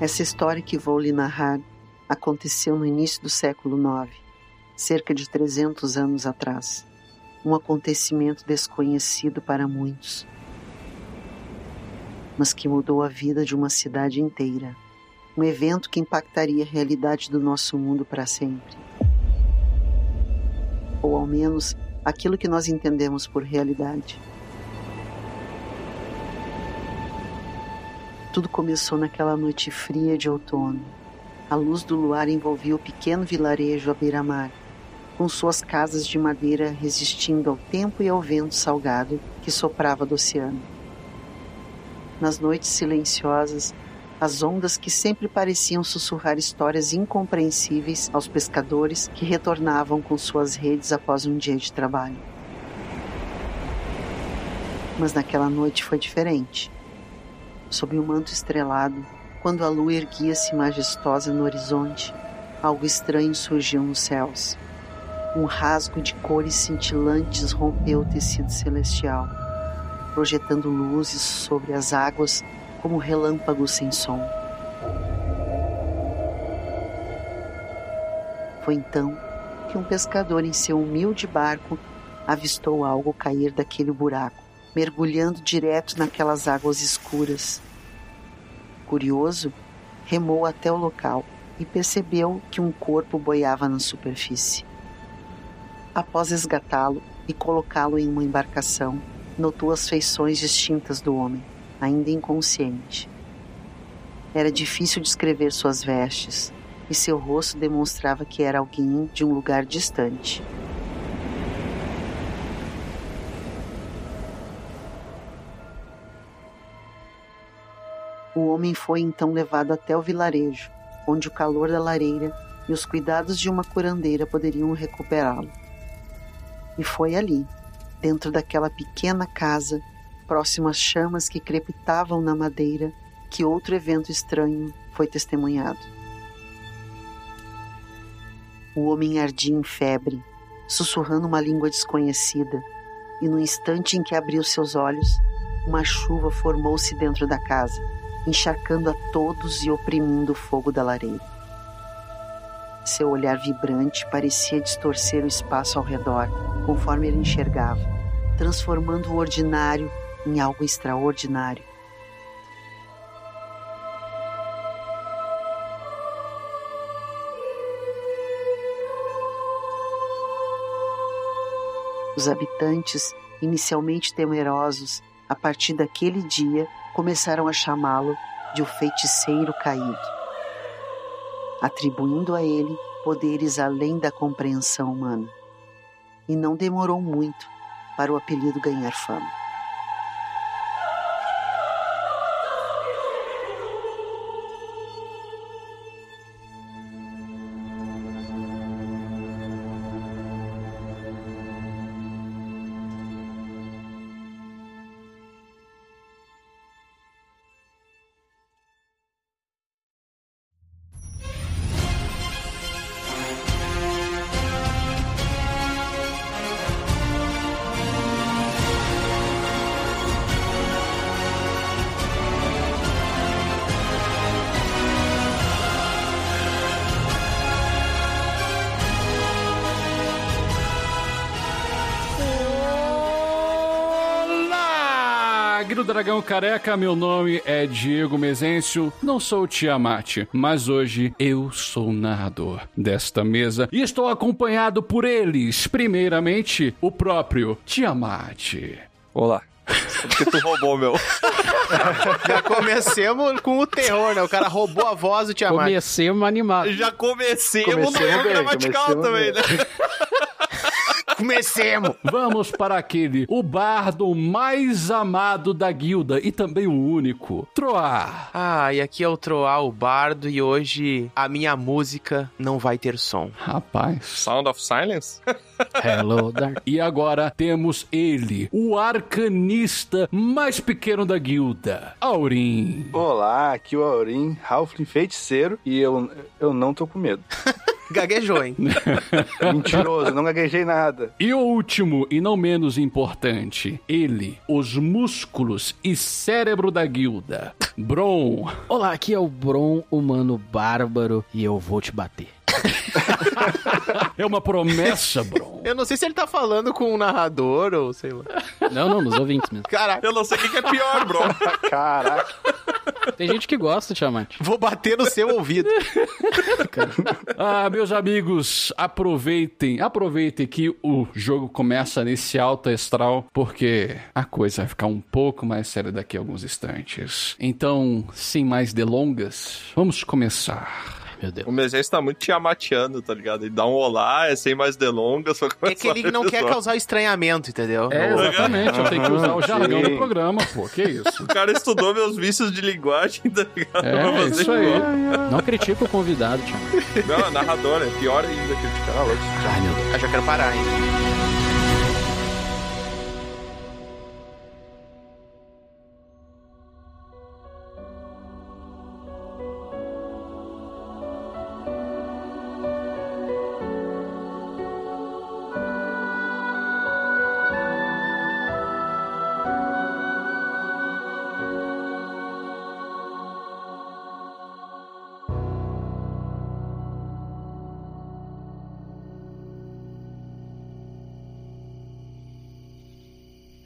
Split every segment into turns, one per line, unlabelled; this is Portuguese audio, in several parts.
Essa história que vou lhe narrar aconteceu no início do século IX, cerca de 300 anos atrás. Um acontecimento desconhecido para muitos, mas que mudou a vida de uma cidade inteira. Um evento que impactaria a realidade do nosso mundo para sempre. Ou ao menos aquilo que nós entendemos por realidade. Tudo começou naquela noite fria de outono. A luz do luar envolvia o pequeno vilarejo à beira-mar, com suas casas de madeira resistindo ao tempo e ao vento salgado que soprava do oceano. Nas noites silenciosas, as ondas que sempre pareciam sussurrar histórias incompreensíveis aos pescadores que retornavam com suas redes após um dia de trabalho. Mas naquela noite foi diferente sob o um manto estrelado, quando a lua erguia-se majestosa no horizonte, algo estranho surgiu nos céus. Um rasgo de cores cintilantes rompeu o tecido celestial, projetando luzes sobre as águas como relâmpagos sem som. Foi então que um pescador em seu humilde barco avistou algo cair daquele buraco mergulhando direto naquelas águas escuras. Curioso, remou até o local e percebeu que um corpo boiava na superfície. Após resgatá-lo e colocá-lo em uma embarcação, notou as feições distintas do homem, ainda inconsciente. Era difícil descrever suas vestes, e seu rosto demonstrava que era alguém de um lugar distante. O homem foi então levado até o vilarejo, onde o calor da lareira e os cuidados de uma curandeira poderiam recuperá-lo. E foi ali, dentro daquela pequena casa, próximo às chamas que crepitavam na madeira, que outro evento estranho foi testemunhado. O homem ardia em febre, sussurrando uma língua desconhecida, e no instante em que abriu seus olhos, uma chuva formou-se dentro da casa encharcando a todos e oprimindo o fogo da lareira. Seu olhar vibrante parecia distorcer o espaço ao redor, conforme ele enxergava, transformando o ordinário em algo extraordinário. Os habitantes, inicialmente temerosos, a partir daquele dia começaram a chamá-lo de o feiticeiro caído, atribuindo a ele poderes além da compreensão humana. E não demorou muito para o apelido ganhar fama.
Dragão Careca, meu nome é Diego Mezencio, não sou Tiamat, mas hoje eu sou o narrador desta mesa e estou acompanhado por eles, primeiramente, o próprio Tiamat.
Olá. Porque tu roubou meu.
Já comecemos com o terror, né? O cara roubou a voz do Tiamat.
Comecemos animado.
Já comecemos, comecemos no bem, gramatical comecemos também, bem. né?
Comecemos!
Vamos para aquele, o bardo mais amado da guilda e também o único, Troar.
Ah, e aqui é o Troar, o bardo, e hoje a minha música não vai ter som.
Rapaz.
Sound of Silence?
Hello, Dark.
E agora temos ele, o arcanista mais pequeno da guilda, Aurim.
Olá, aqui é o Aurim, Halfling feiticeiro, e eu, eu não tô com medo.
Gaguejou, hein?
Mentiroso, não gaguejei nada.
E o último, e não menos importante, ele, os músculos e cérebro da guilda, Bron.
Olá, aqui é o Bron, humano bárbaro, e eu vou te bater.
É uma promessa, Bron.
Eu não sei se ele tá falando com um narrador ou sei lá.
Não, não, nos ouvintes mesmo.
Caraca,
Eu não sei o que que é pior, bro.
Caraca.
Tem gente que gosta, Tiamat.
vou bater no seu ouvido.
Ah, meus amigos, aproveitem, aproveitem que o jogo começa nesse alto astral, porque a coisa vai ficar um pouco mais séria daqui a alguns instantes. Então, sem mais delongas, vamos começar.
Ai, Meu Deus.
O Mezencio tá muito tiamateando, tá ligado? Ele dá um olá, é sem mais delongas. só
É que ele
começa
não
o
quer
episódio.
causar estranhamento, entendeu?
É, exatamente, eu tenho que usar o
Aham,
jargão
sim.
do programa, pô, que isso.
O cara estudou meus vícios de linguagem, tá ligado? Pra
É,
fazer
isso aí.
igual.
Não critica o convidado, Tiamat.
Não, narrador, é pior ainda que o cara louco.
Ai, meu Deus.
Eu já quero parar, hein?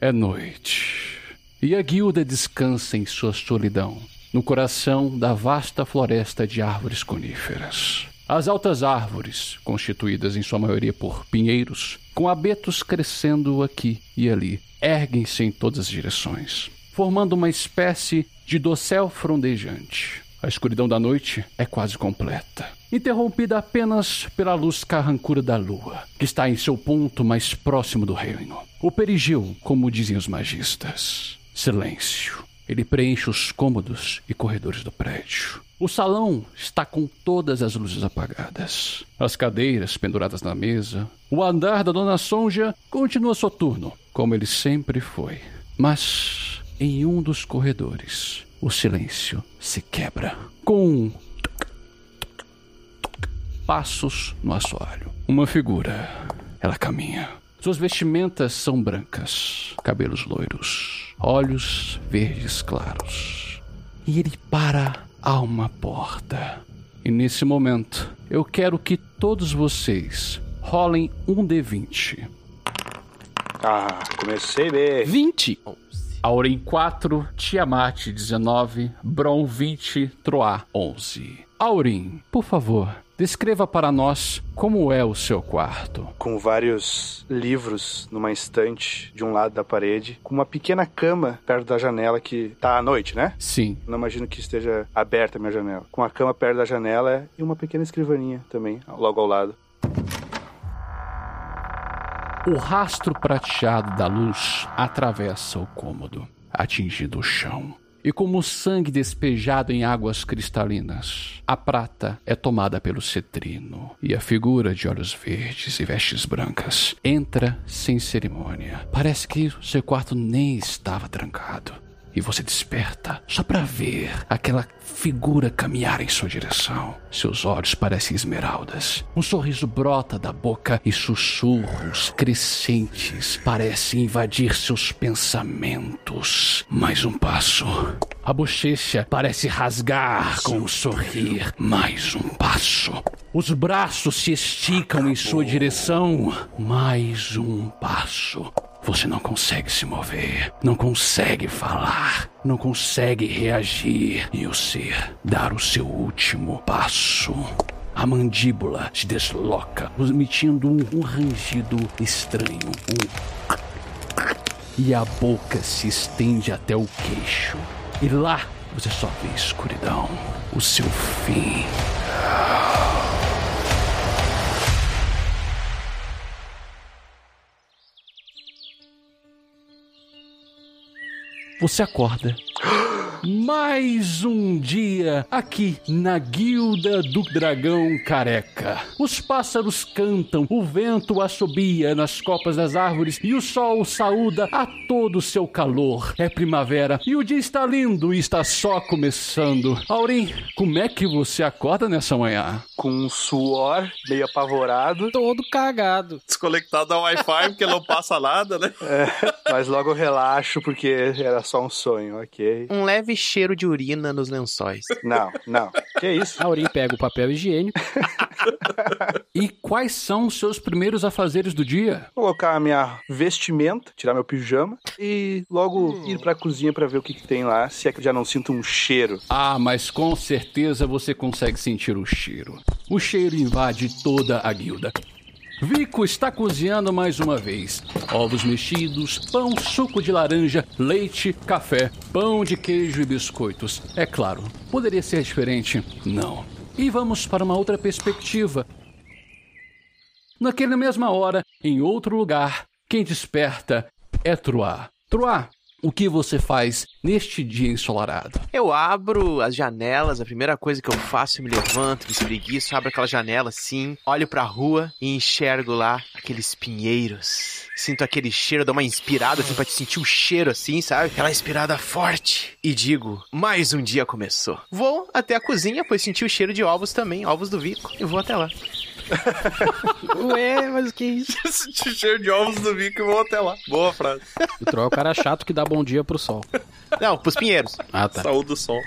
É noite. E a guilda descansa em sua solidão, no coração da vasta floresta de árvores coníferas. As altas árvores, constituídas em sua maioria por pinheiros, com abetos crescendo aqui e ali, erguem-se em todas as direções, formando uma espécie de dossel frondejante. A escuridão da noite é quase completa, interrompida apenas pela luz carrancura da lua, que está em seu ponto mais próximo do reino. O perigeu, como dizem os magistas. Silêncio. Ele preenche os cômodos e corredores do prédio. O salão está com todas as luzes apagadas. As cadeiras penduradas na mesa. O andar da Dona Sonja continua soturno, como ele sempre foi. Mas em um dos corredores, o silêncio se quebra com um passos no assoalho. Uma figura. Ela caminha. Suas vestimentas são brancas, cabelos loiros, olhos verdes claros. E ele para a uma porta. E nesse momento, eu quero que todos vocês rolem um D20.
Ah, comecei bem.
20.
Aurim 4, Tiamat 19, Bron 20, Troá 11. Aurim, por favor, descreva para nós como é o seu quarto.
Com vários livros numa estante de um lado da parede, com uma pequena cama perto da janela que tá à noite, né?
Sim,
Não imagino que esteja aberta a minha janela. Com a cama perto da janela e uma pequena escrivaninha também, logo ao lado.
O rastro prateado da luz atravessa o cômodo, atingindo o chão. E como sangue despejado em águas cristalinas, a prata é tomada pelo cetrino, e a figura de olhos verdes e vestes brancas entra sem cerimônia. Parece que seu quarto nem estava trancado. E você desperta só para ver aquela figura caminhar em sua direção. Seus olhos parecem esmeraldas. Um sorriso brota da boca e sussurros crescentes parecem invadir seus pensamentos. Mais um passo. A bochecha parece rasgar com um sorrir. Mais um passo. Os braços se esticam em sua direção. Mais um passo. Você não consegue se mover, não consegue falar, não consegue reagir e o ser dar o seu último passo. A mandíbula se desloca, emitindo um, um rangido estranho. Um... E a boca se estende até o queixo. E lá você só vê escuridão. O seu fim. Você acorda mais um dia aqui na Guilda do Dragão Careca. Os pássaros cantam, o vento assobia nas copas das árvores e o sol saúda a todo o seu calor. É primavera e o dia está lindo e está só começando. Aurim, como é que você acorda nessa manhã?
Com um suor meio apavorado,
Todo cagado.
Desconectado da Wi-Fi, porque não passa nada, né?
mas logo eu relaxo porque era só um sonho, ok?
Um leve cheiro de urina nos lençóis.
Não, não. Que isso?
Aurim pega o papel higiênico.
E quais são os seus primeiros afazeres do dia?
Colocar a minha vestimenta, tirar meu pijama e logo
Hum.
ir pra cozinha pra ver o que, que tem lá, se é que eu já não sinto um cheiro.
Ah, mas com certeza você consegue sentir o cheiro. O cheiro invade toda a guilda. Vico está cozinhando mais uma vez. Ovos mexidos, pão, suco de laranja, leite, café, pão de queijo e biscoitos. É claro, poderia ser diferente? Não. E vamos para uma outra perspectiva. Naquela mesma hora, em outro lugar, quem desperta é Troá. Troá, o que você faz neste dia ensolarado?
Eu abro as janelas, a primeira coisa que eu faço, eu me levanto, me espreguiço, abro aquela janela assim, olho pra rua e enxergo lá aqueles pinheiros. Sinto aquele cheiro, dou uma inspirada assim pra te sentir o cheiro assim, sabe? Aquela inspirada forte. E digo, mais um dia começou. Vou até a cozinha, pois senti o cheiro de ovos também, ovos do Vico, e vou até lá.
Ué, mas que é isso?
Esse cheiro de ovos do Vico e vou até lá. Boa frase.
O Troll é o cara chato que dá bom dia pro sol.
Não, pros pinheiros.
Ah, tá.
Saúde do som.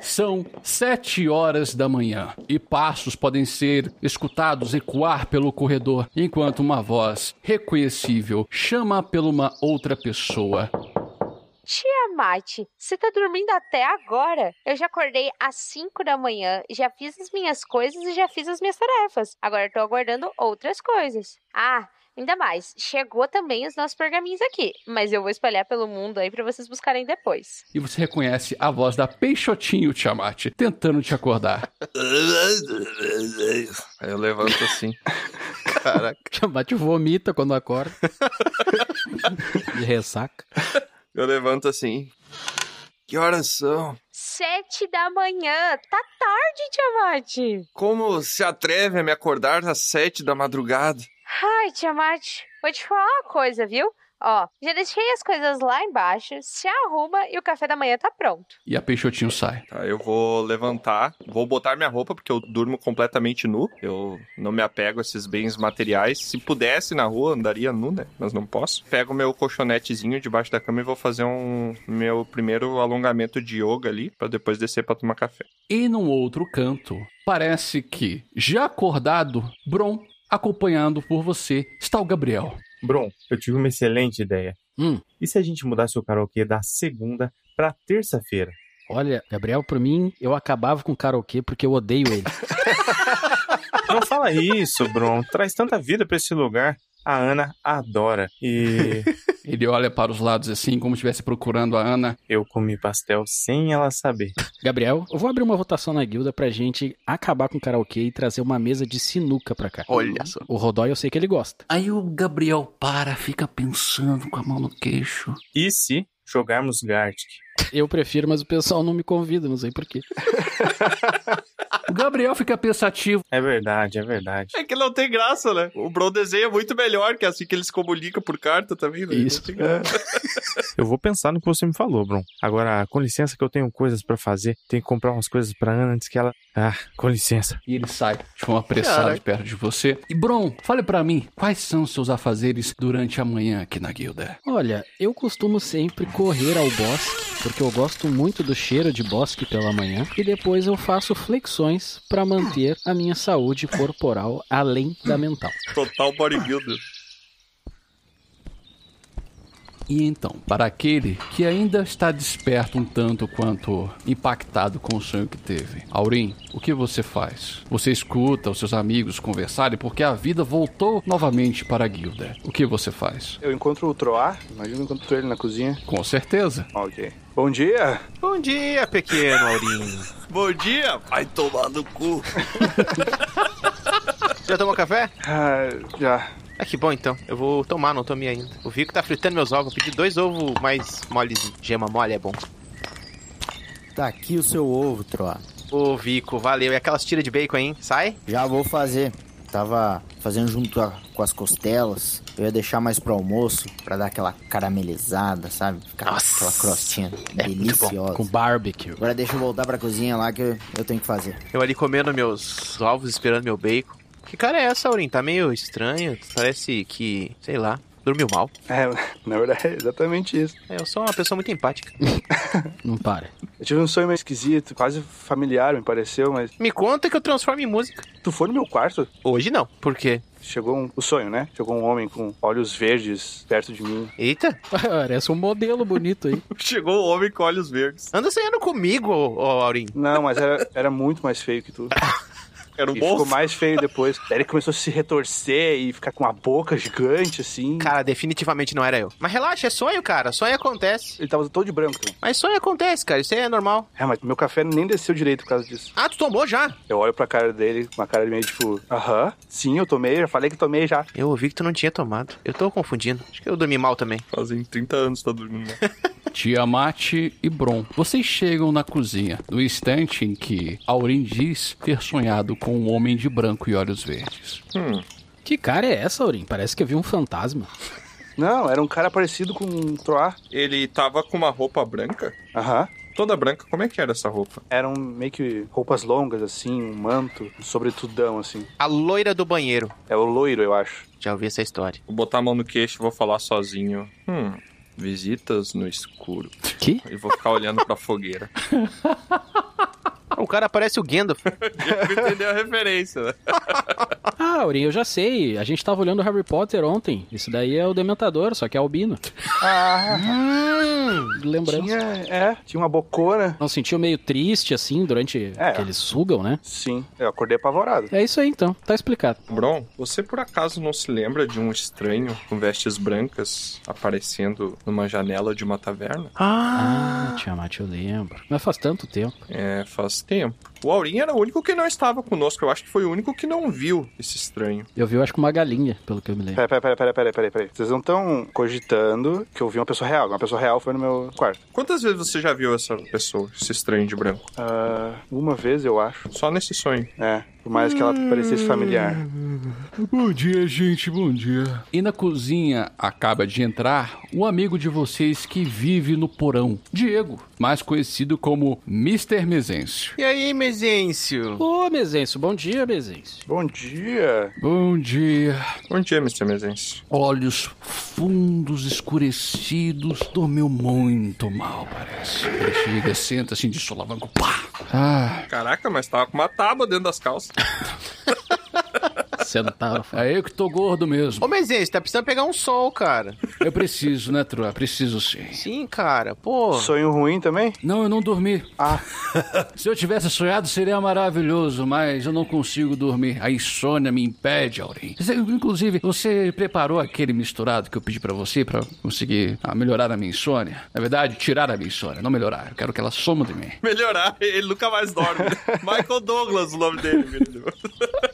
São sete horas da manhã e passos podem ser escutados ecoar pelo corredor, enquanto uma voz reconhecível chama por uma outra pessoa.
Tiamat, você tá dormindo até agora? Eu já acordei às 5 da manhã, já fiz as minhas coisas e já fiz as minhas tarefas. Agora eu tô aguardando outras coisas. Ah, ainda mais, chegou também os nossos pergaminhos aqui, mas eu vou espalhar pelo mundo aí pra vocês buscarem depois.
E você reconhece a voz da Peixotinho Tiamat, tentando te acordar.
Aí eu levanto assim.
Chamate vomita quando acorda. De ressaca.
Eu levanto assim. Que horas são?
Sete da manhã, tá tarde, Tiamat.
Como se atreve a me acordar às sete da madrugada?
Ai, Tiamat, vou te falar uma coisa, viu? Ó, já deixei as coisas lá embaixo, se arruma e o café da manhã tá pronto.
E a Peixotinho sai.
Tá, eu vou levantar, vou botar minha roupa, porque eu durmo completamente nu. Eu não me apego a esses bens materiais. Se pudesse na rua, andaria nu, né? Mas não posso. Pego meu colchonetezinho debaixo da cama e vou fazer um meu primeiro alongamento de yoga ali, pra depois descer pra tomar café.
E num outro canto, parece que, já acordado, Bron, acompanhado por você, está o Gabriel.
Bron, eu tive uma excelente ideia.
Hum.
E se a gente mudasse o karaokê da segunda pra terça-feira?
Olha, Gabriel, por mim, eu acabava com o karaokê porque eu odeio ele.
Não fala isso, Bron. Traz tanta vida pra esse lugar. A Ana adora. E
Ele olha para os lados assim, como se estivesse procurando a Ana.
eu comi pastel sem ela saber.
Gabriel, eu vou abrir uma votação na guilda pra gente acabar com o karaokê e trazer uma mesa de sinuca pra cá.
Olha só.
O Rodói eu sei que ele gosta.
Aí o Gabriel para, fica pensando com a mão no queixo.
E se jogarmos Gartic?
Eu prefiro, mas o pessoal não me convida, não sei porquê.
O Gabriel fica pensativo.
É verdade, é verdade.
É que não tem graça, né? O Bron desenha muito melhor, que é assim que eles comunicam por carta também, né?
Isso.
Não tem graça.
Eu vou pensar no que você me falou, Bron. Agora, com licença que eu tenho coisas pra fazer. Tenho que comprar umas coisas pra Ana antes que ela. Ah, com licença.
E ele sai de forma apressada de perto de você. E Bron, fale pra mim, quais são os seus afazeres durante a manhã aqui na guilda?
Olha, eu costumo sempre correr ao bosque, porque eu gosto muito do cheiro de bosque pela manhã, e depois eu faço flexões pra manter a minha saúde corporal além da mental.
Total bodybuilder.
E então, para aquele que ainda está desperto um tanto quanto impactado com o sonho que teve, Aurim, o que você faz? Você escuta os seus amigos conversarem porque a vida voltou novamente para a guilda. O que você faz?
Eu encontro o Troar, imagina que eu encontro ele na cozinha.
Com certeza.
Ok. Bom dia!
Bom dia, pequeno Aurinho.
Bom dia! Vai tomar no cu.
Já tomou café?
Ah, já.
Ah, que bom então. Eu vou tomar, não tomei ainda. O Vico tá fritando meus ovos. Eu pedi dois ovos mais molezinhos. Gema mole é bom.
Tá aqui o seu ovo, Troa.
Ô, Vico, valeu. E aquelas tiras de bacon, hein? Sai?
Já vou fazer. Tava fazendo junto a- com as costelas. Eu ia deixar mais pro almoço, pra dar aquela caramelizada, sabe? Ficar
Nossa.
aquela crostinha
é
muito bom.
deliciosa.
Com barbecue.
Agora deixa eu voltar pra cozinha lá que eu, eu tenho que fazer.
Eu ali comendo meus ovos, esperando meu bacon. Que cara é essa, Aurim? Tá meio estranho. Parece que, sei lá, dormiu mal.
É, na verdade, é exatamente isso.
É, Eu sou uma pessoa muito empática.
Não para.
Eu tive um sonho meio esquisito, quase familiar, me pareceu, mas
Me conta que eu transformo em música.
tu foi no meu quarto?
Hoje não. Por quê?
Chegou um, o sonho, né? Chegou um homem com olhos verdes perto de mim.
Eita,
Parece um modelo bonito aí.
Chegou o homem com olhos verdes.
anda sonhando comigo, ô, ô Aurim.
Não, mas era, era muito mais feio que tu.
Era um
E
bom.
ficou mais feio depois. Daí ele começou a se retorcer e ficar com uma boca gigante, assim.
Cara, definitivamente não era eu. Mas relaxa, é sonho, cara. Sonho acontece.
Ele tava todo de branco. também.
Mas sonho acontece, cara. Isso aí é normal.
É, mas meu café nem desceu direito por causa disso.
Ah, tu tombou já?
Eu olho pra cara dele, uma cara meio tipo, aham, sim, eu tomei, já falei que tomei já.
Eu ouvi que tu não tinha tomado. Eu tô confundindo. Acho que eu dormi mal também.
Fazem 30 anos que tá dormindo. né?
Tiamat e Bron. Vocês chegam na cozinha, no instante em que Aurin diz ter sonhado com um homem de branco e olhos verdes.
Que cara é essa, Aurim? Parece que eu vi um fantasma.
Não, era um cara parecido com um Troá.
Ele tava com uma roupa branca.
Aham.
Toda branca. Como é que era essa roupa?
Eram meio que roupas longas, assim, um manto, um sobretudão, assim.
A loira do banheiro.
É o loiro, eu acho.
Já ouvi essa história.
Vou botar a mão no queixo e vou falar sozinho. Hum. Visitas no escuro.
Que?
E vou ficar olhando pra fogueira.
O cara parece o Gandalf.
Entendeu a referência, né?
Ah, Aurim, eu já sei. A gente tava olhando Harry Potter ontem. Isso daí é o Dementador, só que é albino.
Ah,
Lembrando.
tinha, é, tinha uma bocona.
Não sentiu meio triste, assim, durante
É.
que eles sugam, né?
Sim, eu acordei apavorado.
É isso aí, então. Tá explicado.
Bron, você por acaso não se lembra de um estranho com vestes brancas aparecendo numa janela de uma taverna?
Ah, Tiamat, eu lembro. Mas faz tanto tempo.
É, faz tempo. O Aurim era o único que não estava conosco. Eu acho que foi o único que não viu esse estranho.
Eu vi, eu acho que uma galinha, pelo que eu me lembro.
Peraí, peraí, peraí, peraí, peraí, peraí, peraí. Vocês não estão cogitando que eu vi uma pessoa real. Uma pessoa real foi no meu quarto.
Quantas vezes você já viu essa pessoa, esse estranho de branco?
Ah, uma vez, eu acho.
Só nesse sonho.
É, por mais que ela parecesse familiar.
Bom dia, gente, bom dia. E na cozinha acaba de entrar um amigo de vocês que vive no porão, Diego, mais conhecido como Mr. Mezencio.
E aí, Mesêncio?
É. Ô, Mezencio, bom dia, Mezencio.
Bom dia!
Bom dia.
Bom dia, Mr. Mezencio.
Olhos fundos, escurecidos, dormiu muito mal, parece. Ele chega, senta assim de solavanco, pá! Ah,
Caraca, mas tava com uma tábua dentro das calças.
Sentaram.
é eu que tô gordo mesmo.
Ô, Mesêncio, tá precisando pegar um sol, cara.
Eu preciso, né, Troa? Preciso sim.
Sim, cara. Pô.
Sonho ruim também?
Não, eu não dormi.
Ah.
Se eu tivesse sonhado, seria maravilhoso, mas eu não consigo dormir. A insônia me impede, Aurim. Você- Inclusive, você preparou aquele misturado que eu pedi pra você pra conseguir ah, melhorar a minha insônia? Na verdade, tirar a minha insônia, não melhorar. Eu quero que ela soma de mim.
Melhorar, ele nunca mais dorme. Michael Douglas, o nome dele, menino.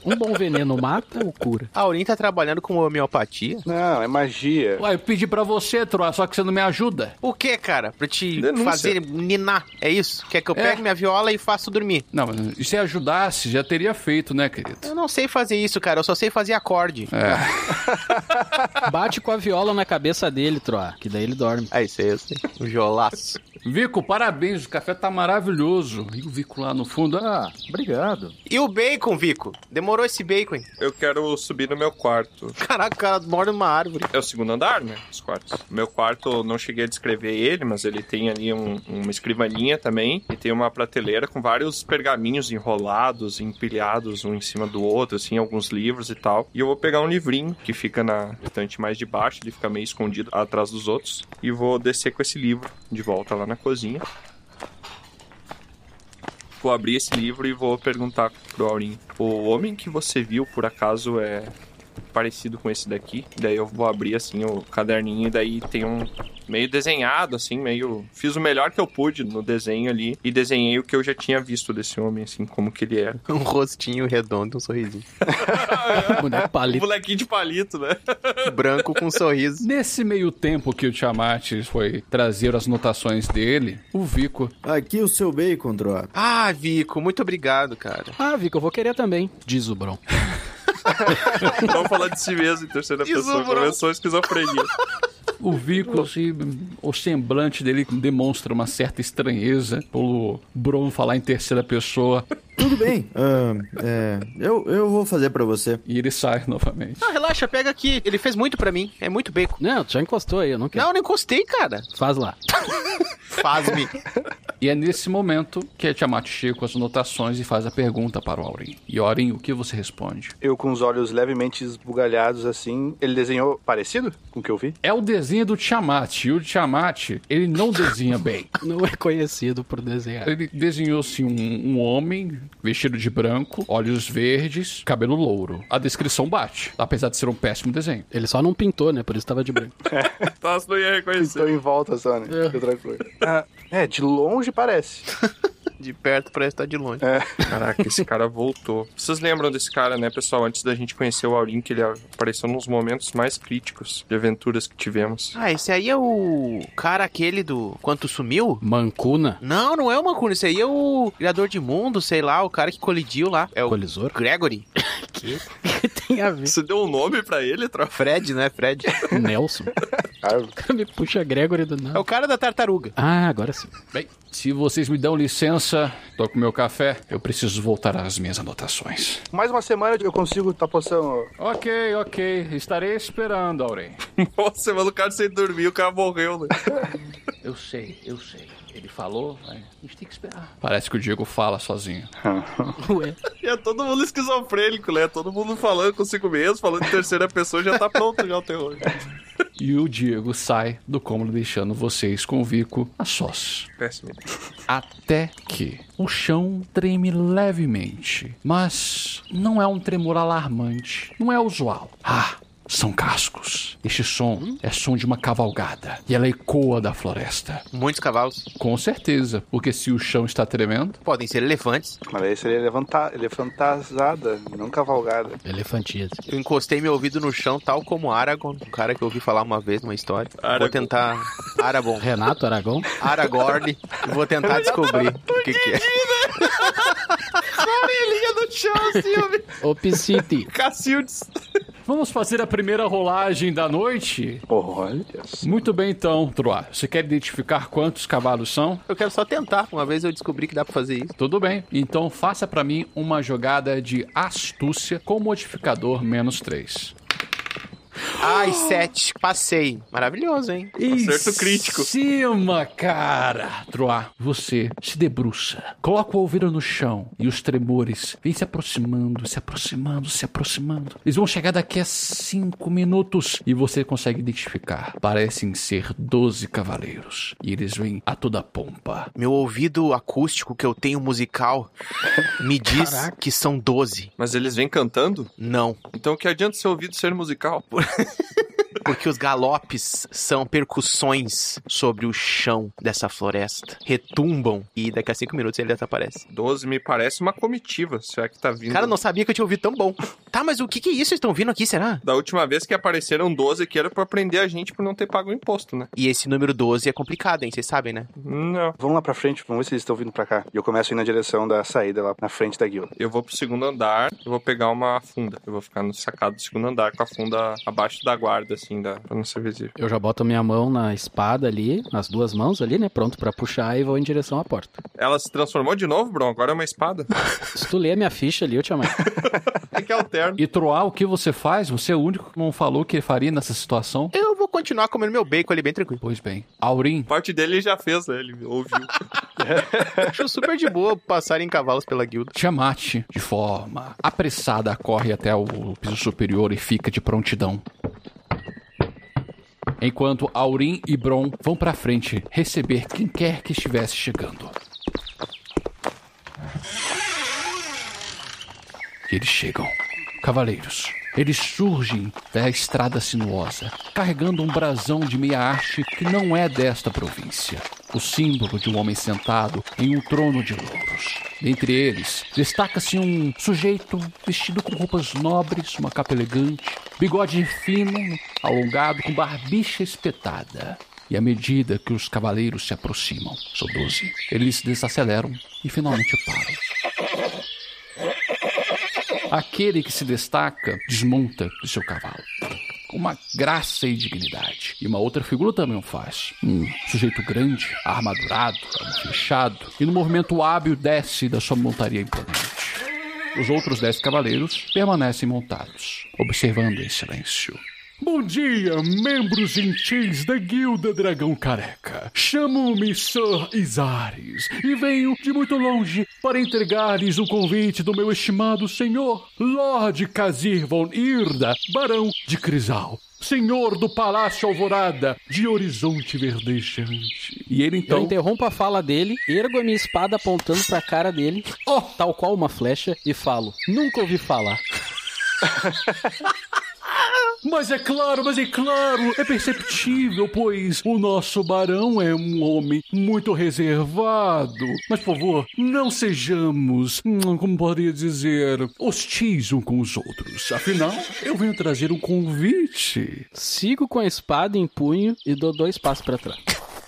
Um bom veneno mata ou cura?
A Aurim tá trabalhando com homeopatia?
Não, é magia.
Ué, eu pedi pra você, Troa, só que você não me ajuda.
O que, cara? Pra te
Denúncia.
fazer ninar. É isso? Quer que eu
É.
pegue minha viola e faça dormir?
Não, mas se ajudasse, já teria feito, né, querido?
Eu não sei fazer isso, cara. Eu só sei fazer acorde.
É.
Bate com a viola na cabeça dele, Troa, que daí ele dorme.
É isso aí, eu sei. O violaço.
Vico, parabéns, o café tá maravilhoso. E o Vico lá no fundo, ah,
Obrigado.
E o bacon, Vico? Demorou esse bacon. hein?
Eu quero subir no meu quarto.
Caraca, o cara mora numa árvore.
É o segundo andar, né? Os quartos. Meu quarto, eu não cheguei a descrever ele, mas ele tem ali um- uma escrivaninha também. E tem uma prateleira com vários pergaminhos enrolados, empilhados um em cima do outro, assim, alguns livros e tal. E eu vou pegar um livrinho que fica na estante mais de baixo, ele fica meio escondido atrás dos outros. E vou descer com esse livro de volta lá na cozinha. Vou abrir esse livro e vou perguntar pro Aurim. O homem que você viu, por acaso, é parecido com esse daqui. Daí eu vou abrir assim o caderninho e daí tem um, meio desenhado, assim, meio. Fiz o melhor que eu pude no desenho ali e desenhei o que eu já tinha visto desse homem, assim, como que ele era.
Um rostinho redondo, um sorrisinho.
Boneco
Um
palito.
molequinho de palito, né?
Branco com um sorriso.
Nesse meio tempo que o Tiamat foi trazer as notações dele, o Vico
Aqui o seu bacon, Drop.
Ah, Vico, muito obrigado, cara.
Ah, Vico, eu vou querer também, diz o Bron.
Vamos falar de si mesmo em terceira pessoa.
Desobrou.
Começou a esquizofrenia.
O Vico, se- o semblante dele demonstra uma certa estranheza pelo Bron falar em terceira pessoa
Tudo bem. ahn, é, eu, eu vou fazer pra você.
e ele sai novamente.
Não, Ah, relaxa, pega aqui. Ele fez muito pra mim. É muito bacon.
Não, tu já encostou aí, eu não quero.
Não, eu não encostei, cara.
Faz lá.
Faz-me.
E é nesse momento que a Tiamat chega com as anotações e faz a pergunta para o Aurim. E Aurim, o que você responde?
Eu com os olhos levemente esbugalhados assim. Ele desenhou parecido com o que eu vi?
É o desenho do Tiamat. E o Tiamat, ele não desenha bem.
Não é conhecido por desenhar.
Ele desenhou-se um, um homem vestido de branco, olhos verdes, cabelo louro. A descrição bate, apesar de ser um péssimo desenho.
Ele só não pintou, né? Por isso tava de branco.
Nossa, Então, não ia reconhecer.
Estou em volta, só, né? Fica tranquilo. Ah, é, de longe parece.
De perto parece estar de longe.
Caraca, esse cara voltou. Vocês lembram desse cara, né, pessoal? Antes da gente conhecer o Aurim, que ele apareceu nos momentos mais críticos de aventuras que tivemos.
Ah, esse aí é o cara aquele do Quanto Sumiu?
Mancuna.
Não, não é o Mancuno, esse aí é o criador de mundo, sei lá, o cara que colidiu lá. É o
Colisor?
Gregory.
que tem a ver?
Você deu um nome pra ele, troca?
Fred, né? Fred.
Nelson.
Cara,
O cara me puxa Gregory do
É
nada.
o cara da tartaruga.
Ah, agora sim.
Bem, se vocês me dão licença, tô com meu café, eu preciso voltar às minhas anotações.
mais uma semana eu consigo tá poção.
Ok, ok, estarei esperando, Auren.
Nossa, mano, o cara sem dormir, o cara morreu, né?
Eu sei, eu sei. Ele falou, mas a gente tem que esperar. Parece que o Diego fala sozinho.
Ué.
E é todo mundo esquizofrênico, né? Todo mundo falando consigo mesmo, falando em terceira pessoa, já tá pronto já o terror.
E o Diego sai do cômodo, deixando vocês com o Vico a sós.
Péssimo.
Até que o chão treme levemente, mas não é um tremor alarmante, não é usual. Ah, são cascos. Este som é som de uma cavalgada e ela ecoa da floresta.
Muitos cavalos.
Com certeza, porque se o chão está tremendo,
Podem ser elefantes.
Mas aí seria levantar, elefantazada, não cavalgada.
Elefantíase.
Eu encostei meu ouvido no chão, tal como Aragorn, um cara que eu ouvi falar uma vez numa história. Vou
Aragorn.
tentar. Aragorn.
Renato Aragão.
Aragorn. e Vou tentar descobrir o que, que é.
Orelhinha no chão, assim, ó.
Opsite.
Cacildes.
vamos fazer a primeira rolagem da noite?
Olha.
Muito bem então, Troá. Você quer identificar quantos cavalos são?
Eu quero só tentar. Uma vez eu descobri que dá pra fazer isso.
Tudo bem. Então faça pra mim uma jogada de astúcia com modificador menos 3.
Ai, sete. Passei. Maravilhoso, hein?
Acerto crítico.
Cima, cara! Troá, você se debruça, coloca o ouvido no chão e os tremores vêm se aproximando, se aproximando, se aproximando. Eles vão chegar daqui a cinco minutos e você consegue identificar. Parecem ser 12 cavaleiros e eles vêm a toda pompa.
Meu ouvido acústico que eu tenho musical me diz que são 12.
Mas eles vêm cantando?
Não,
Então que adianta seu ouvido ser musical?
porque os galopes são percussões sobre o chão dessa floresta. Retumbam e daqui a cinco minutos ele desaparece.
12 me parece uma comitiva, será que tá vindo?
Cara, eu não sabia que eu tinha ouvido tão bom. Tá, mas o que que é isso? Eles estão vindo aqui, será?
Da última vez que apareceram 12 que era pra prender a gente por não ter pago o imposto, né?
E esse número 12 é complicado, hein? Vocês sabem, né?
Não.
Vamos lá pra frente, vamos ver se eles estão vindo pra cá. E eu começo a ir na direção da saída lá na frente da guilda.
Eu vou pro segundo andar, eu vou pegar uma funda. Eu vou ficar no sacado do segundo andar com a funda abaixo da guarda, assim, da... pra não ser visível.
Eu já boto minha mão na espada ali, nas duas mãos ali, né? Pronto pra puxar e vou em direção à porta.
Ela se transformou de novo, Bron? Agora é uma espada?
Se tu lê a minha ficha ali, eu te amo.
É que alterno.
E Troá, o que você faz? Você é o único que não falou que faria nessa situação?
Eu vou continuar comendo meu bacon ali bem tranquilo.
Pois bem, Aurim,
Parte dele ele já fez, né? Ele ouviu.
Acho super de boa passarem cavalos pela guilda.
Tiamat, de forma apressada, corre até o piso superior e fica de prontidão. Enquanto Aurim e Bron vão pra frente receber quem quer que estivesse chegando. E eles chegam, cavaleiros, Eles surgem da estrada sinuosa, carregando um brasão de meia haste que não é desta província. O símbolo de um homem sentado em um trono de louros. Dentre eles, destaca-se um sujeito vestido com roupas nobres, uma capa elegante, bigode fino, alongado, com barbicha espetada. E à medida que os cavaleiros se aproximam, são doze, eles se desaceleram e finalmente param. Aquele que se destaca desmonta de seu cavalo. Com uma graça e dignidade. E uma outra figura também o faz. Um sujeito grande, armadurado, fechado, e no movimento hábil desce da sua montaria imponente. Os outros dez cavaleiros permanecem montados, observando em silêncio. Bom dia, membros gentis da Guilda Dragão Careca. Chamo-me Sir Isares e venho de muito longe para entregar-lhes o convite do meu estimado senhor, Lord Kazir von Irda, Barão de Crisal. Senhor do Palácio Alvorada, de Horizonte Verdejante. E ele
Eu
então.
interrompo a fala dele, ergo a minha espada apontando pra cara dele, tal qual uma flecha, e falo: Nunca ouvi falar.
Mas é claro, mas é claro, é perceptível, pois o nosso barão é um homem muito reservado. Mas, por favor, não sejamos, hum, como poderia dizer, hostis um com os outros. Afinal, eu venho trazer um convite.
Sigo com a espada em punho e dou dois passos pra trás.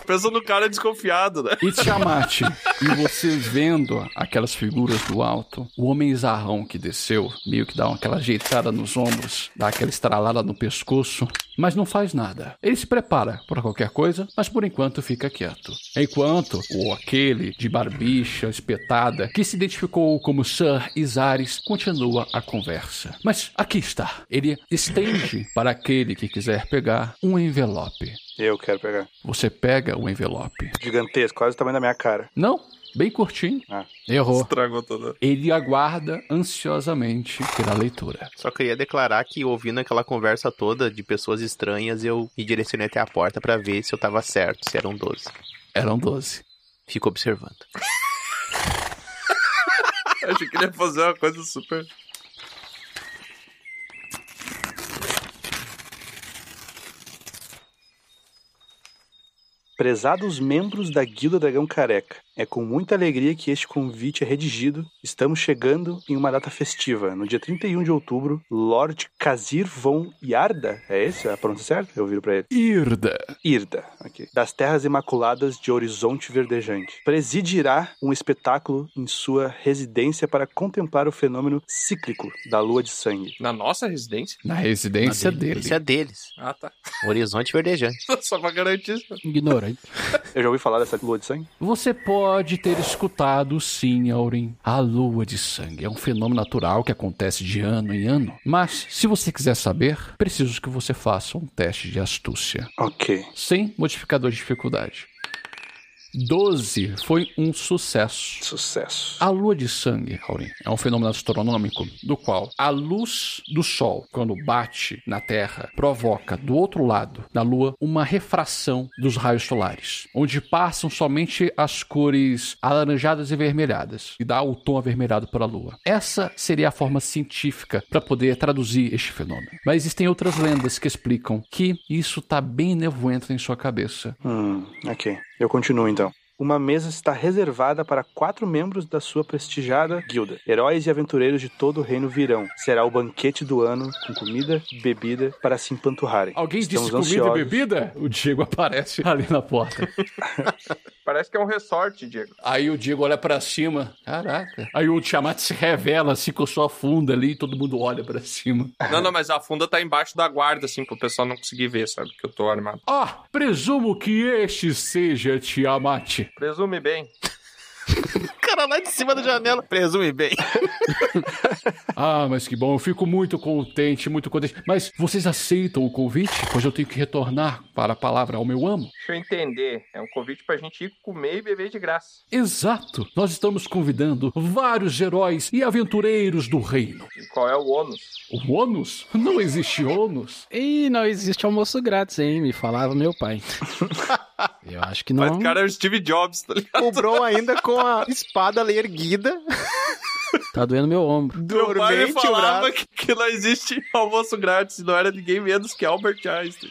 Pensa no cara desconfiado, né?
E Tiamat, e você vendo aquelas figuras do alto, o homem zarrão que desceu, meio que dá aquela ajeitada nos ombros, dá aquela estralada no pescoço, mas não faz nada. Ele se prepara para qualquer coisa, mas por enquanto fica quieto. Enquanto o aquele de barbicha espetada, que se identificou como Sir Isares, continua a conversa. Mas aqui está. Ele estende para aquele que quiser pegar um envelope.
Eu quero pegar.
Você pega o envelope.
Gigantesco, quase o tamanho da minha cara.
Não, bem curtinho.
Ah.
Errou.
Estragou toda.
Ele aguarda ansiosamente pela leitura.
Só queria declarar que ouvindo aquela conversa toda de pessoas estranhas, eu me direcionei até a porta pra ver se eu tava certo, se eram 12.
Eram 12.
Fico observando.
Achei que ele ia fazer uma coisa super.
Prezados membros da Guilda Dragão Careca, é com muita alegria que este convite é redigido. Estamos chegando em uma data festiva. No dia 31 de outubro, Lord Kazir von Yarda, é esse a pronúncia certa? Eu viro pra ele.
Irda.
Irda, ok, das Terras Imaculadas de Horizonte Verdejante, presidirá um espetáculo em sua residência para contemplar o fenômeno cíclico da Lua de Sangue.
Na nossa residência?
Na residência dele.
Isso é deles. Um
Ah, tá.
Horizonte Verdejante.
Só pra garantir.
Ignorante.
Eu já ouvi falar dessa Lua de Sangue?
Você pode ter escutado, sim, Aurim. A lua de sangue é um fenômeno natural que acontece de ano em ano. Mas, se você quiser saber, preciso que você faça um teste de astúcia.
Ok.
Sem modificador de dificuldade. 12 foi um sucesso.
Sucesso.
A lua de sangue, Aurim, é um fenômeno astronômico do qual a luz do Sol, quando bate na Terra, provoca do outro lado, na Lua, uma refração dos raios solares, onde passam somente as cores alaranjadas e vermelhadas e dá o tom avermelhado para a Lua. Essa seria a forma científica para poder traduzir este fenômeno. Mas existem outras lendas que explicam que isso está bem nevoento em sua cabeça.
Hum, ok. Eu continuo então. Uma mesa está reservada para quatro membros da sua prestigiada guilda. Heróis e aventureiros de todo o reino virão. Será o banquete do ano, com comida e bebida para se empanturrarem.
Alguém
Estamos
disse comida
ansiosos.
e bebida? O Diego aparece ali na porta.
Parece que é um ressorte, Diego.
Aí o Diego olha pra cima. Caraca. Aí o Tiamat se revela, assim, com a sua funda ali, e todo mundo olha pra cima.
Não, não, mas a funda tá embaixo da guarda, assim, pro pessoal não conseguir ver, sabe? Que eu tô armado.
Ó, Ah, presumo que este seja Tiamat.
Presume bem.
O cara lá de cima da janela. Presume bem.
Ah, mas que bom, eu fico muito contente, muito contente. Mas vocês aceitam o convite? Pois eu tenho que retornar para a palavra ao meu amo.
Deixa eu entender. É um convite pra gente ir comer e beber de graça.
Exato. Nós estamos convidando vários heróis e aventureiros do reino.
E qual é o ônus?
O ônus? Não existe ônus.
E não existe almoço grátis, hein? Me falava meu pai. Eu acho que não.
Mas o cara é o Steve Jobs, tá ligado?
O Bron ainda com a espada erguida.
Tá doendo meu ombro.
Meu pai me
Dormente o
falava
braço.
que, que não existe almoço grátis, não era ninguém menos que Albert Einstein.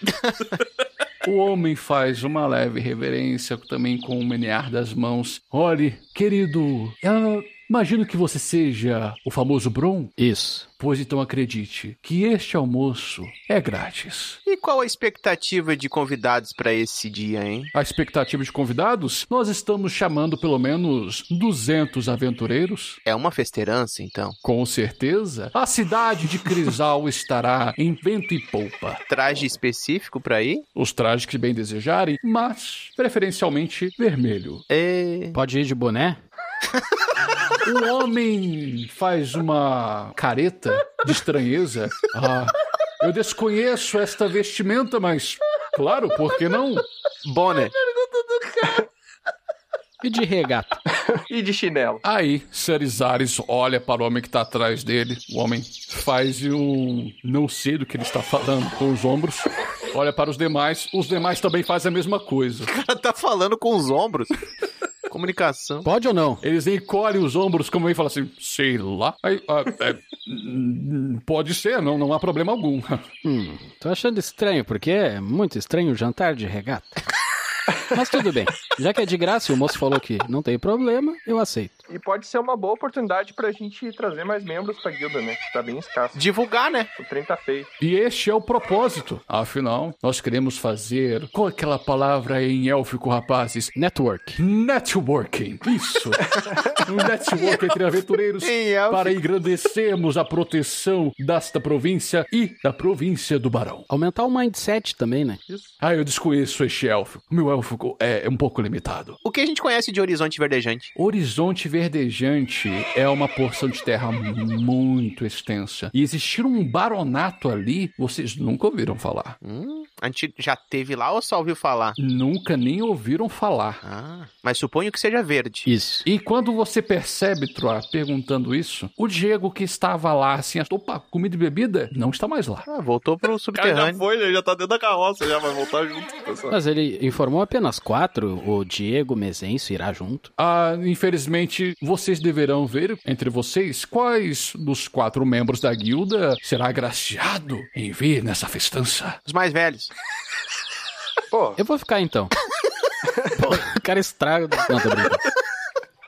O homem faz uma leve reverência, também com o menear das mãos. Olhe, querido, eu imagino que você seja o famoso Bron.
Isso.
Pois então acredite que este almoço é grátis.
E qual a expectativa de convidados pra esse dia, hein?
A expectativa de convidados? Nós estamos chamando pelo menos 200 aventureiros.
É uma festeirança, então.
Com certeza, a cidade de Crisal estará em vento e polpa.
Traje específico pra ir?
Os trajes que bem desejarem, mas preferencialmente vermelho.
É...
Pode ir de boné?
Um homem faz uma careta de estranheza. Ah, eu desconheço esta vestimenta, mas claro, por que não?
Bonner.
E de regata?
E de chinelo.
Aí, Cerizares olha para o homem que está atrás dele. O homem faz um. Não sei do que ele está falando com os ombros. Olha para os demais. Os demais também fazem a mesma coisa.
Ela tá falando com os ombros. Comunicação.
Pode ou não?
Eles encolhem os ombros, como ele fala assim, sei lá. Aí, ah, é, hum, pode ser, não, não há problema algum.
Hum, tô achando estranho, porque é muito estranho o jantar de regata. Mas tudo bem. Já que é de graça e o moço falou que não tem problema, eu aceito.
E pode ser uma boa oportunidade pra gente trazer mais membros pra guilda, né? Que tá bem escasso.
Divulgar, né?
O trem tá feio.
E este é o propósito. Afinal, nós queremos fazer com aquela palavra em élfico, rapazes.
Network.
Networking. Isso. um network entre aventureiros
Em élfico.
para engrandecermos a proteção desta província e da província do Barão.
Aumentar o mindset também, né?
Ah, eu desconheço este élfico. O meu élfico é um pouco limitado.
O que a gente conhece de Horizonte Verdejante?
Horizonte Verdejante é uma porção de terra muito extensa. E existir um baronato ali, vocês nunca ouviram falar.
Hum, a gente já teve lá ou só ouviu falar?
Nunca nem ouviram falar.
Ah, mas suponho que seja verde.
Isso.
E quando você percebe, Troa, perguntando isso, o Diego que estava lá, assim, opa, comida e bebida, não está mais lá.
Ah, voltou pro
O cara já
subterrâneo.
foi, né? Já tá dentro da carroça, já vai voltar junto com o pessoal.
Mas ele informou apenas quatro, o Diego Mezencio irá junto.
Ah, infelizmente, vocês deverão ver entre vocês quais dos quatro membros da guilda será agraciado em vir nessa festança.
Os mais velhos.
Pô,
Eu vou ficar então. Pô, o cara estraga. Não, tô brincando.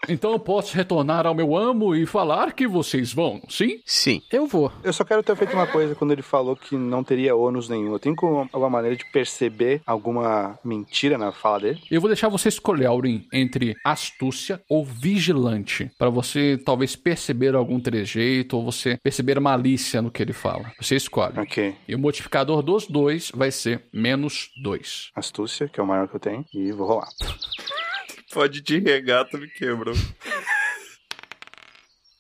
Então eu posso retornar ao meu amo e falar que vocês vão, sim?
Sim.
Eu vou.
eu só quero ter feito uma coisa quando ele falou que não teria ônus nenhum. Eu tenho como- alguma maneira de perceber alguma mentira na fala dele?
Eu vou deixar você escolher, Aurim, entre astúcia ou vigilante, Pra você talvez perceber algum trejeito ou você perceber malícia no que ele fala. Você escolhe.
Ok.
E o modificador dos dois vai ser menos dois.
Astúcia, que é o maior que eu tenho, e vou rolar.
Pode de regata, me quebrou.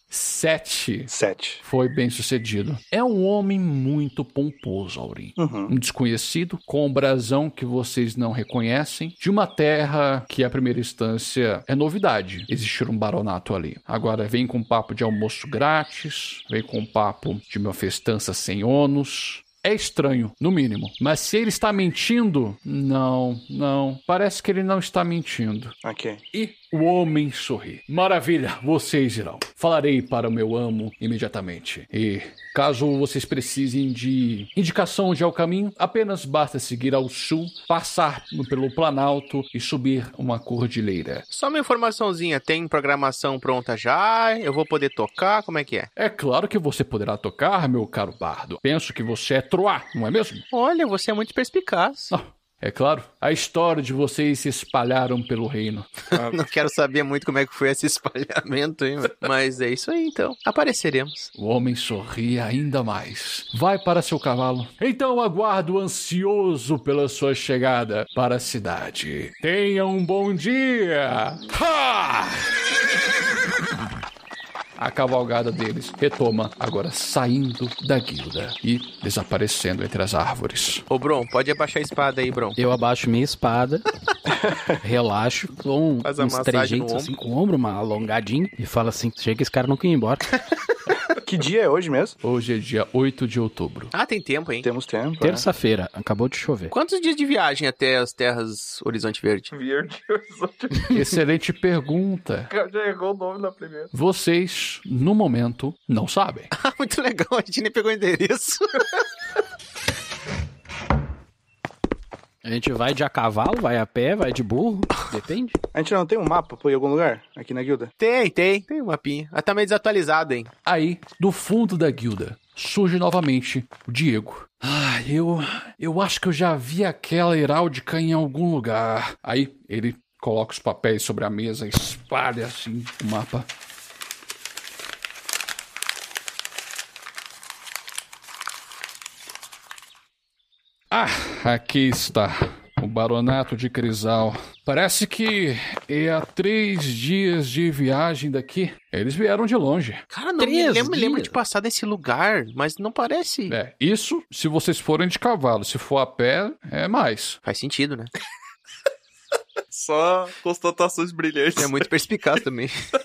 Sete.
Sete.
Foi bem sucedido. É um homem muito pomposo, Aurim.
Uhum.
Um desconhecido, com um brasão que vocês não reconhecem, de uma terra que, à primeira instância, é novidade existir um baronato ali. Agora, vem com um papo de almoço grátis, vem com um papo de uma festança sem ônus. É estranho, no mínimo. Mas se ele está mentindo, não, não. Parece que ele não está mentindo.
Ok.
E o homem sorri. Maravilha, vocês irão. Falarei para o meu amo imediatamente. E caso vocês precisem de indicação de ao caminho, apenas basta seguir ao sul, passar pelo Planalto e subir uma cordilheira.
Só uma informaçãozinha, tem programação pronta já? Eu vou poder tocar? Como é que é?
É claro que você poderá tocar, meu caro bardo. Penso que você é Troá, não é mesmo?
Olha, você é muito perspicaz.
Não. É claro, a história de vocês se espalharam pelo reino.
Não quero saber muito como é que foi esse espalhamento, hein? mano? Mas é isso aí, então. Apareceremos.
O homem sorri ainda mais. Vai para seu cavalo. Então aguardo ansioso pela sua chegada para a cidade. Tenha um bom dia! Ha! A cavalgada deles retoma, agora saindo da guilda e desaparecendo entre as árvores.
Ô, Bron, pode abaixar a espada aí, Bron.
Eu abaixo minha espada, relaxo, dou um,
Faz a
uns
massagem
trejeitos
no
assim com o ombro, uma alongadinha, e falo assim: chega, esse cara não quer ir embora.
Que dia é hoje mesmo?
Hoje é dia 8 de outubro.
Ah, tem tempo, hein?
Temos tempo. né?
Terça-feira, acabou de chover.
Quantos dias de viagem até as terras Horizonte Verde?
Verde.
Excelente pergunta.
Já errou o nome na primeira.
Vocês, no momento, não sabem.
Ah, muito legal, a gente nem pegou o endereço.
A gente vai de a cavalo, vai a pé, vai de burro, depende.
A gente não tem um mapa pô, em algum lugar aqui na guilda?
Tem, tem, tem um mapinha. Ah, tá meio desatualizado, hein?
Aí, do fundo da guilda, surge novamente o Diego. Ah, eu. Eu acho que eu já vi aquela heráldica em algum lugar. Aí, ele coloca os papéis sobre a mesa, espalha assim o mapa. Ah, aqui está. O Baronato de Crisal. Parece que é há três dias de viagem daqui. Eles vieram de longe.
Cara, não me
Três
lembro, me lembro
dias.
de passar nesse lugar, mas não parece.
É, isso se vocês forem de cavalo. Se for a pé, é mais.
Faz sentido, né?
Só constatações brilhantes.
É muito perspicaz também.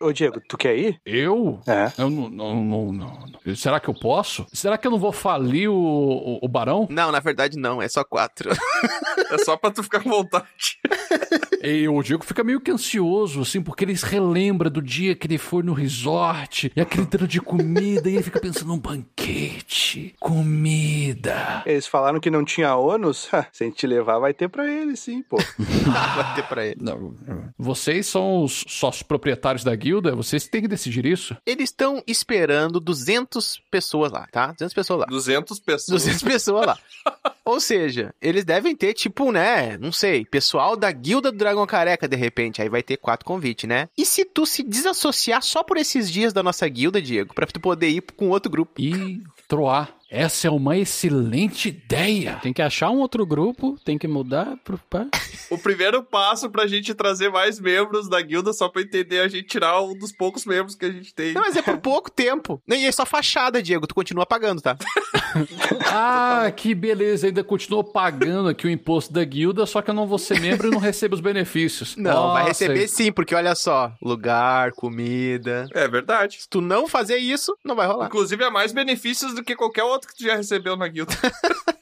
Ô, Diego, tu quer ir?
Eu?
É.
Eu não, não, não, não. não. Será que eu posso? Será que eu não vou falir o, o, o barão?
Não, na verdade não, é só quatro.
É só pra tu ficar com vontade.
E o Diego fica meio que ansioso, assim, porque ele se relembra do dia que ele foi no resort e aquele tanto de comida e ele fica pensando num banquete, comida.
Eles falaram que não tinha ônus? Ha, se a gente levar, vai ter pra eles, sim, pô.
Vai ter pra ele.
Não, vocês são os sócios proprietários da guilda, vocês têm que decidir isso.
Eles estão esperando 200 pessoas lá, tá? 200 pessoas lá.
200 pessoas.
200 pessoas lá. Ou seja, eles devem ter, tipo, né? Não sei, pessoal da guilda do Dragão Careca, de repente. Aí vai ter quatro convites, né? E se tu se desassociar só por esses dias da nossa guilda, Diego, pra tu poder ir com outro grupo?
E Troar, essa é uma excelente ideia.
Tem que achar um outro grupo, tem que mudar pro pá.
O primeiro passo pra gente trazer mais membros da guilda, só pra entender, a gente tirar um dos poucos membros que a gente tem.
Não, mas é por pouco tempo. E é só fachada, Diego. Tu continua pagando, tá?
Ah, que beleza, ainda continuo pagando aqui o imposto da guilda, só que eu não vou ser membro e não recebo os benefícios.
Não, vai
Nossa,
receber sim, porque olha só: lugar, comida.
É verdade.
Se tu não fazer isso, não vai rolar.
Inclusive, é mais benefícios do que qualquer outro que tu já recebeu na guilda.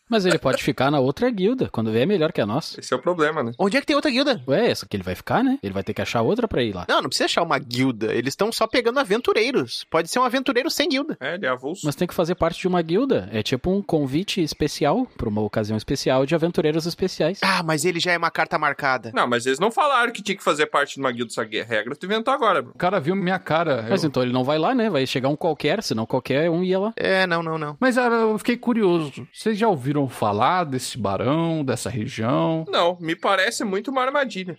Mas ele pode ficar na outra guilda, quando vier é melhor que a nossa.
Esse é o problema, né?
Onde é que tem outra guilda?
Ué, essa que ele vai ficar, né? Ele vai ter que achar outra pra ir lá.
Não, não precisa achar uma guilda. Eles estão só pegando aventureiros. Pode ser um aventureiro sem guilda.
É, ele é avulso.
Mas tem que fazer parte de uma guilda. É tipo um convite especial, pra uma ocasião especial de aventureiros especiais.
Ah, mas ele já é uma carta marcada.
Não, mas eles não falaram que tinha que fazer parte de uma guilda, essa regra tu inventou agora, bro.
O cara viu minha cara. eu-
Mas então ele não vai lá, né? Vai chegar um qualquer, senão qualquer um ia lá.
É, não, não, não.
Mas ah, eu fiquei curioso. Vocês já ouviram falar desse barão, dessa região?
Não, me parece muito uma armadilha.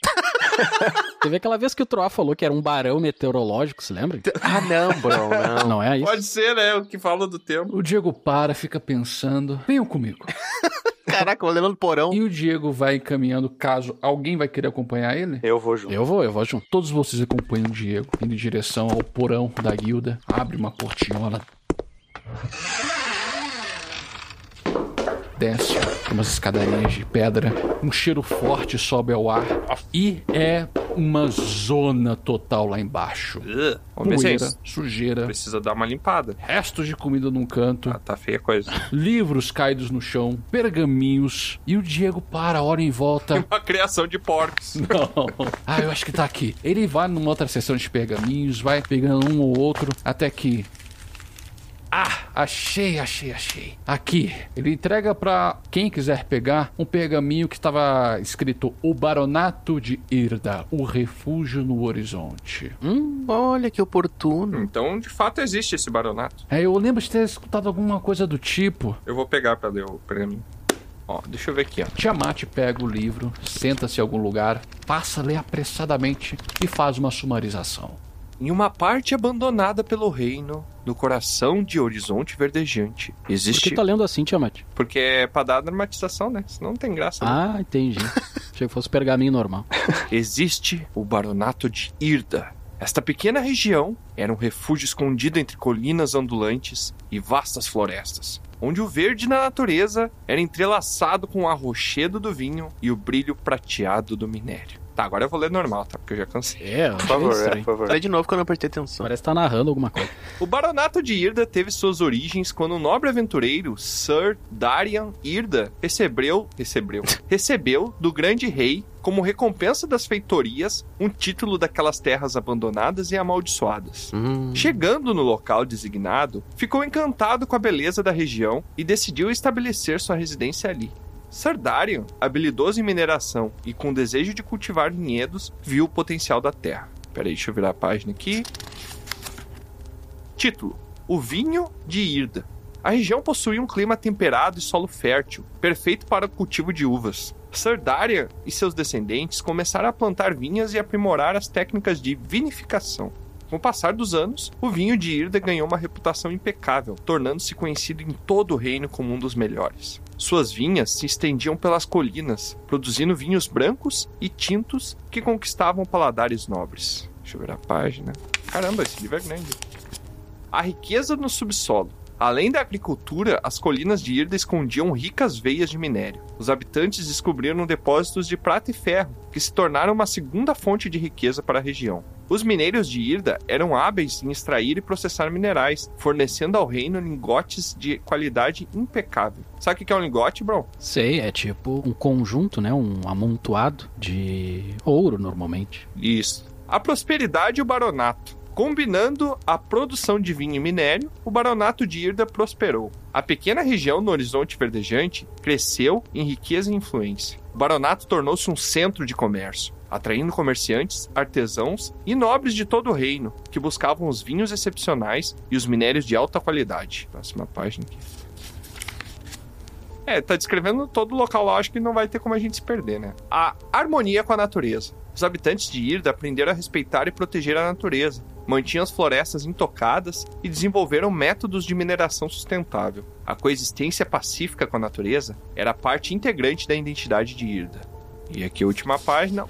Teve aquela vez que o Troá falou que era um barão meteorológico, se lembra?
Ah, não, bro, não.
Não é isso?
Pode ser, né? O que fala do tempo.
O Diego para, fica pensando. Venham comigo.
Caraca, o olhando no porão.
E o Diego vai encaminhando caso alguém vai querer acompanhar ele.
Eu vou junto.
Eu vou, eu vou junto.
Todos vocês acompanham o Diego indo em direção ao porão da guilda. Abre uma portinhola. Desce umas escadarias de pedra. Um cheiro forte sobe ao ar. E é uma zona total lá embaixo.
Ugh, Vamos ver
Poeira,
se é
sujeira,
precisa dar uma limpada.
restos de comida num canto,
Ah, tá feia a coisa.
livros caídos no chão, pergaminhos. E o Diego para, olha em volta.
Uma criação de porcos.
Ah, eu acho que tá aqui. Ele vai numa outra seção de pergaminhos, vai pegando um ou outro, até que. Ah, achei, achei, achei. Aqui. Ele entrega pra quem quiser pegar um pergaminho que tava escrito O Baronato de Irda, o refúgio no horizonte.
Hum, Olha que oportuno.
Então, de fato, existe esse baronato.
É, eu lembro de ter escutado alguma coisa do tipo.
Eu vou pegar pra ler o prêmio. Ó, deixa eu ver aqui, ó.
Tiamat pega o livro, senta-se em algum lugar, passa a ler apressadamente e faz uma sumarização.
Em uma parte abandonada pelo reino, no coração de Horizonte Verdejante,
Por que
existe...
tá lendo assim, Tiamat?
Porque é pra dar dramatização, né? Senão não tem graça. né?
Ah, entendi. Achei que fosse pergaminho normal.
Existe o Baronato de Irda. Esta pequena região era um refúgio escondido entre colinas ondulantes e vastas florestas, onde o verde na natureza era entrelaçado com o arrochedo do vinho e o brilho prateado do minério. Tá, agora eu vou ler normal, tá? Porque eu já cansei.
É,
Por favor, é, por
estranho.
favor.
Lê de novo que eu não prestei atenção.
Parece que tá narrando alguma coisa.
O baronato de Irda teve suas origens quando um nobre aventureiro, Sir Darian Irda, recebeu, recebeu, recebeu do grande rei, como recompensa das feitorias, um título daquelas terras abandonadas e amaldiçoadas.
Hum.
Chegando no local designado, ficou encantado com a beleza da região e decidiu estabelecer sua residência ali. Sardarion, habilidoso em mineração e com desejo de cultivar vinhedos, viu o potencial da terra. Peraí, deixa eu virar a página aqui. Título: O Vinho de Irda. A região possuía um clima temperado e solo fértil, perfeito para o cultivo de uvas. Sir Darian e seus descendentes começaram a plantar vinhas e aprimorar as técnicas de vinificação. Com o passar dos anos, o vinho de Irda ganhou uma reputação impecável, tornando-se conhecido em todo o reino como um dos melhores. Suas vinhas se estendiam pelas colinas, produzindo vinhos brancos e tintos que conquistavam paladares nobres. Deixa eu ver a página. Caramba, esse livro é grande. A riqueza no subsolo. Além da agricultura, as colinas de Irda escondiam ricas veias de minério. Os habitantes descobriram depósitos de prata e ferro, que se tornaram uma segunda fonte de riqueza para a região. Os mineiros de Irda eram hábeis em extrair e processar minerais, fornecendo ao reino lingotes de qualidade impecável. Sabe o que que é um lingote, bro?
Sei, é tipo um conjunto, né? Um amontoado de ouro, normalmente.
Isso. A prosperidade e o baronato. Combinando a produção de vinho e minério, o baronato de Irda prosperou. A pequena região no horizonte verdejante cresceu em riqueza e influência. O baronato tornou-se um centro de comércio, atraindo comerciantes, artesãos e nobres de todo o reino, que buscavam os vinhos excepcionais e os minérios de alta qualidade. Próxima página aqui. É, tá descrevendo todo o local lá, acho que não vai ter como a gente se perder, né? A harmonia com a natureza. Os habitantes de Irda aprenderam a respeitar e proteger a natureza, mantinham as florestas intocadas e desenvolveram métodos de mineração sustentável. A coexistência pacífica com a natureza era parte integrante da identidade de Irda. E aqui a última página.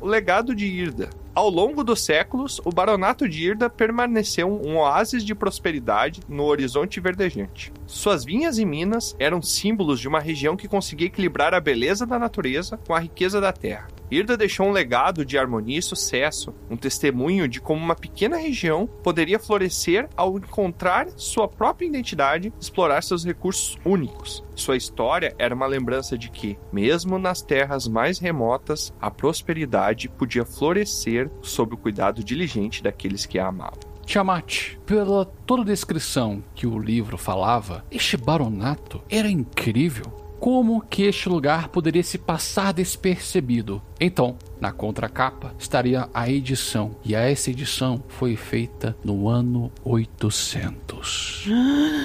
O legado de Irda. Ao longo dos séculos, o baronato de Irda permaneceu um oásis de prosperidade no horizonte verdejante. Suas vinhas e minas eram símbolos de uma região que conseguia equilibrar a beleza da natureza com a riqueza da terra. Irda deixou um legado de harmonia e sucesso, um testemunho de como uma pequena região poderia florescer ao encontrar sua própria identidade, explorar seus recursos únicos. Sua história era uma lembrança de que, mesmo nas terras mais remotas, a prosperidade podia florescer sob o cuidado diligente daqueles que a amavam.
Tiamat, pela toda descrição que o livro falava, este baronato era incrível. Como que este lugar poderia se passar despercebido? Então, na contracapa estaria a edição, e essa edição foi feita no ano 800.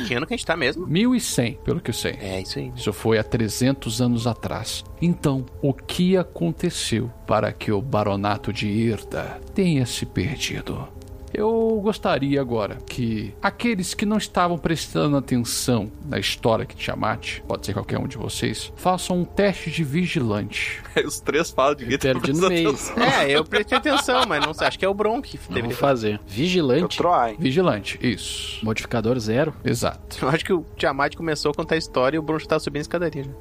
Que ano que a gente tá mesmo?
1100, pelo que eu sei.
É, isso aí.
Isso foi há 300 anos atrás. Então, o que aconteceu para que o baronato de Irda tenha se perdido? Eu gostaria agora que aqueles que não estavam prestando atenção na história que Tiamat, pode ser qualquer um de vocês, façam um teste de vigilante.
Os três falam de
Eu perdi no meio.
É, eu prestei atenção, mas não sei, acho que é o Bron que
Não vou
deveria.
fazer.
Eu
Vigilante.
troar, hein?
Vigilante, isso.
Modificador zero.
Exato.
Eu acho que o Tiamat começou a contar a história e o Bron já tava subindo a escadaria. já.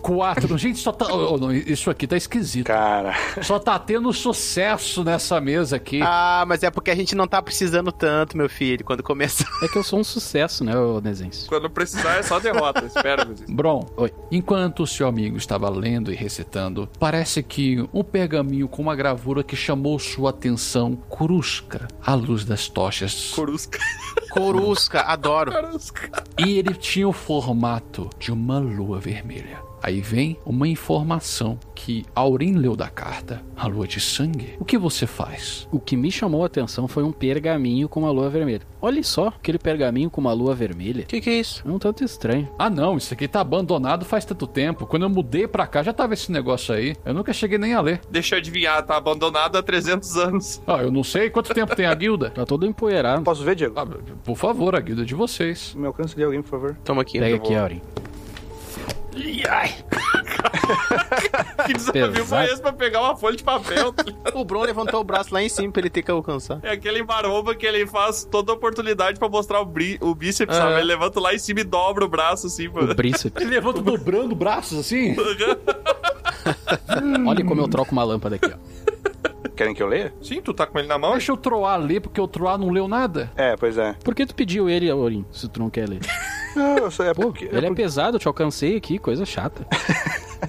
Quatro. Gente, só tá. Ô, ô, não, isso aqui tá esquisito.
Cara,
Só tá tendo sucesso nessa mesa aqui.
Ah, mas é porque a gente não tá precisando tanto, meu filho, quando começar.
É que eu sou um sucesso, né, ô Nezense?
Quando precisar é só derrota, espera, vocês.
Bron, enquanto seu amigo estava lendo e recitando, parece que um pergaminho com uma gravura que chamou sua atenção crusca à luz das tochas.
Corusca.
Corusca, adoro.
Corusca.
E ele tinha o formato de uma lua vermelha. Aí vem uma informação que Aurim leu da carta. A lua de sangue? O que você faz?
O que me chamou a atenção foi um pergaminho com uma lua vermelha. Olha só, aquele pergaminho com uma lua vermelha.
Que que é isso?
É um tanto estranho.
Ah não, isso aqui tá abandonado faz tanto tempo. Quando eu mudei pra cá já tava esse negócio aí. Eu nunca cheguei nem a ler.
Deixa eu adivinhar, tá abandonado há 300 anos.
Ah, eu não sei quanto tempo tem a guilda.
Tá todo empoeirado.
posso ver, Diego?
Ah, por favor, a guilda é de vocês.
Me alcança ali alguém, por favor.
Toma aqui. né?
Pega aqui, Aurim.
Que desafio foi
Pesado.
esse pra pegar uma folha de papel?
O Bron levantou o braço lá em cima pra ele ter que alcançar.
É aquele maromba que ele faz toda oportunidade pra mostrar o, bri- o bíceps, sabe? Ele levanta lá em cima e dobra o braço assim,
O
mano.
bríceps.
Ele levanta dobrando braços assim?
Olha como eu troco uma lâmpada aqui, ó.
Querem que eu leia?
Sim, tu tá com ele na mão?
Deixa eu troar ler, porque o troar não leu nada.
É, pois é.
Por que tu pediu ele, Aurim, se tu não quer ler?
Não, eu só é
Pô,
porque.
ele é pesado, eu te alcancei aqui, coisa chata.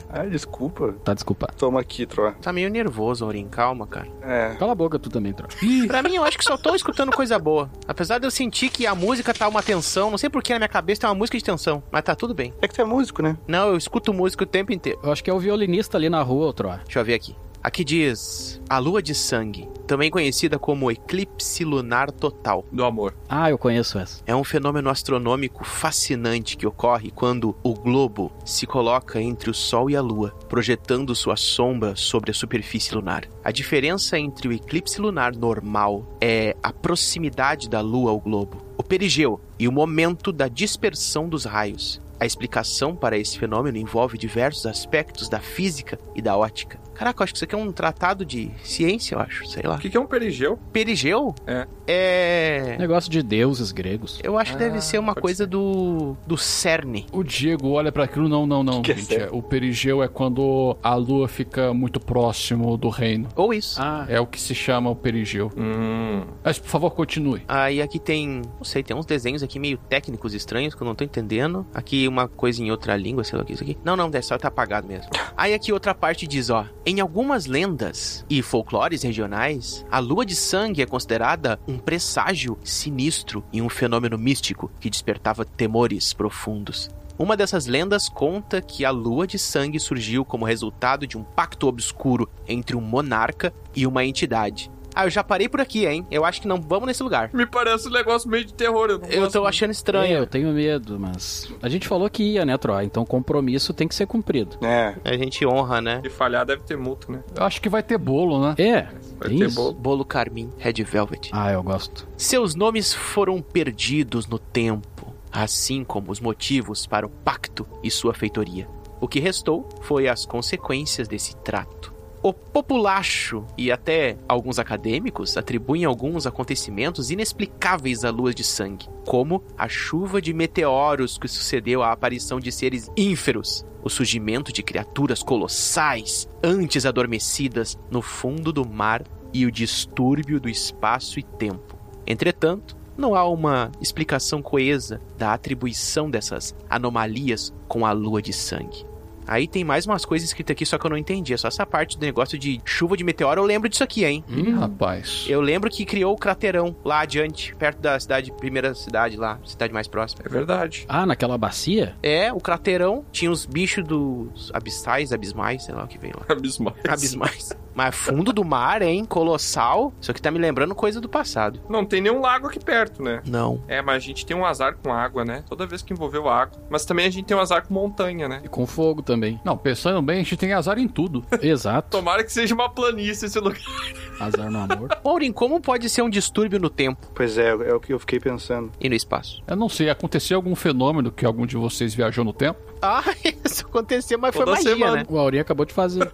Ah, desculpa.
Tá, desculpa.
Toma aqui, Troa.
Tá meio nervoso, Aurim. Calma, cara.
É.
Cala a boca tu também, troca.
Pra mim, eu acho que só tô escutando coisa boa. Apesar de eu sentir que a música tá uma tensão. Não sei por que na minha cabeça tem uma música de tensão. Mas tá tudo bem.
É que tu é músico, né?
Não, eu escuto música o tempo inteiro.
Eu acho que é o violinista ali na rua, ô Troa.
Deixa eu ver aqui. Aqui diz: A lua de sangue, também conhecida como eclipse lunar total,
Do amor.
Ah, eu conheço essa.
é um fenômeno astronômico fascinante que ocorre quando o globo se coloca entre o Sol e a Lua, projetando sua sombra sobre a superfície lunar. A diferença entre o eclipse lunar normal é a proximidade da Lua ao globo, o perigeu e o momento da dispersão dos raios. A explicação para esse fenômeno envolve diversos aspectos da física e da ótica. Caraca, eu acho que isso aqui é um tratado de ciência, eu acho, sei lá.
O que, que é um perigeu?
Perigeu?
É.
É.
Negócio de deuses gregos.
Eu acho que
Ah,
deve ser uma
pode
coisa do. do cerne.
O Diego olha pra aquilo, não, não, não,
Que que é
gente.
sério?
é- o perigeu é quando a lua fica muito próximo do reino.
Ou isso.
Ah,
É o que se chama o perigeu.
Hum.
Mas, por favor, continue.
Aí aqui tem, não sei, tem uns desenhos aqui meio técnicos estranhos que eu não tô entendendo. Aqui uma coisa em outra língua, sei lá o que é isso aqui. Não, não, é só tá apagado mesmo. Aí aqui outra parte diz, ó, em algumas lendas e folclores regionais, a lua de sangue é considerada um presságio sinistro e um fenômeno místico que despertava temores profundos. Uma dessas lendas conta que a lua de sangue surgiu como resultado de um pacto obscuro entre um monarca e uma entidade. Ah, eu já parei por aqui, hein? Eu acho que não vamos nesse lugar.
Me parece um negócio meio de terror. Eu, não
Eu
gosto
tô
muito.
achando
é,
estranho.
eu tenho medo, mas. A gente falou que ia, né, Troa? Então compromisso tem que ser cumprido.
É.
A gente honra, né?
Se falhar, deve ter multa, né?
Eu acho que vai ter bolo, né?
É,
Vai
tem
ter
isso?
bolo.
Bolo Carmim, Red Velvet.
Ah, eu gosto.
Seus nomes foram perdidos no tempo, assim como os motivos para o pacto e sua feitoria. O que restou foi as consequências desse trato. O populacho e até alguns acadêmicos atribuem alguns acontecimentos inexplicáveis à lua de sangue, como a chuva de meteoros que sucedeu à aparição de seres ínferos, o surgimento de criaturas colossais, antes adormecidas no fundo do mar e o distúrbio do espaço e tempo. Entretanto, não há uma explicação coesa da atribuição dessas anomalias com a lua de sangue. Aí tem mais umas coisas escritas aqui, só que eu não entendi. É só essa parte do negócio de chuva de meteoro. Eu lembro disso aqui, hein?
Ih, rapaz.
Eu lembro que criou o craterão lá adiante, perto da cidade, primeira cidade lá, cidade mais próxima.
É verdade.
Ah, naquela bacia?
É, o craterão tinha os bichos dos abissais, abismais, sei lá o que veio lá.
Abismal.
Abismais. Mas fundo do mar, hein? Colossal. Isso aqui tá me lembrando coisa do passado.
Não tem nenhum lago aqui perto, né?
Não.
É, mas a gente tem um azar com água, né? Toda vez que envolveu água. Mas também a gente tem um azar com montanha, né?
E com fogo também.
Não, pensando bem, a gente tem azar em tudo.
Exato.
Tomara que seja uma planície esse lugar.
Azar no amor.
Maureen, como pode ser um distúrbio no tempo
Pois é, é o que eu fiquei pensando.
e no espaço?
Eu não sei, aconteceu algum fenômeno que algum de vocês viajou no tempo?
Ah, isso aconteceu, mas
Toda
foi magia,
semana.
né?
O Aurinho acabou de fazer.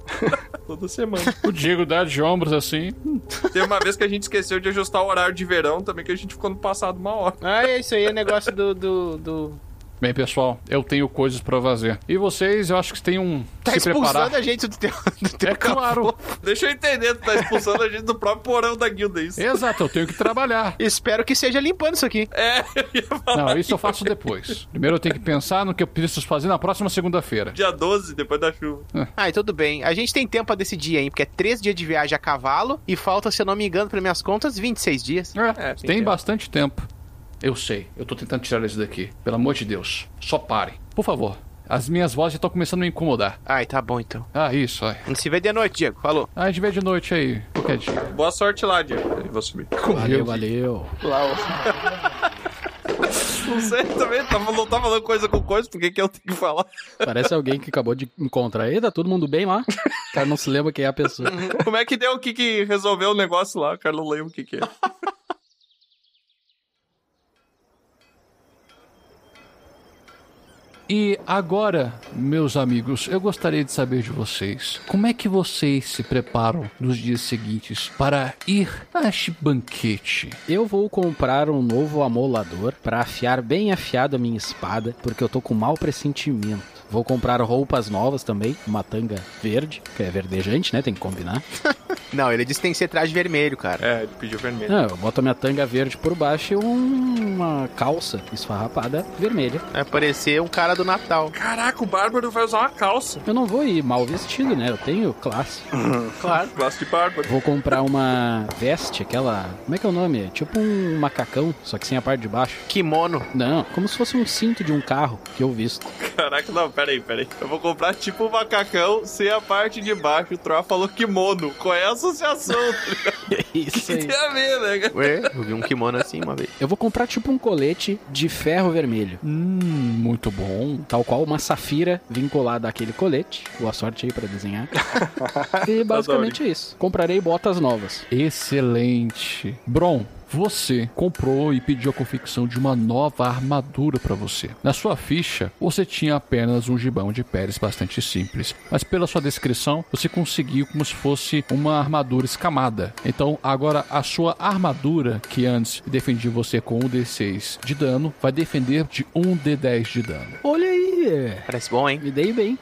Toda semana.
O Diego dá de ombros assim.
Teve uma vez que a gente esqueceu de ajustar o horário de verão também, que a gente ficou no passado uma hora.
Ah, é isso aí, é negócio do... do, do...
Bem, pessoal, eu tenho coisas pra fazer. E vocês, eu acho que têm um.
Tá
se
expulsando
preparar.
a gente do teu... Do teu
É claro.
Deixa eu entender, tu tá expulsando a gente do próprio porão da guilda, é isso.
Exato, eu tenho que trabalhar.
Espero que seja limpando isso aqui.
É, eu ia falar.
Não, isso eu faço depois. Primeiro eu tenho que pensar no que eu preciso fazer na próxima segunda-feira.
Dia 12, depois da chuva.
Ah, e tudo bem. A gente tem tempo pra decidir, hein? Porque é três dias de viagem a cavalo e falta, se eu não me engano, para minhas contas, 26 dias.
É,
É,
tem,
tem tempo.
bastante tempo. Eu sei, eu tô tentando tirar isso daqui. Pelo amor de Deus, só parem. Por favor, as minhas vozes já estão começando a me incomodar.
Ai, tá bom então.
Ah, isso, ai.
A gente se vê de noite, Diego. Falou.
Ah, a gente vê de noite aí, qualquer dia.
Boa sorte lá, Diego. Peraí, Vou subir.
Valeu, valeu.
Não sei também, tá, não tá falando coisa com coisa, por que que eu tenho que falar?
Parece alguém que acabou de encontrar. Ei, tá todo mundo bem lá? O cara não se lembra quem é a pessoa.
Como é que deu o que que resolveu o negócio lá? O cara não lembra o que que é.
E agora, meus amigos, eu gostaria de saber de vocês, como é que vocês se preparam nos dias seguintes para ir a este banquete?
Eu vou comprar um novo amolador pra afiar bem afiado a minha espada, porque eu tô com mau pressentimento. Vou comprar roupas novas também, uma tanga verde, que é verdejante, né? Tem que combinar.
Não, ele disse que tem que ser traje vermelho, cara.
É, ele pediu vermelho.
Não, Ah, eu boto a minha tanga verde por baixo e um- uma calça esfarrapada vermelha.
Vai parecer um cara do Natal.
Caraca, o Bárbaro vai usar uma calça.
Eu não vou ir mal vestido, né? Eu tenho classe.
Claro. Gosto de Bárbaro.
Vou comprar uma veste, aquela. Como é que é o nome? É Tipo um macacão, só que sem a parte de baixo.
Kimono.
Não, como se fosse um cinto de um carro que eu visto.
Caraca, não, peraí, peraí. Eu vou comprar tipo um macacão sem a parte de baixo. O Troá falou kimono. Qual é a associação?
Isso aí.
Tem a ver, né, cara?
Ué, eu vi um kimono assim uma vez.
Eu vou comprar tipo um colete de ferro vermelho.
Hum, muito bom.
Tal qual uma safira vinculada àquele colete. Boa sorte aí pra desenhar. e basicamente é isso. Comprarei botas novas.
Excelente. Bron, você comprou e pediu a confecção de uma nova armadura para você. Na sua ficha, você tinha apenas um gibão de peles bastante simples, mas pela sua descrição, você conseguiu como se fosse uma armadura escamada. Então, agora a sua armadura, que antes defendia você com um D6 de dano, vai defender de um D10 de dano.
Olha aí!
Parece bom, hein?
Me dei bem.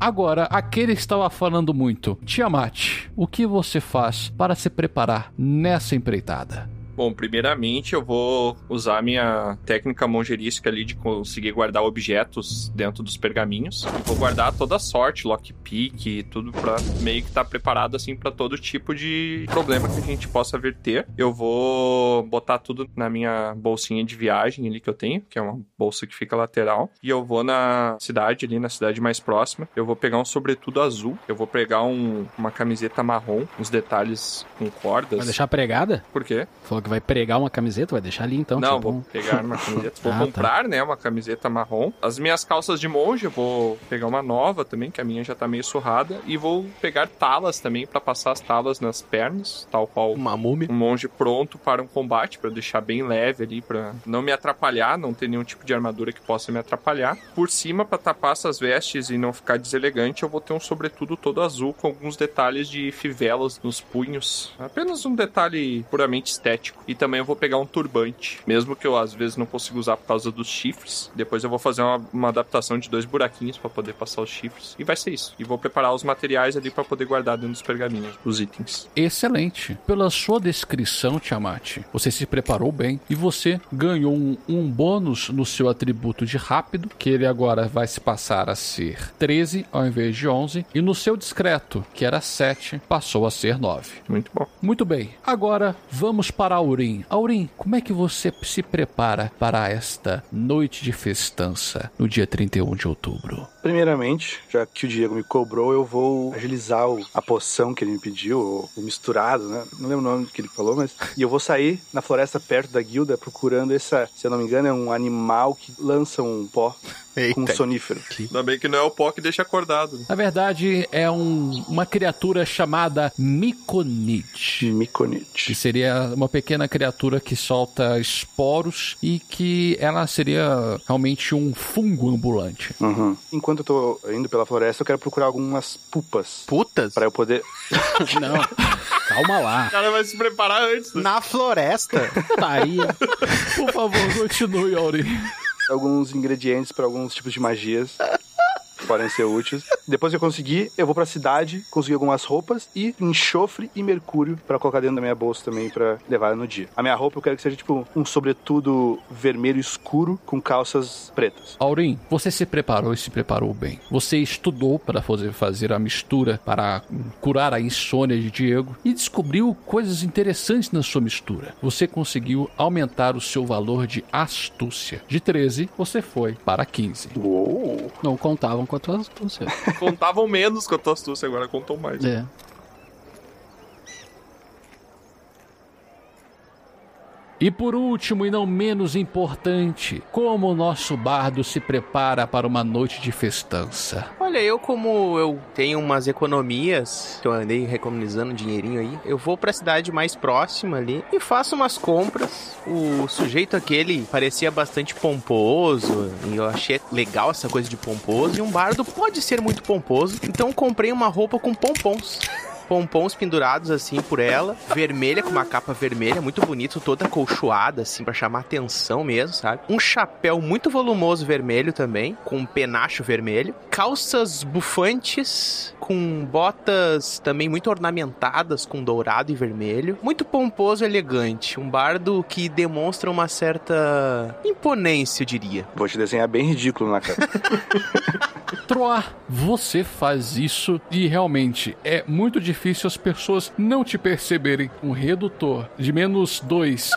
Agora, aquele que estava falando muito, Tiamat, o que você faz para se preparar nessa empreitada?
Bom, primeiramente eu vou usar a minha técnica mongerística ali de conseguir guardar objetos dentro dos pergaminhos. E vou guardar toda a sorte, lockpick e tudo pra meio que estar preparado assim pra todo tipo de problema que a gente possa vir ter. Eu vou botar tudo na minha bolsinha de viagem ali que eu tenho, que é uma bolsa que fica lateral. E eu vou na cidade ali, na cidade mais próxima. Eu vou pegar um sobretudo azul. Eu vou pegar um- uma camiseta marrom, uns detalhes com cordas.
Vai deixar pregada?
Por quê?
Falou que vai pregar uma camiseta, vai deixar ali então.
não,
tipo
vou
um-
pegar uma camiseta. Vou
Ah, tá.
comprar, né? Uma camiseta marrom. As minhas calças de monge, eu vou pegar uma nova também, que a minha já tá meio surrada. E vou pegar talas também pra passar as talas nas pernas, tal qual
Uma múmia.
um monge pronto para um combate, pra eu deixar bem leve ali, pra não me atrapalhar, não ter nenhum tipo de armadura que possa me atrapalhar. Por cima, pra tapar essas vestes e não ficar deselegante, eu vou ter um sobretudo todo azul com alguns detalhes de fivelas nos punhos. Apenas um detalhe puramente estético. E também eu vou pegar um turbante, mesmo que eu às vezes não consiga usar por causa dos chifres. Depois eu vou fazer uma, uma adaptação de dois buraquinhos pra poder passar os chifres. E vai ser isso. E vou preparar os materiais ali pra poder guardar dentro dos pergaminhos, os itens.
Excelente. Pela sua descrição, Tiamat, você se preparou bem e você ganhou um, um bônus no seu atributo de rápido, que ele agora vai se passar a ser 13 ao invés de 11, e no seu discreto, que era 7, passou a ser 9.
Muito bom.
Muito bem. Agora vamos para Aurim. Aurim, como é que você se prepara para esta noite de festança no dia 31 de outubro?
Primeiramente, já que o Diego me cobrou, eu vou agilizar o- a poção que ele me pediu, o, o misturado, né? Não lembro o nome que ele falou, mas. E eu vou sair na floresta perto da guilda procurando essa, se eu não me engano, é um animal que lança um pó com um sonífero.
Ainda bem que não é o pó que deixa acordado. né?
Na verdade, é um- uma criatura chamada Miconid. que
Miconite.
seria uma pequena criatura que solta esporos e que ela seria realmente um fungo ambulante.
Uhum. Enquanto eu tô indo pela floresta, eu quero procurar algumas pupas
Putas?
pra eu poder.
Não, calma lá. Tá
O cara vai se preparar antes. né?
Na floresta?
Putaria.
Por favor, continue, Auri.
alguns ingredientes pra alguns tipos de magias. que Podem ser úteis. Depois que eu conseguir, eu vou pra cidade, conseguir algumas roupas e enxofre e mercúrio pra colocar dentro da minha bolsa também pra levar no dia. A minha roupa eu quero que seja tipo um sobretudo vermelho escuro com calças pretas.
Aurim, você se preparou e se preparou bem. Você estudou para fazer, fazer a mistura, para curar a insônia de Diego e descobriu coisas interessantes na sua mistura. Você conseguiu aumentar o seu valor de astúcia. De 13, você foi para 15.
Uou!
Não contavam com a tua astúcia.
Contavam menos com a tua astúcia, agora contam mais.
É.
E por último, e não menos importante, como o nosso bardo se prepara para uma noite de festança.
Olha, eu como eu tenho umas economias, que eu andei economizando um dinheirinho aí, eu vou pra cidade mais próxima ali e faço umas compras. O sujeito aquele parecia bastante pomposo, e eu achei legal essa coisa de pomposo, e um bardo pode ser muito pomposo, então comprei uma roupa com pompons pompons pendurados assim por ela, vermelha com uma capa vermelha, muito bonito, toda colchoada assim pra chamar atenção mesmo, sabe? Um chapéu muito volumoso vermelho também, com um penacho vermelho, calças bufantes com botas também muito ornamentadas com dourado e vermelho, muito pomposo e elegante, um bardo que demonstra uma certa imponência, eu diria.
Vou te desenhar bem ridículo na cara.
Troar, você faz isso e realmente é muito difícil as pessoas não te perceberem. Um redutor de menos dois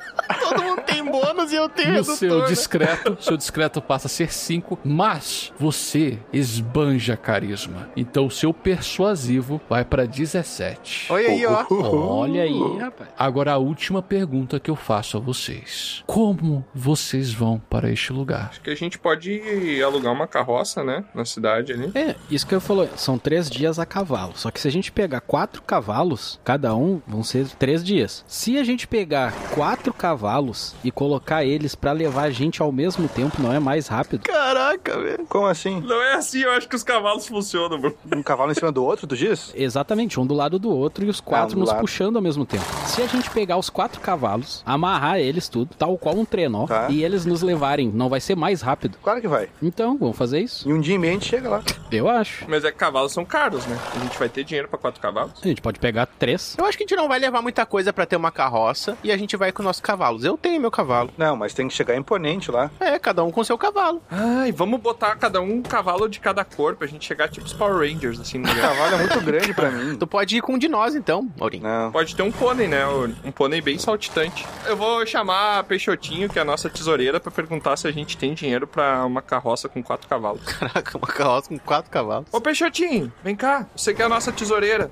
Todo mundo tem bônus e eu tenho
no
redutor.
seu
né?
discreto, seu discreto passa a ser 5, mas você esbanja carisma. Então o seu persuasivo vai pra 17.
Olha aí, ó.
Olha aí, rapaz.
Agora a última pergunta que eu faço a vocês. Como vocês vão para este lugar?
Acho que a gente pode alugar uma carroça, né? Na cidade ali.
É, isso que eu falei, são três dias a cavalo. Só que se a gente pegar quatro cavalos, cada um vão ser três dias. Se a gente pegar quatro cavalos e colocar eles pra levar a gente ao mesmo tempo, não é mais rápido?
Caraca, velho.
Como assim?
Não é assim, eu acho que os cavalos funcionam, Bruno.
Um cavalo em cima do outro, tu diz?
Exatamente, um do lado do outro e os quatro
um do
nos
lado.
puxando ao mesmo tempo. Se a gente pegar os quatro cavalos, amarrar eles tudo, tal qual um trenó,
Tá.
e eles nos levarem, não vai ser mais rápido.
Claro que vai.
Então, vamos fazer isso?
Em um dia e meio a gente chega lá.
Eu acho.
Mas é que cavalos são caros, né? A gente vai ter dinheiro pra quatro cavalos.
A gente pode pegar três.
Eu acho que a gente não vai levar muita coisa pra ter uma carroça e a gente vai com nossos cavalos. Eu tenho meu cavalo.
Não, mas tem que chegar imponente lá.
É, cada um com seu cavalo.
Ai, Ah, vamos botar cada um um cavalo de cada cor pra gente chegar tipo os Power Rangers, assim, no
O
lugar.
cavalo é muito grande pra mim.
Tu pode ir com um de nós, então, Maurinho.
Não.
Pode ter um pônei, né? Um pônei bem saltitante. Eu vou chamar a Peixotinho, que é a nossa tesoureira, pra perguntar se a gente tem dinheiro pra uma carroça com quatro cavalos.
Caraca, uma carroça com quatro cavalos.
Ô Peixotinho, vem cá. Você que é a nossa tesoureira.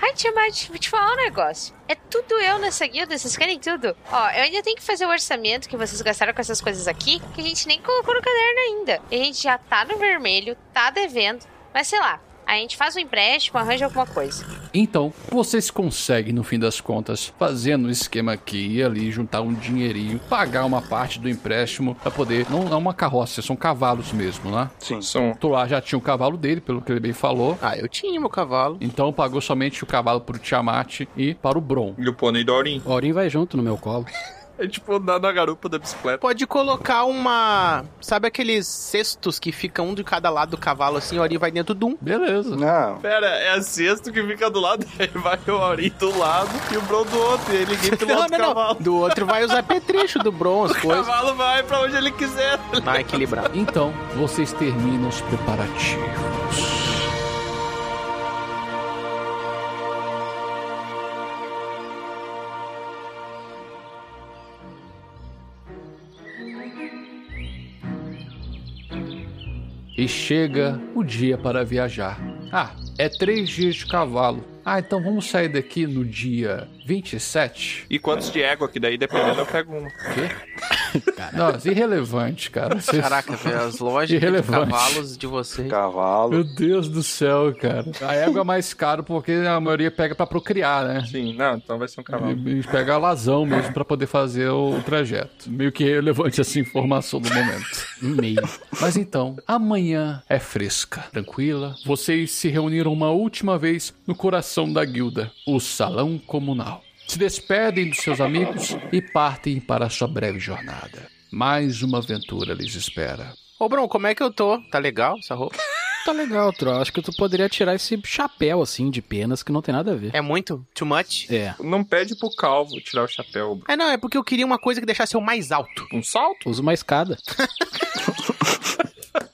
Ai, tia Mate, vou te falar um negócio. É tudo eu nessa guilda, vocês querem tudo? Ó, eu ainda tenho que fazer o orçamento que vocês gastaram com essas coisas aqui, que a gente nem colocou no caderno ainda. E a gente já tá no vermelho, tá devendo, mas sei lá, a gente faz um empréstimo, arranja alguma coisa.
Então, vocês conseguem, no fim das contas, fazendo um esquema aqui e ali, juntar um dinheirinho, pagar uma parte do empréstimo pra poder. Não é uma carroça, são cavalos mesmo, né?
Sim.
São.
Troar já tinha o cavalo dele, pelo que ele bem falou.
Ah, eu tinha meu cavalo.
Então pagou somente o cavalo pro Tiamat e para o Bron.
E o pônei do Aurim.
O Aurim vai junto no meu colo.
É tipo andar na garupa da bicicleta.
Pode colocar uma. Sabe aqueles cestos que ficam um de cada lado do cavalo assim, o Ori vai dentro de um.
Beleza.
Não.
Pera, é a sexta que fica do lado, aí vai o Aurim do lado e o Bron do outro. E aí ninguém pelo outro cavalo.
Do outro vai os apetrechos do bronze,
O
coisa. é
cavalo vai pra onde ele quiser.
Vai equilibrar.
Então, vocês terminam os preparativos. E chega o dia para viajar. Ah, é três dias de cavalo. Ah, então vamos sair daqui no dia 27?
E quantos de égua que daí, dependendo, eu pego uma.
Nossa, irrelevante, cara. Vocês-
Caraca, velho, as lojas de
Irrelevante.
cavalos de vocês.
Cavalo.
Meu Deus do céu, cara. A égua é mais caro porque a maioria pega pra procriar, né?
Sim, não, então vai ser um cavalo.
E- e Pega a lazão mesmo pra poder fazer o o trajeto. Meio que relevante essa informação do momento. Meio. Mas então, amanhã é fresca, tranquila. Vocês se reuniram uma última vez no coração da guilda, o salão comunal. Se despedem dos seus amigos e partem para a sua breve jornada. Mais uma aventura lhes espera.
Ô, Bron, como é que eu tô? Tá legal essa roupa?
Tá legal, Tro. Acho que tu poderia tirar esse chapéu, assim, de penas, que não tem nada a ver.
É muito? Too much?
É.
Não pede pro calvo tirar o chapéu. Bron.
É, não, é porque eu queria uma coisa que deixasse eu mais alto.
Um salto?
Usa uma escada.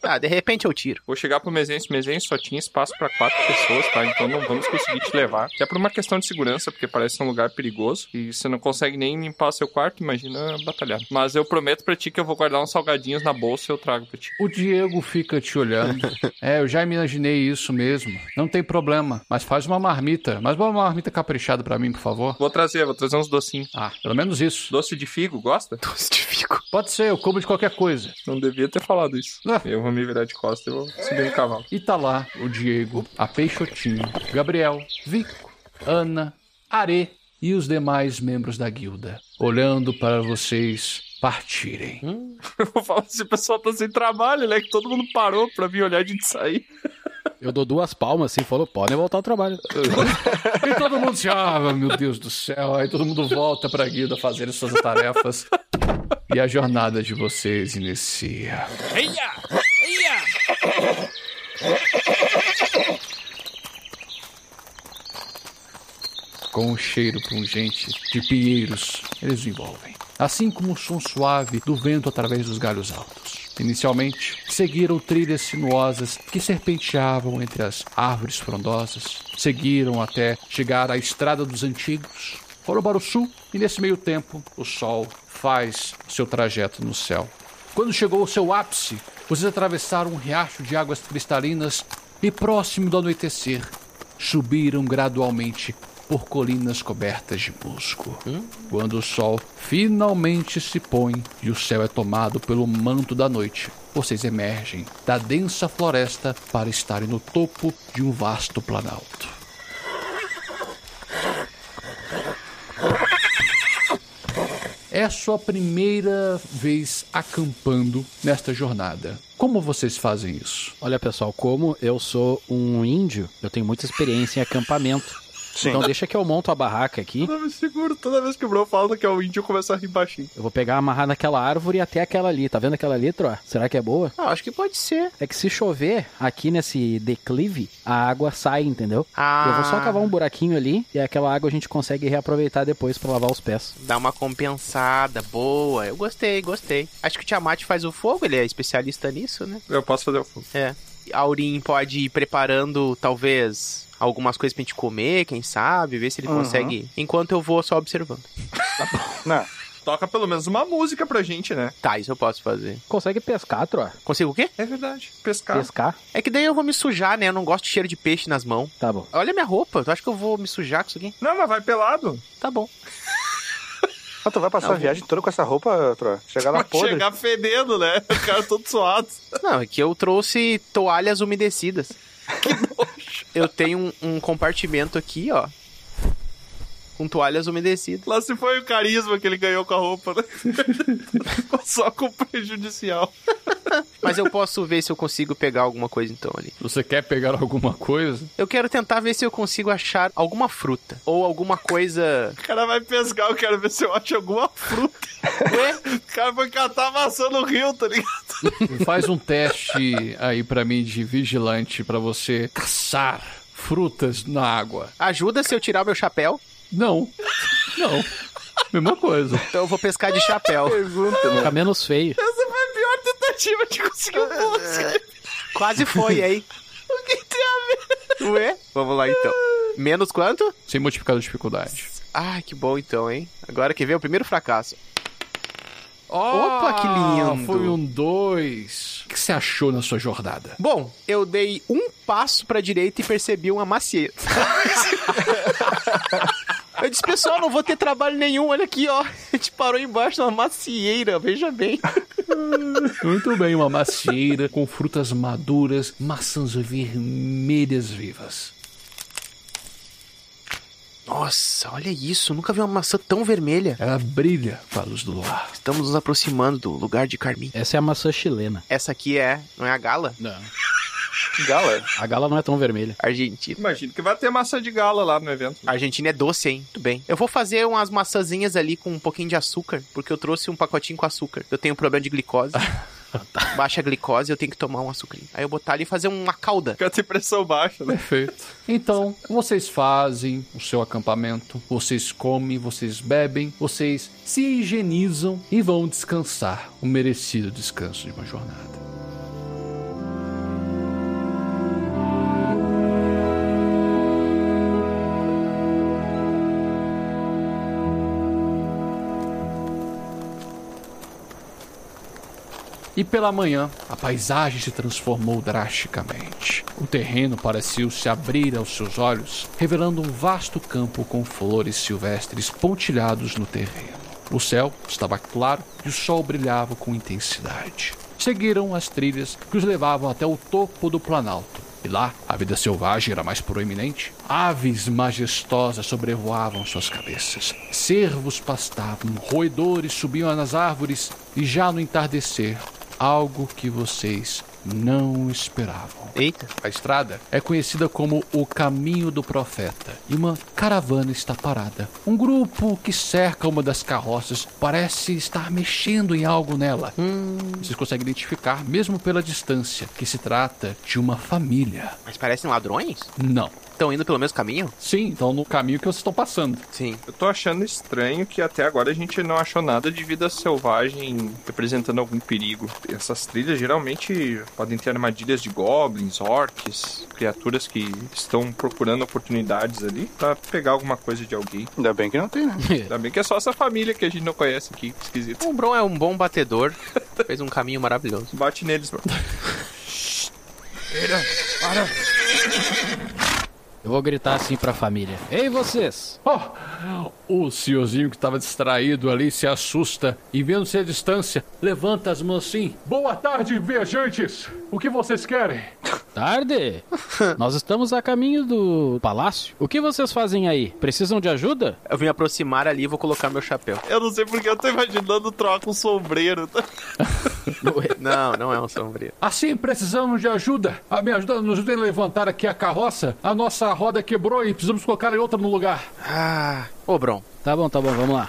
Ah, de repente eu tiro.
Vou chegar pro Mezencio. Mezencio só tinha espaço pra quatro pessoas, tá? Então não vamos conseguir te levar. Até por uma questão de segurança, porque parece ser um lugar perigoso. E você não consegue nem limpar seu quarto, imagina batalhar. Mas eu prometo pra ti que eu vou guardar uns salgadinhos na bolsa e eu trago pra ti.
O Diego fica te olhando. é, eu já imaginei isso mesmo. Não tem problema, mas faz uma marmita. Mas uma marmita caprichada pra mim, por favor.
Vou trazer, vou trazer uns docinhos.
Ah, pelo menos isso.
Doce de figo, gosta?
Doce de fico.
Pode ser, eu como de qualquer coisa.
Não devia ter falado isso. Eu vou me virar de costas e vou subir no cavalo.
E tá lá o Diego, a Peixotinho, Gabriel, Vico, Ana, Are e os demais membros da guilda, olhando para vocês partirem.
Eu vou falar assim, o pessoal tá sem trabalho, né? Que todo mundo parou pra vir olhar a gente sair.
Eu dou duas palmas assim e falo, podem voltar ao trabalho.
E todo mundo se, ah, meu Deus do céu. Aí todo mundo volta pra guilda fazer as suas tarefas. E a jornada de vocês inicia. Com um cheiro pungente de pinheiros, eles o envolvem. Assim como o som suave do vento através dos galhos altos. Inicialmente, seguiram trilhas sinuosas que serpenteavam entre as árvores frondosas. Seguiram até chegar à Estrada dos Antigos. Foram para o sul e, nesse meio tempo, o sol faz seu trajeto no céu. Quando chegou ao seu ápice, vocês atravessaram um riacho de águas cristalinas e, próximo do anoitecer, subiram gradualmente por colinas cobertas de musgo. Quando o sol finalmente se põe e o céu é tomado pelo manto da noite, vocês emergem da densa floresta para estarem no topo de um vasto planalto. É sua primeira vez acampando nesta jornada. Como vocês fazem isso?
Olha, pessoal, como eu sou um índio, eu tenho muita experiência em acampamento. Então deixa que eu monto a barraca aqui.
Eu me seguro toda vez que o Bruno fala que é o índio, eu começo a rir baixinho.
Eu vou pegar, amarrar naquela árvore até aquela ali. Tá vendo aquela ali, Troa? Será que é boa?
Ah, acho que pode ser.
É que se chover aqui nesse declive, a água sai, entendeu?
Ah,
Eu vou só cavar um buraquinho ali e aquela água a gente consegue reaproveitar depois pra lavar os pés.
Dá uma compensada, boa. Eu gostei, gostei. Acho que o Tiamat faz o fogo, ele é especialista nisso, né?
Eu posso fazer o fogo.
É. A Aurim pode ir preparando, talvez, algumas coisas pra gente comer, quem sabe, ver se ele
Uhum.
consegue. Enquanto eu vou só observando.
Não,
Toca pelo menos uma música pra gente, né?
Tá, isso eu posso fazer.
Consegue pescar, Troa?
Consigo o quê?
É verdade. Pescar.
Pescar?
É que daí eu vou me sujar, né? Eu não gosto de cheiro de peixe nas mãos.
Tá bom.
Olha minha roupa, tu acha que eu vou me sujar com isso aqui?
Não, mas vai pelado.
Tá bom.
Ah, tu vai passar a viagem toda com essa roupa, Tro? Chegar lá
Vai
podre.
chegar fedendo, né? O cara todo suado.
Não, é que eu trouxe toalhas umedecidas. Eu tenho um, um compartimento aqui, ó. Com toalhas umedecidas.
Lá se foi o carisma que ele ganhou com a roupa, né? Ficou só com o prejudicial.
Mas eu posso ver se eu consigo pegar alguma coisa então ali.
Você quer pegar alguma coisa?
Eu quero tentar ver se eu consigo achar alguma fruta. Ou alguma coisa.
O cara vai pescar, eu quero ver se eu acho alguma fruta. Ué? O cara foi catar maçã no rio, tá ligado?
Faz um teste aí pra mim de vigilante pra você caçar frutas na água.
Ajuda se eu tirar o meu chapéu.
Não. Não. Mesma coisa.
Então eu vou pescar de chapéu.
Fica menos feio.
Essa foi a pior tentativa de conseguir um bosque.
Quase foi, aí.
O que tem a ver?
Ué? Vamos lá então. Menos quanto?
Sem modificar a dificuldade.
Ah, que bom então, hein? Agora que vem o primeiro fracasso. Opa, que lindo.
Foi um dois. O que você achou na sua jornada?
Bom, eu dei um passo pra direita e percebi uma macieta. Eu disse, pessoal, não vou ter trabalho nenhum, olha aqui, ó. A gente parou embaixo de uma macieira, veja bem.
Muito bem, uma macieira com frutas maduras, maçãs vermelhas vivas.
Nossa, olha isso, nunca vi uma maçã tão vermelha.
Ela brilha com a luz do luar.
Estamos nos aproximando do lugar de Carmim.
Essa é a maçã chilena.
Essa aqui é, não é a gala?
Não.
Gala.
A gala não é tão vermelha.
Argentina.
Imagino que vai ter massa de gala lá no evento.
A Argentina é doce, hein? Muito bem. Eu vou fazer umas maçãzinhas ali com um pouquinho de açúcar, porque eu trouxe um pacotinho com açúcar. Eu tenho um problema de glicose. Ah, Baixa a glicose, eu tenho que tomar um açucrinho. Aí eu botar ali e fazer uma calda.
Fica tem pressão baixa, né?
Perfeito. Então, vocês fazem o seu acampamento, vocês comem, vocês bebem, vocês se higienizam e vão descansar o merecido descanso de uma jornada. E pela manhã, a paisagem se transformou drasticamente. O terreno pareceu se abrir aos seus olhos, revelando um vasto campo com flores silvestres pontilhados no terreno. O céu estava claro e o sol brilhava com intensidade. Seguiram as trilhas que os levavam até o topo do planalto. E lá, a vida selvagem era mais proeminente. Aves majestosas sobrevoavam suas cabeças. Cervos pastavam, roedores subiam nas árvores. E já no entardecer, algo que vocês não esperavam.
Eita.
A estrada é conhecida como o Caminho do Profeta e uma caravana está parada. Um grupo que cerca uma das carroças parece estar mexendo em algo nela. Vocês conseguem identificar, mesmo pela distância, que se trata de uma família.
Mas parecem ladrões?
Não.
Estão indo pelo mesmo caminho?
Sim, então no caminho que vocês estão passando.
Sim.
Eu tô achando estranho que até agora a gente não achou nada de vida selvagem representando algum perigo. Essas trilhas geralmente podem ter armadilhas de goblins, orcs, criaturas que estão procurando oportunidades ali pra pegar alguma coisa de alguém.
Ainda bem que não tem, né?
Ainda bem que é só essa família que a gente não conhece aqui, esquisito.
O Bron é um bom batedor. Fez um caminho maravilhoso.
Bate neles, mano.
Eu vou gritar assim pra família. Ei, vocês!
Oh, O senhorzinho que estava distraído ali se assusta e, vendo-se à distância, levanta as mãos assim. Boa tarde, viajantes! O que vocês querem?
Tarde! Nós estamos a caminho do palácio. O que vocês fazem aí? Precisam de ajuda?
Eu vim aproximar ali e vou colocar meu chapéu.
Eu não sei porque eu tô imaginando troca um sombreiro.
Não, não é um sombreiro.
Assim, precisamos de ajuda. Ah, me ajuda, nos ajudem a levantar aqui a carroça. A nossa roda quebrou e precisamos colocar outra no lugar.
Ah. Ô, Bron.
Tá bom, tá bom, vamos lá.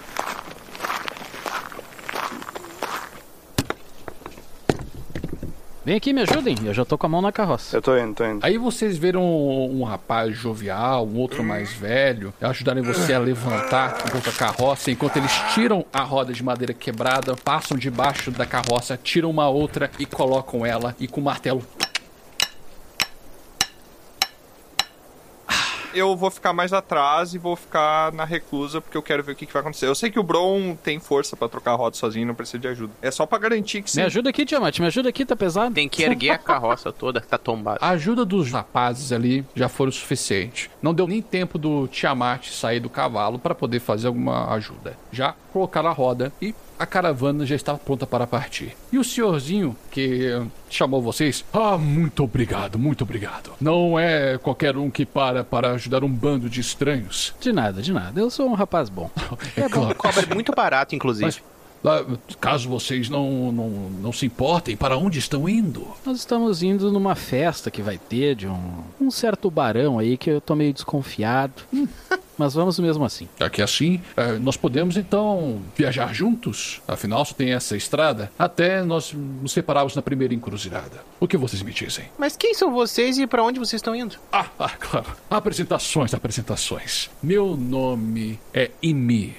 Vem aqui, me ajudem. Eu já tô com a mão na carroça.
Eu tô indo, tô indo.
Aí vocês viram um, um rapaz jovial, um outro mais velho, ajudarem você a levantar enquanto a carroça, enquanto eles tiram a roda de madeira quebrada, passam debaixo da carroça, tiram uma outra e colocam ela e com o martelo.
Eu vou ficar mais atrás e vou ficar na reclusa porque eu quero ver o que, que vai acontecer. Eu sei que o Bron tem força pra trocar a roda sozinho, não precisa de ajuda. É só pra garantir que se
Me ajuda aqui, Tiamat, me ajuda aqui, tá pesado?
Tem que erguer a carroça toda que tá tombada.
A ajuda dos rapazes ali já foi o suficiente. Não deu nem tempo do Tiamat sair do cavalo para poder fazer alguma ajuda. Já colocaram a roda e a caravana já estava pronta para partir. E o senhorzinho que eh, chamou vocês, ah, muito obrigado, muito obrigado. Não é qualquer um que para para ajudar um bando de estranhos.
De nada, de nada. Eu sou um rapaz bom.
É claro.
Cobra muito barato, inclusive.
Mas, lá, caso vocês não, não, não se importem, para onde estão indo?
Nós estamos indo numa festa que vai ter de um, um certo barão aí que eu tô meio desconfiado. Hum, Mas vamos mesmo assim.
Já que é assim, eh, nós podemos então viajar juntos. Afinal, só tem essa estrada até nós nos separarmos na primeira encruzilhada. O que vocês me dizem?
Mas quem são vocês e pra onde vocês estão indo?
Ah, ah, claro. Apresentações, apresentações. Meu nome é Imir.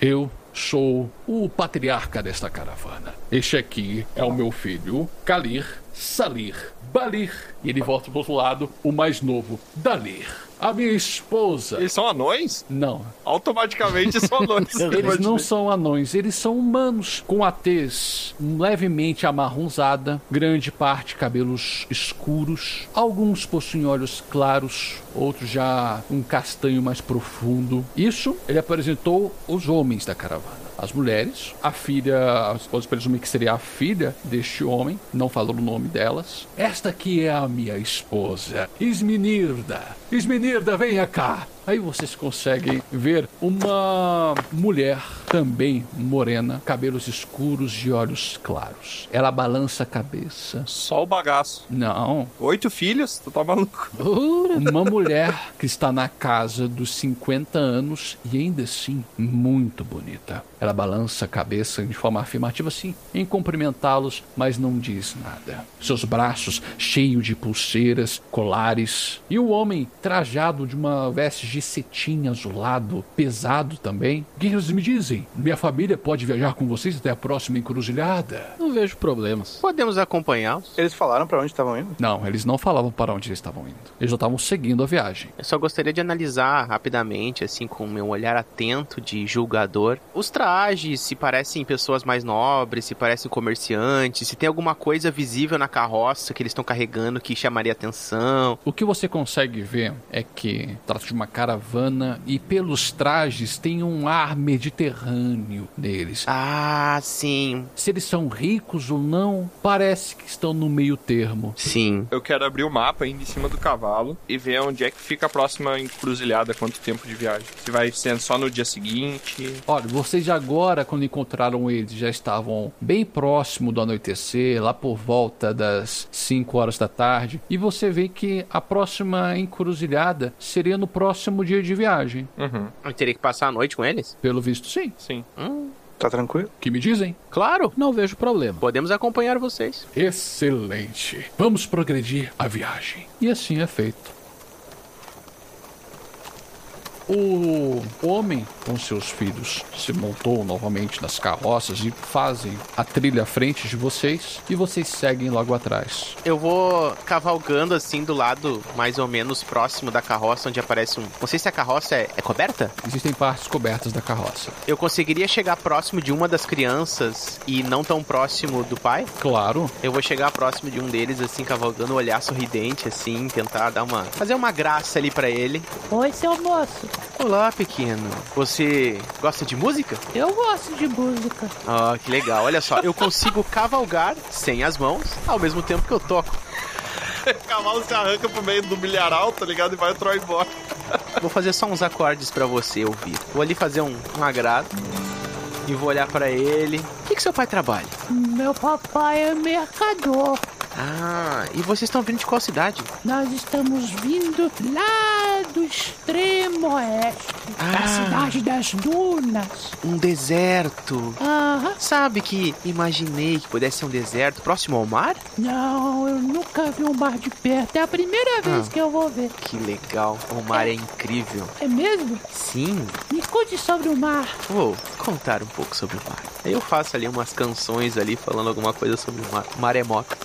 Eu sou o patriarca desta caravana. Este aqui é o meu filho, Kalir, Salir, Balir. E ele volta pro outro lado, o mais novo, Dalir. A minha esposa.
Eles são anões?
Não,
Automaticamente são anões.
eles não são anões, eles são humanos, com a tez levemente amarronzada, grande parte cabelos escuros, alguns possuem olhos claros, outros já um castanho mais profundo. Isso ele apresentou os homens da caravana. As mulheres, a filha, a esposa presume que seria a filha deste homem, não falou o nome delas. Esta aqui é a minha esposa, Isminirda. Isminirda, venha cá. Aí vocês conseguem ver uma mulher também morena, cabelos escuros e olhos claros. Ela balança a cabeça.
Só o bagaço.
Não,
Oito filhos? Tu tá maluco?
uma mulher que está na casa dos 50 anos e ainda assim muito bonita. Ela balança a cabeça de forma afirmativa, assim, em cumprimentá-los, mas não diz nada. Seus braços cheios de pulseiras, colares. E o homem, trajado de uma veste de cetim azulado, pesado também. O que eles me dizem? viagem. Minha família pode viajar com vocês até a próxima encruzilhada.
Não vejo problemas.
Podemos acompanhá-los?
Eles falaram pra onde estavam indo?
Não, eles não falavam para onde eles estavam indo. Eles já estavam seguindo a viagem.
Eu só gostaria de analisar rapidamente, assim, com o meu olhar atento de julgador, os trajes, se parecem pessoas mais nobres, se parecem comerciantes, se tem alguma coisa visível na carroça que eles estão carregando que chamaria atenção.
O que você consegue ver é que trata de uma caravana e pelos trajes tem um ar mediterrâneo neles.
Ah, sim,
Se eles são ricos ou não, parece que estão no meio termo.
sim.
Eu quero abrir o mapa ainda em cima do cavalo e ver onde é que fica a próxima encruzilhada, quanto tempo de viagem. Se vai sendo só no dia seguinte.
Olha, vocês agora, quando encontraram eles, já estavam bem próximo do anoitecer, lá por volta das 5 horas da tarde. E você vê que a próxima encruzilhada seria no próximo dia de viagem.
Uhum.
Eu teria que passar a noite com eles?
Pelo visto, sim.
Sim.
Tá tranquilo?
Que me dizem?
Claro,
Não vejo problema.
podemos acompanhar vocês.
Excelente. Vamos progredir a viagem. E assim é feito. O homem com seus filhos se montou novamente nas carroças e fazem a trilha à frente de vocês e vocês seguem logo atrás.
Eu vou cavalgando assim do lado mais ou menos próximo da carroça, onde aparece um. Não sei se a carroça é, é coberta.
Existem partes cobertas da carroça.
Eu conseguiria chegar próximo de uma das crianças e não tão próximo do pai.
Claro,
Eu vou chegar próximo de um deles, assim, cavalgando, olhar sorridente, assim, tentar dar uma. fazer uma graça ali pra ele.
Oi, seu moço.
Olá, pequeno. Você gosta de música?
Eu gosto de música.
Ah, que legal. Olha só, eu consigo cavalgar sem as mãos ao mesmo tempo que eu toco.
O cavalo se arranca pro meio do milharal, tá ligado? E vai o Troy embora.
Vou fazer só uns acordes pra você ouvir. Vou ali fazer um, um agrado e vou olhar pra ele. O que, que seu pai trabalha?
Meu papai é mercador.
Ah, e vocês estão vindo de qual cidade?
Nós estamos vindo lá do extremo oeste, da
Ah.
cidade das dunas.
Um deserto.
Aham.
Sabe que imaginei que pudesse ser um deserto próximo ao mar?
Não, eu nunca vi um bar de perto. É a primeira vez que eu vou ver.
Ah. Que legal. O mar é incrível.
É mesmo?
Sim,
Me conte sobre o mar.
Vou contar um pouco sobre o mar. Eu faço ali umas canções ali falando alguma coisa sobre o mar. é Maremoto.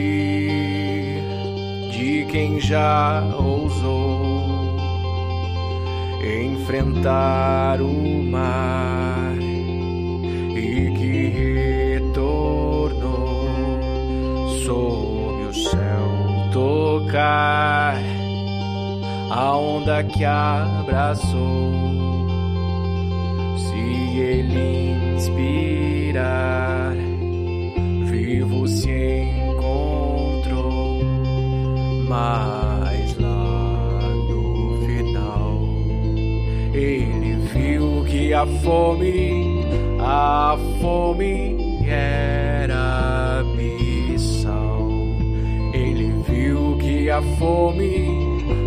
ouvir de quem já ousou enfrentar o mar e que retornou sob o céu tocar a onda que abraçou. Se ele inspirar, vivo se encontrou, mas lá no final ele viu que a fome, a fome era missal. Ele viu que a fome,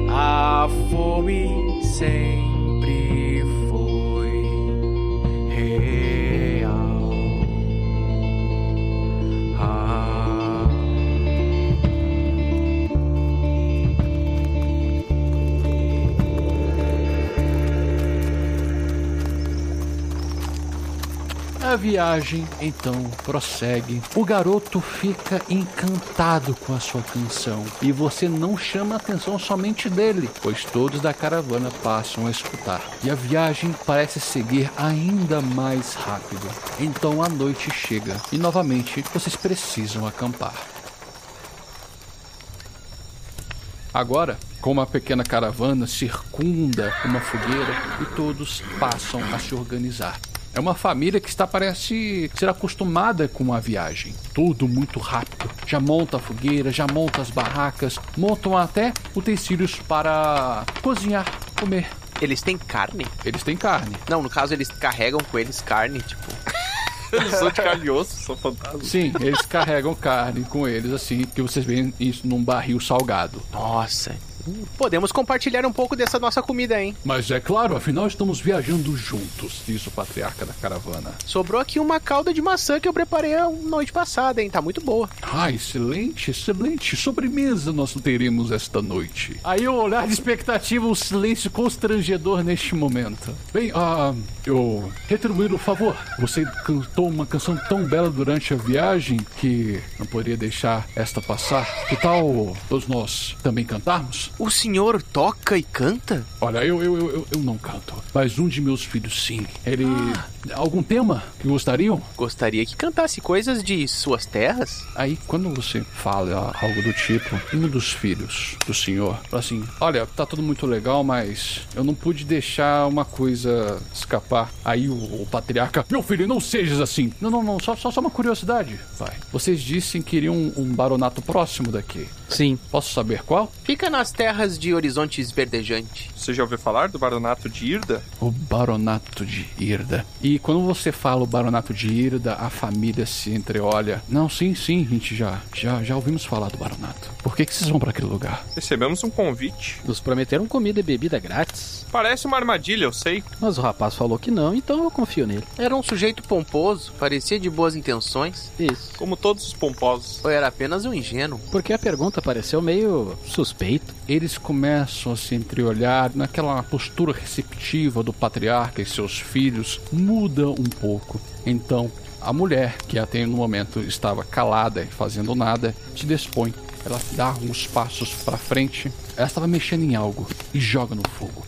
a fome sempre foi real. Ah.
A viagem então prossegue. O garoto fica encantado com a sua canção e você não chama a atenção somente dele, pois todos da caravana passam a escutar. E a viagem parece seguir ainda mais rápido. Então a noite chega e novamente vocês precisam acampar. Agora, com uma pequena caravana, circunda uma fogueira e todos passam a se organizar. É uma família que está, parece, ser acostumada com a viagem. Tudo muito rápido. Já monta a fogueira, já monta as barracas, montam até utensílios para cozinhar, comer.
Eles têm carne?
Eles têm carne.
Não, no caso eles carregam com eles carne, tipo.
Eles são de carne e osso, são fantasmas.
Sim, eles carregam carne com eles, assim, que vocês veem isso num barril salgado.
Nossa.
Podemos compartilhar um pouco dessa nossa comida, hein?
Mas é claro, afinal estamos viajando juntos, disse o patriarca da caravana.
Sobrou aqui uma calda de maçã que eu preparei a noite passada, hein? Tá muito boa.
Ah, excelente, excelente. Sobremesa nós teremos esta noite. Aí o olhar de expectativa, um silêncio constrangedor neste momento. Bem, ah, eu retribuir o favor. Você cantou uma canção tão bela durante a viagem que não poderia deixar esta passar. Que tal todos nós também cantarmos?
O senhor toca e canta?
Olha, eu, eu, eu, eu- eu não canto, mas um de meus filhos sim. Ele. Algum tema que gostariam?
Gostaria que cantasse coisas de suas terras?
Aí, quando você fala algo do tipo, um dos filhos do senhor fala assim: Olha, tá tudo muito legal, mas eu não pude deixar uma coisa escapar. Aí o, o patriarca: Meu filho, não sejas assim. Não, não, não, só, só, só uma curiosidade. Vai. Vocês dissem que iriam um, um baronato próximo daqui.
Sim.
Posso saber qual?
Fica nas terras de Horizontes Verdejante.
Você já ouviu falar do baronato de Irda?
O Baronato de Irda. E quando você fala o Baronato de Irda, a família se entreolha. Não, sim, sim, gente já, já, já ouvimos falar do Baronato. Por que, que vocês vão pra aquele lugar?
Recebemos um convite.
Nos prometeram comida e bebida grátis.
Parece uma armadilha, eu sei.
Mas o rapaz falou que não, então eu confio nele.
Era um sujeito pomposo, parecia de boas intenções.
Isso.
Como todos os pomposos.
Ou era apenas um ingênuo.
Porque a pergunta pareceu meio suspeita.
Eles começam a se entreolhar naquela postura receptiva do patriarca e seus filhos muda um pouco. Então, a mulher, que até no momento estava calada e fazendo nada, se dispõe. Ela dá uns passos pra frente. Ela estava mexendo em algo e joga no fogo.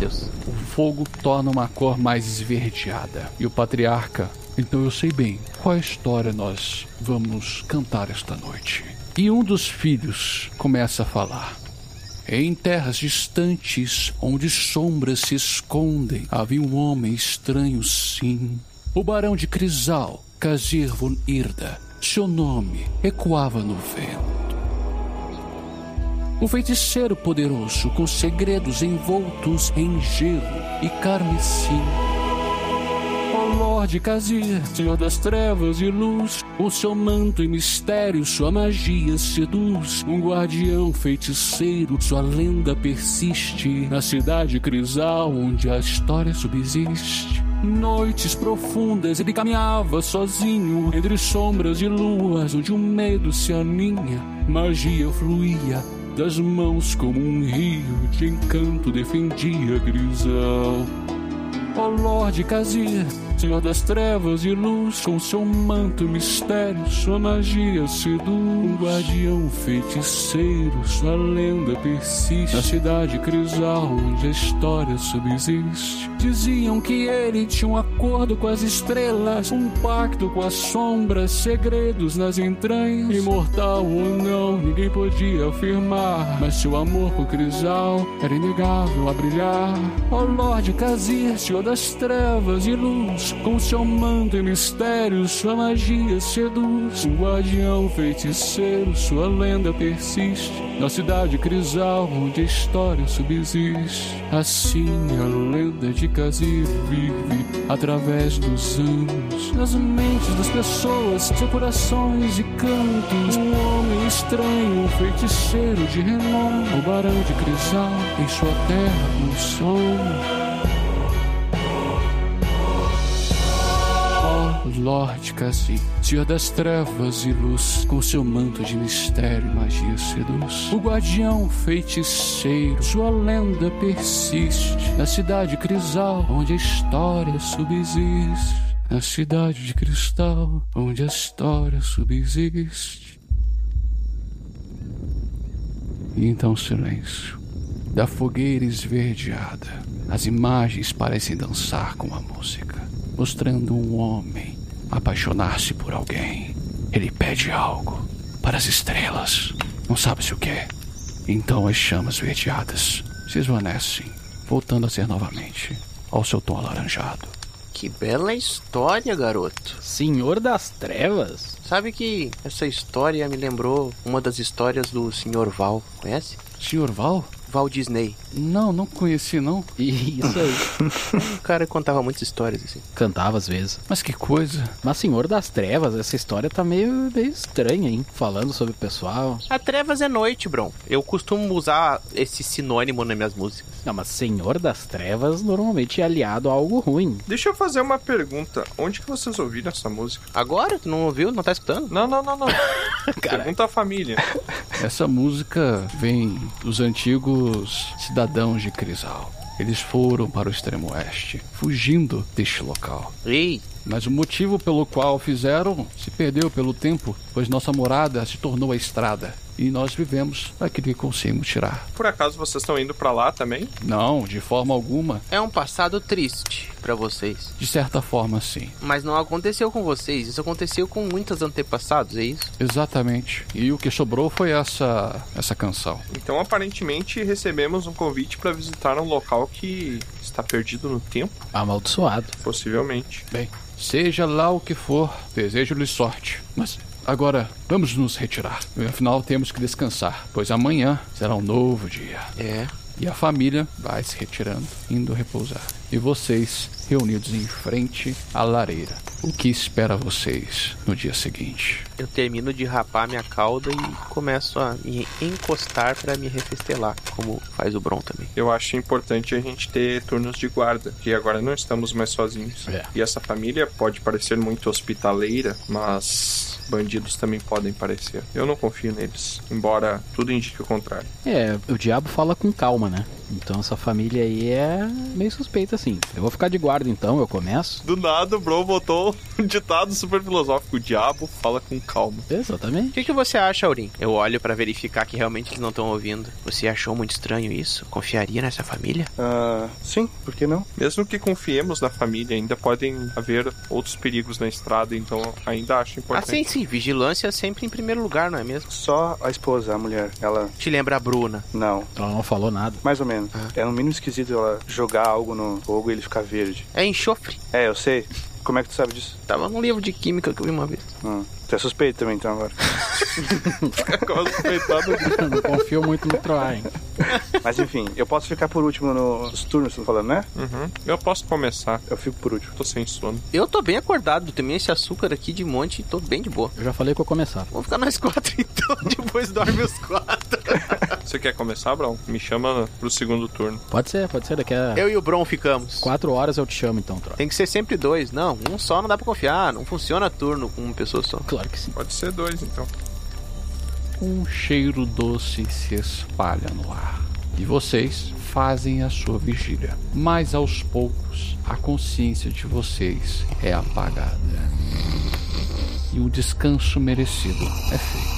Deus.
O fogo torna uma cor mais esverdeada. E o patriarca, então eu sei bem qual história nós vamos cantar esta noite. E um dos filhos começa a falar. Em terras distantes, onde sombras se escondem, havia um homem estranho, sim. O barão de Crisal, Kazir von Irda. Seu nome ecoava no vento. O feiticeiro poderoso com segredos envoltos em gelo e carmesim. O Lorde Kazir, Senhor das Trevas e Luz, com seu manto e mistério, sua magia seduz. Um guardião feiticeiro, sua lenda persiste. Na cidade Crisal, onde a história subsiste. Noites profundas ele caminhava sozinho entre sombras e luas onde o medo se aninha. Magia fluía das mãos como um rio de encanto defendia Grisal. Ó Lorde Kazir, Senhor das Trevas e Luz, com seu manto mistério, sua magia seduz. Um guardião feiticeiro, sua lenda persiste. Na cidade Crisal, onde a história subsiste. Diziam que ele tinha um acordo com as estrelas, um pacto com as sombras, segredos nas entranhas. Imortal ou não, ninguém podia afirmar. Mas seu amor por Crisal era inegável a brilhar. Ó Lorde Kazir, Senhor das Trevas e Luz, com seu manto e mistério, sua magia seduz. Um guardião feiticeiro, sua lenda persiste. Na cidade Crisal, onde a história subsiste. Assim a lenda de Kazir vive através dos anos. Nas mentes das pessoas, seus corações e cantos. Um homem estranho, um feiticeiro de renome. O barão de Crisal, em sua terra, um som. Ó Lorde Cassi, Senhor das trevas e luz, com seu manto de mistério e magia seduz. O guardião feiticeiro, sua lenda persiste. Na cidade Crisal, onde a história subsiste. Na cidade de cristal, onde a história subsiste. E então silêncio. Da fogueira esverdeada, as imagens parecem dançar com a música, mostrando um homem apaixonar-se por alguém. Ele pede algo para as estrelas, não sabe-se o que. é. Então as chamas verdeadas se esvanecem, voltando a ser novamente ao seu tom alaranjado.
Que bela história, garoto.
Senhor das Trevas?
Sabe que essa história me lembrou uma das histórias do Sr. Val, conhece?
Senhor Val?
Walt Disney.
Não, não conheci, não.
Isso aí.
o cara contava muitas histórias, assim.
Cantava às vezes.
Mas que coisa.
Mas Senhor das Trevas, essa história tá meio, meio estranha, hein? Falando sobre o pessoal.
A trevas é noite, Bron. Eu costumo usar esse sinônimo nas minhas músicas.
Não, mas Senhor das Trevas normalmente é aliado a algo ruim.
Deixa eu fazer uma pergunta. Onde que vocês ouviram essa música?
Agora? Tu não ouviu? Não tá escutando?
Não, não, não, não. Pergunta à família.
Essa música vem dos antigos cidadãos de Crisal. Eles foram para o extremo oeste, fugindo deste local.
Ei!
Mas o motivo pelo qual fizeram se perdeu pelo tempo, pois nossa morada se tornou a estrada. E nós vivemos aquilo que conseguimos tirar.
Por acaso vocês estão indo pra lá também?
Não, de forma alguma.
É um passado triste pra vocês.
De certa forma, sim.
Mas não aconteceu com vocês, isso aconteceu com muitos antepassados, é isso?
Exatamente. E o que sobrou foi essa essa canção.
Então, aparentemente, recebemos um convite pra visitar um local que está perdido no tempo.
Amaldiçoado.
Possivelmente.
Bem, seja lá o que for, desejo-lhe sorte. Mas Agora, vamos nos retirar. Afinal, temos que descansar, pois amanhã será um novo dia.
É.
E a família vai se retirando, indo repousar. E vocês reunidos em frente à lareira. O que espera vocês no dia seguinte?
Eu termino de rapar minha cauda e começo a me encostar pra me refestelar, como faz o Bron também.
Eu acho importante a gente ter turnos de guarda, que agora não estamos mais sozinhos.
É.
E essa família pode parecer muito hospitaleira, mas bandidos também podem parecer. Eu não confio neles, embora tudo indique o contrário.
É, o diabo fala com calma, né? Então essa família aí é meio suspeita, assim. Eu vou ficar de guarda então, eu começo.
Do nada, o Bro botou um ditado super filosófico: o diabo fala com calma.
O
Exatamente.
que, que você acha, Aurim? Eu olho pra verificar que realmente eles não estão ouvindo. Você achou muito estranho isso? Confiaria nessa família?
Ah, sim, por que não?
Mesmo que confiemos na família, ainda podem haver outros perigos na estrada, então ainda acho
Ah,
importante.
sim, sim. Vigilância é sempre em primeiro lugar, não é mesmo?
Só a esposa, a mulher, ela.
Te lembra a Bruna.
Não,
Ela não falou nada.
mais ou menos. É no mínimo esquisito ela jogar algo no fogo e ele ficar verde.
É enxofre.
É, eu sei. Como é que tu sabe disso?
Tava num livro de química que eu vi uma vez.
Hum. Tu é suspeito também, então, agora.
Acaba suspeitado de-
Eu não confio muito no Troá, hein?
Mas enfim, eu posso ficar por último no- nos turnos, tu tá falando, né?
Uhum. Eu posso começar.
Eu fico por último.
Tô sem sono.
Eu tô bem acordado, tomei esse açúcar aqui de monte e tô bem de boa.
Eu já falei que eu começava.
Vamos ficar nós quatro então, depois dorme os quatro.
Você quer começar, Brão? Me chama pro segundo turno.
Pode ser, pode ser. Daqui a
Eu e o Bron ficamos.
quatro horas eu te chamo então, Troá.
Tem que ser sempre dois. Não, um só não dá pra confiar. Não funciona turno com uma pessoa só.
Claro que sim.
Pode ser dois, então.
Um cheiro doce se espalha no ar. E vocês fazem a sua vigília. Mas aos poucos, a consciência de vocês é apagada. E o descanso merecido é feito.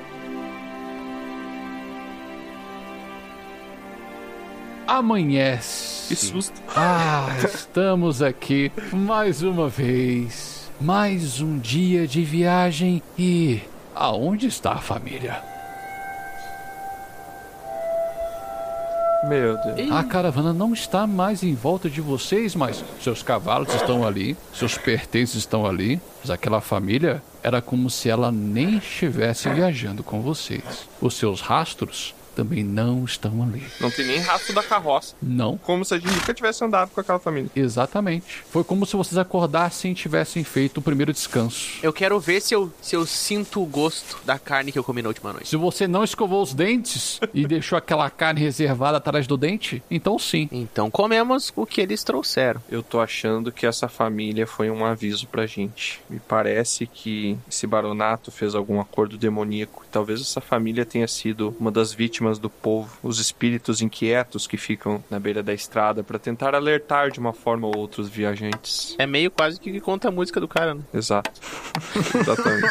Amanhece.
Que susto.
Ah, estamos aqui mais uma vez. Mais um dia de viagem e aonde está a família?
Meu Deus.
A caravana não está mais em volta de vocês, mas seus cavalos estão ali, seus pertences estão ali, mas aquela família era como se ela nem estivesse viajando com vocês. Os seus rastros também não estão ali.
Não tem nem rastro da carroça.
Não.
Como se a gente nunca tivesse andado com aquela família.
Exatamente. Foi como se vocês acordassem e tivessem feito o primeiro descanso.
Eu quero ver se eu, se eu sinto o gosto da carne que eu comi na última noite.
Se você não escovou os dentes e deixou aquela carne reservada atrás do dente, então sim.
Então comemos o que eles trouxeram.
Eu tô achando que essa família foi um aviso pra gente. Me parece que esse baronato fez algum acordo demoníaco. Talvez essa família tenha sido uma das vítimas do povo, os espíritos inquietos que ficam na beira da estrada pra tentar alertar de uma forma ou outra os viajantes.
É meio quase que conta a música do cara, né?
Exato. Exatamente.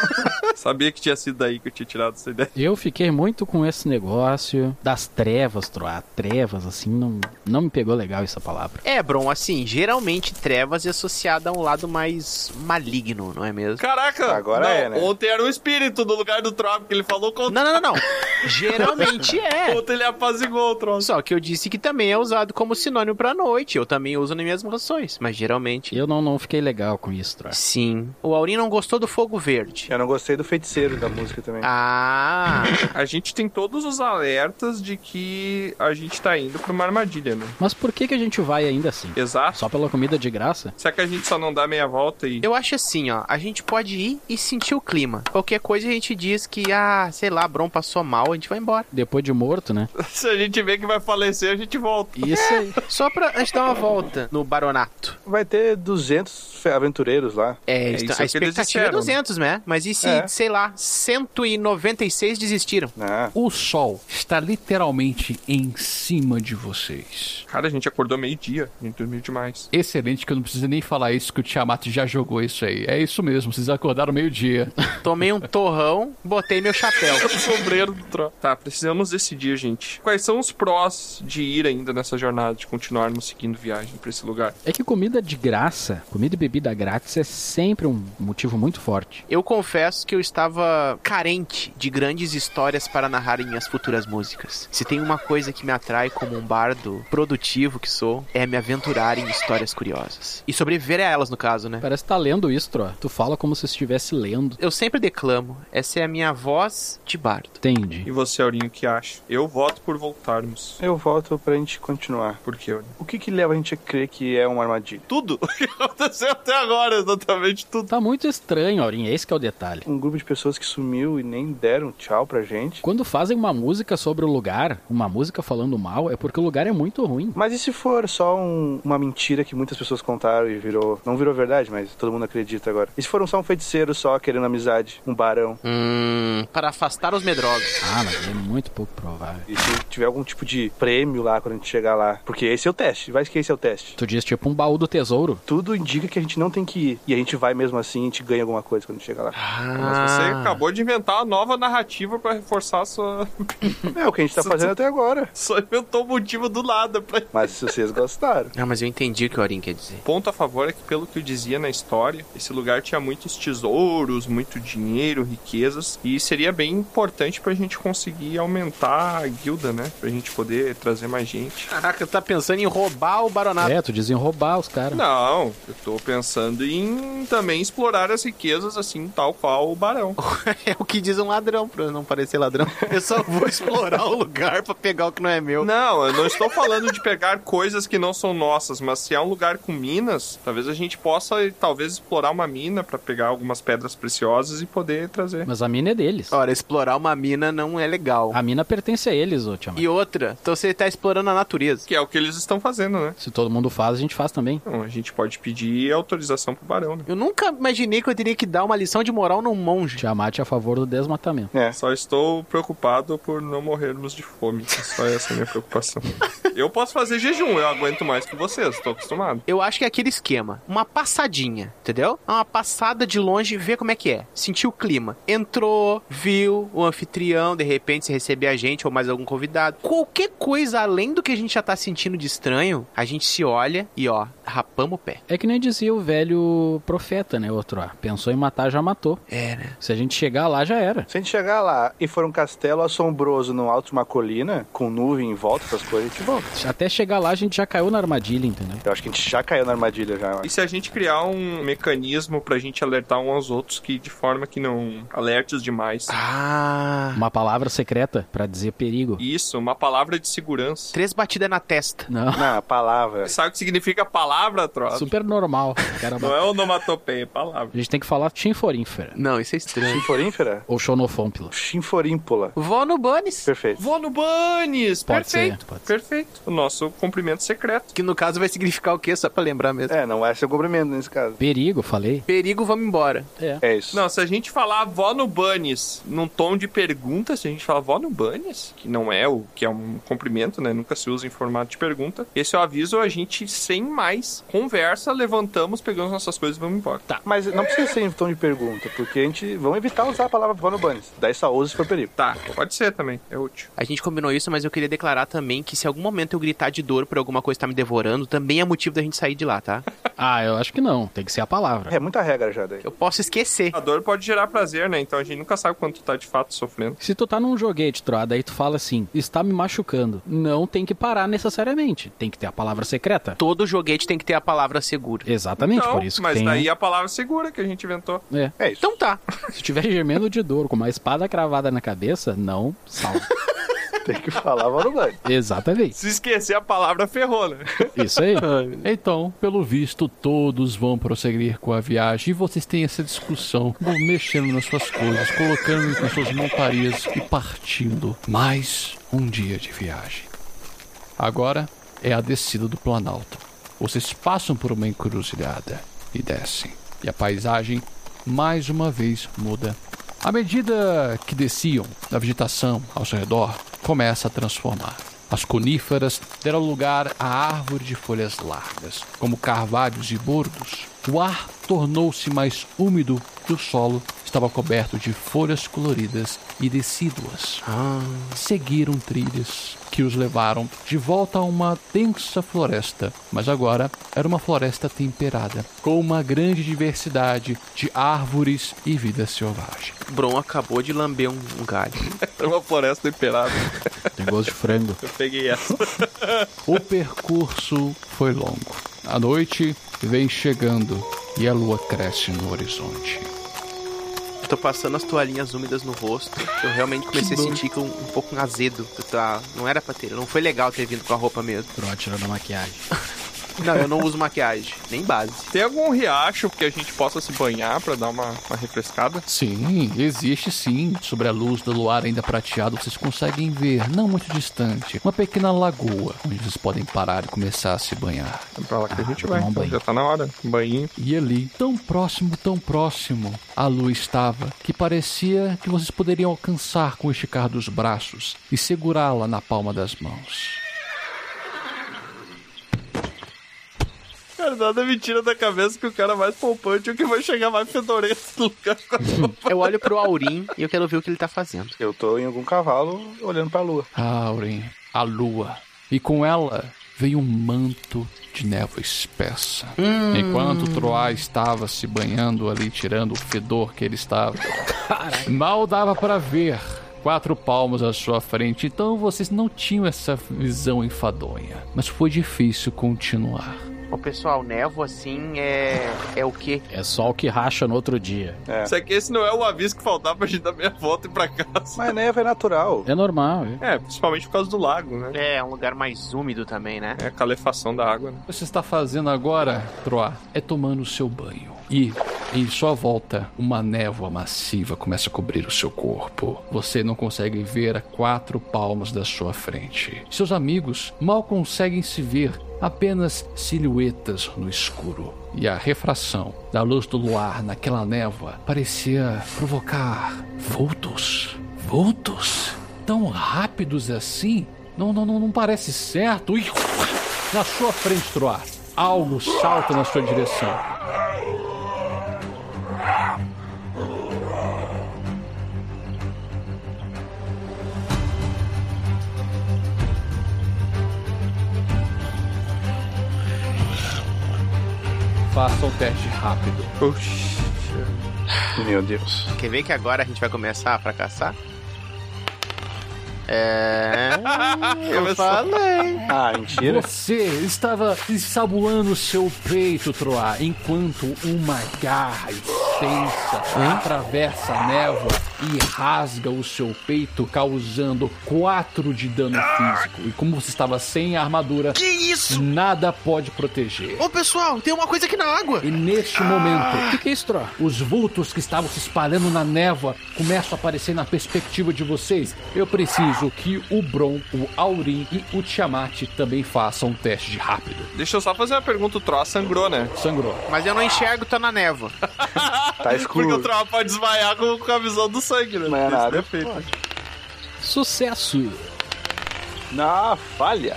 Sabia que tinha sido daí que eu tinha tirado essa ideia.
Eu fiquei muito com esse negócio das trevas, Troá. Trevas, assim, não, não me pegou legal essa palavra.
É, Bron, assim, geralmente trevas é associada a um lado mais maligno, não é mesmo?
Caraca!
Agora
não, um
é, né?
Ontem era o espírito do lugar do Trop que ele falou com.
Não, não, não, não. Geralmente é.
Outro ele apazigou o troço.
Só que eu disse que também é usado como sinônimo pra noite. Eu também uso nas minhas rações, mas geralmente.
Eu não, não fiquei legal com isso, Troy.
Sim. O Aurim não gostou do fogo verde.
Eu não gostei do feiticeiro da música também.
É.
Ah!
A gente tem todos os alertas de que a gente tá indo pra uma armadilha, né?
Mas por que, que a gente vai ainda assim?
Exato.
Só pela comida de graça?
Será que a gente só não dá meia volta e.
Eu acho assim, ó. A gente pode ir e sentir o clima. Qualquer coisa a gente diz que, ah, sei lá, Bron passou mal, a gente vai embora.
Depois de morto, né?
Se a gente vê que vai falecer, a gente volta.
Isso aí.
Só pra a gente dar uma volta no baronato.
Vai ter 200 fe- aventureiros lá.
É,
isso
então,
é o que
a
eles
expectativa é
disseram.
200, né? Mas e se,
É.
sei lá, 196 desistiram?
Ah,
O sol está literalmente em cima de vocês.
Cara, a gente acordou meio-dia. A gente dormiu demais.
Excelente, que eu não preciso nem falar isso, que o Tiamat já jogou isso aí. É isso mesmo, vocês acordaram meio-dia.
Tomei um torrão, botei meu chapéu.
O sombreiro do tro... Tá, precisamos decidir, gente. Quais são os prós de ir ainda nessa jornada, de continuarmos seguindo viagem pra esse lugar?
É que comida de graça, comida e bebida grátis é sempre um motivo muito forte.
Eu confesso que eu estava carente de grandes histórias para narrar em minhas futuras músicas. Se tem uma coisa que me atrai como um bardo produtivo que sou, é me aventurar em histórias curiosas. E sobreviver a elas, no caso, né?
Parece que tá lendo isso, Troy. Tu fala como se estivesse lendo.
Eu sempre declamo. Essa é a minha voz de bardo.
Entende?
E você, Aurinho, o que acha? Eu voto por voltarmos.
eu volto pra gente continuar.
Por quê, Aurinho?
O que que leva a gente a crer que é uma armadilha?
Tudo! O que aconteceu até agora, exatamente tudo.
Tá muito estranho, Aurinha. Esse que é o detalhe.
Um grupo de pessoas que sumiu e nem deram tchau pra gente.
Quando fazem uma música sobre o lugar, uma música falando mal, é porque o lugar é muito ruim.
Mas e se for só um- uma mentira que muitas pessoas contaram e virou. Não virou verdade, mas todo mundo acredita agora. E se for um- só um feiticeiro só querendo amizade? Um barão?
Hum, para afastar os medrosos.
Ah, mas é muito pouco provável.
E se tiver algum tipo de prêmio lá quando a gente chegar lá? Porque esse é o teste. Vai que esse é o teste.
Tu diz tipo um baú do tesouro.
Tudo indica que a gente não tem que ir. E a gente vai mesmo assim, a gente ganha alguma coisa quando chegar lá.
Mas você acabou de inventar uma nova narrativa pra reforçar a sua.
É o que a gente tá fazendo até agora.
Só inventou o motivo do nada pra
Mas se vocês gostaram.
Ah, mas eu entendi o que o Orin quer dizer.
ponto a favor é que, pelo que eu dizia na história, esse lugar tinha muitos tesouros, muito dinheiro, riquezas, e seria bem importante pra gente conseguir aumentar a guilda, né? Pra gente poder trazer mais gente.
Caraca, tá pensando em roubar o baronato.
É, tu diz em roubar os caras.
Ah. Não, eu tô pensando em também explorar as riquezas, assim, tal qual o barão.
É o que diz um ladrão, pra eu não parecer ladrão. Eu só vou explorar o lugar pra pegar o que não é meu.
Não, eu não estou falando de pegar coisas que não são nossas, mas se é um lugar com minas, talvez a gente possa, talvez, explorar uma mina pra pegar algumas pedras preciosas e poder trazer.
Mas a mina é deles.
Ora, explorar uma mina não é legal.
A mina pertence a eles, ô Tiamat.
E outra, então você tá explorando a natureza.
Que é o que eles estão fazendo, né?
Se todo mundo faz, a gente faz também.
Não, a gente pode pedir autorização pro barão, né?
Eu nunca imaginei que eu teria que dar uma lição de moral num monge.
Tiamat é a favor do desmatamento.
É.
Só estou preocupado por não morrermos de fome. Só essa é a minha preocupação. Eu posso fazer jejum, eu aguento mais que vocês, tô acostumado.
Eu acho que é aquele esquema. Uma passadinha, entendeu? É Uma passada de longe, ver como é que é. Sentir o clima. Entrou, viu o anfitrião, de repente se receber a gente ou mais algum convidado. Qualquer coisa além do que a gente já tá sentindo de estranho, a gente se olha e ó, rapamos o pé.
É que nem dizia o velho profeta, né, outro? ó. Pensou em matar, já matou.
É, né?
Se a gente chegar lá, já era.
Se a gente chegar lá e for um castelo assombroso no alto de uma colina, com nuvem em volta, essas coisas, a gente volta.
Até chegar lá, a gente já caiu na armadilha, entendeu?
Eu acho que a gente já caiu na armadilha já. eu acho.
E se a gente criar um mecanismo pra gente alertar uns aos outros que de forma que não alerte os demais?
Ah.
Uma palavra secreta pra dizer perigo.
Isso, uma palavra de segurança.
Três batidas na testa.
Não,
Na palavra.
Sabe o que significa a palavra, troca?
super normal. Cara,
Não é onomatopeia, é palavra.
a gente tem que falar tinforinfera.
Não, isso é estranho.
Chinforífera?
Ou xonofômpila.
Chinforímpola.
Vó no Bunnies.
Perfeito.
Vou no Bunnies!
Pode
Perfeito,
ser, pode ser.
perfeito. O nosso cumprimento secreto.
Que no caso vai significar o quê? Só pra lembrar mesmo.
É, não vai ser cumprimento nesse caso.
Perigo, falei.
Perigo, vamos embora.
É isso.
Não, se a gente falar vó no Bunnies num tom de pergunta, se a gente falar vó no Bunnies, que não é o que é um cumprimento, né? Nunca se usa em formato de pergunta. Esse é o aviso a gente sem mais mais conversa, levantamos, pegamos nossas coisas e vamos embora.
Tá. Mas não precisa ser em tom de pergunta, porque a gente. Vamos evitar usar a palavra Vonobanes. Daí saúde se for perigo.
Tá, pode ser também, é útil.
A gente combinou isso, mas eu queria declarar também que se em algum momento eu gritar de dor por alguma coisa que tá me devorando, também é motivo da gente sair de lá, tá?
Ah, eu acho que não. Tem que ser a palavra.
É muita regra já daí.
Eu posso esquecer.
A dor pode gerar prazer, né? Então a gente nunca sabe quanto tu tá de fato sofrendo.
Se tu tá num joguete, Troá, daí tu fala assim, está me machucando. Não tem que parar necessariamente. Tem que ter a palavra secreta.
Todo joguete tem que ter a palavra segura.
Exatamente,
Então,
por isso que
mas
tem... um-
daí a palavra segura que a gente inventou.
É.
É isso.
Então tá.
Se tiver gemendo de dor com uma espada cravada na cabeça, não salva.
Tem que falar Vonobanes.
Exatamente.
Se esquecer a palavra, ferrou, né?
Isso aí.
Então, pelo visto, todos vão prosseguir com a viagem e vocês têm essa discussão, vão mexendo nas suas coisas, colocando nas suas montarias e partindo. Mais um dia de viagem. Agora é a descida do Planalto. Vocês passam por uma encruzilhada e descem. E a paisagem mais uma vez muda. À medida que desciam, a vegetação ao seu redor começa a transformar. As coníferas deram lugar a árvore de folhas largas, como carvalhos e bordos. O ar tornou-se mais úmido e o solo estava coberto de folhas coloridas e decíduas seguiram trilhas que os levaram de volta a uma densa floresta, mas agora era uma floresta temperada, com uma grande diversidade de árvores e vida selvagem.
Bron acabou de lamber um, um galho.
É uma floresta temperada.
Tem gosto de frango.
Eu peguei essa.
O percurso foi longo. A noite vem chegando e a lua cresce no horizonte.
Eu tô passando as toalhinhas úmidas no rosto. Eu realmente comecei a sentir que um, um pouco azedo. Eu tá- não era pra ter, não foi legal ter vindo com a roupa mesmo.
Troá tirando a maquiagem.
Não, eu não uso maquiagem, nem base.
Tem algum riacho que a gente possa se banhar pra dar uma, uma refrescada?
Sim, existe sim. Sobre a luz do luar ainda prateado, vocês conseguem ver, não muito distante, uma pequena lagoa onde vocês podem parar e começar a se banhar.
É pra lá que a gente
vou
vai.
tomar um
então
banho.
já tá na hora. Um banhinho.
E ali, tão próximo, tão próximo, a lua estava, que parecia que vocês poderiam alcançar com o esticar dos braços e segurá-la na palma das mãos.
Cara, nada me tira da cabeça que o cara mais pompante é o que vai chegar mais fedorento do lugar.
Eu olho pro Aurim e eu quero ver o que ele tá fazendo.
Eu tô em algum cavalo olhando pra lua.
Aurim, a lua, e com ela veio um manto de névoa espessa. Enquanto Troá estava se banhando ali, tirando o fedor que ele estava, mal dava para ver quatro palmos à sua frente, então vocês não tinham essa visão enfadonha. Mas foi difícil continuar.
Ô, pessoal, névoa assim é. é o quê?
É só o que racha no outro dia.
É.
Isso aqui, esse não é o aviso que faltava pra gente dar meia volta e ir pra casa.
Mas neve é natural.
É normal. é.
É, principalmente por causa do lago, né?
É, é um lugar mais úmido também, né?
É a calefação da água, né?
O que você está fazendo agora, Troá, é tomando o seu banho. E, em sua volta, uma névoa massiva começa a cobrir o seu corpo. Você não consegue ver a quatro palmos da sua frente. Seus amigos mal conseguem se ver, apenas silhuetas no escuro. E a refração da luz do luar naquela névoa parecia provocar vultos. Vultos? Tão rápidos assim? Não, não, não, não parece certo. Ih! Na sua frente, Troar, algo salta na sua direção. Faça um teste rápido.
Meu Deus.
Quer ver que agora a gente vai começar a fracassar? É. eu falei.
Ah, mentira.
Você estava estabulando seu peito, Troar, enquanto uma garra extensa atravessa a névoa e rasga o seu peito, causando 4 de dano físico. E como você estava sem armadura,
Ah! Que isso?
nada pode proteger.
Ô, pessoal, tem uma coisa aqui na água.
E neste momento,
Ah!
O que, que é isso, Troá?
os vultos que estavam se espalhando na névoa começam a aparecer na perspectiva de vocês. Eu preciso que o Bron, o Aurim e o Tiamat também façam um teste de rápido.
Deixa eu só fazer uma pergunta, o Troá sangrou, né?
Sangrou.
Mas eu não enxergo, tá na névoa.
Tá
Porque o
escuro.
Troá pode desmaiar com, com a visão do sangue, né?
Não é
Esse
nada.
defeito.
Sucesso.
Na falha.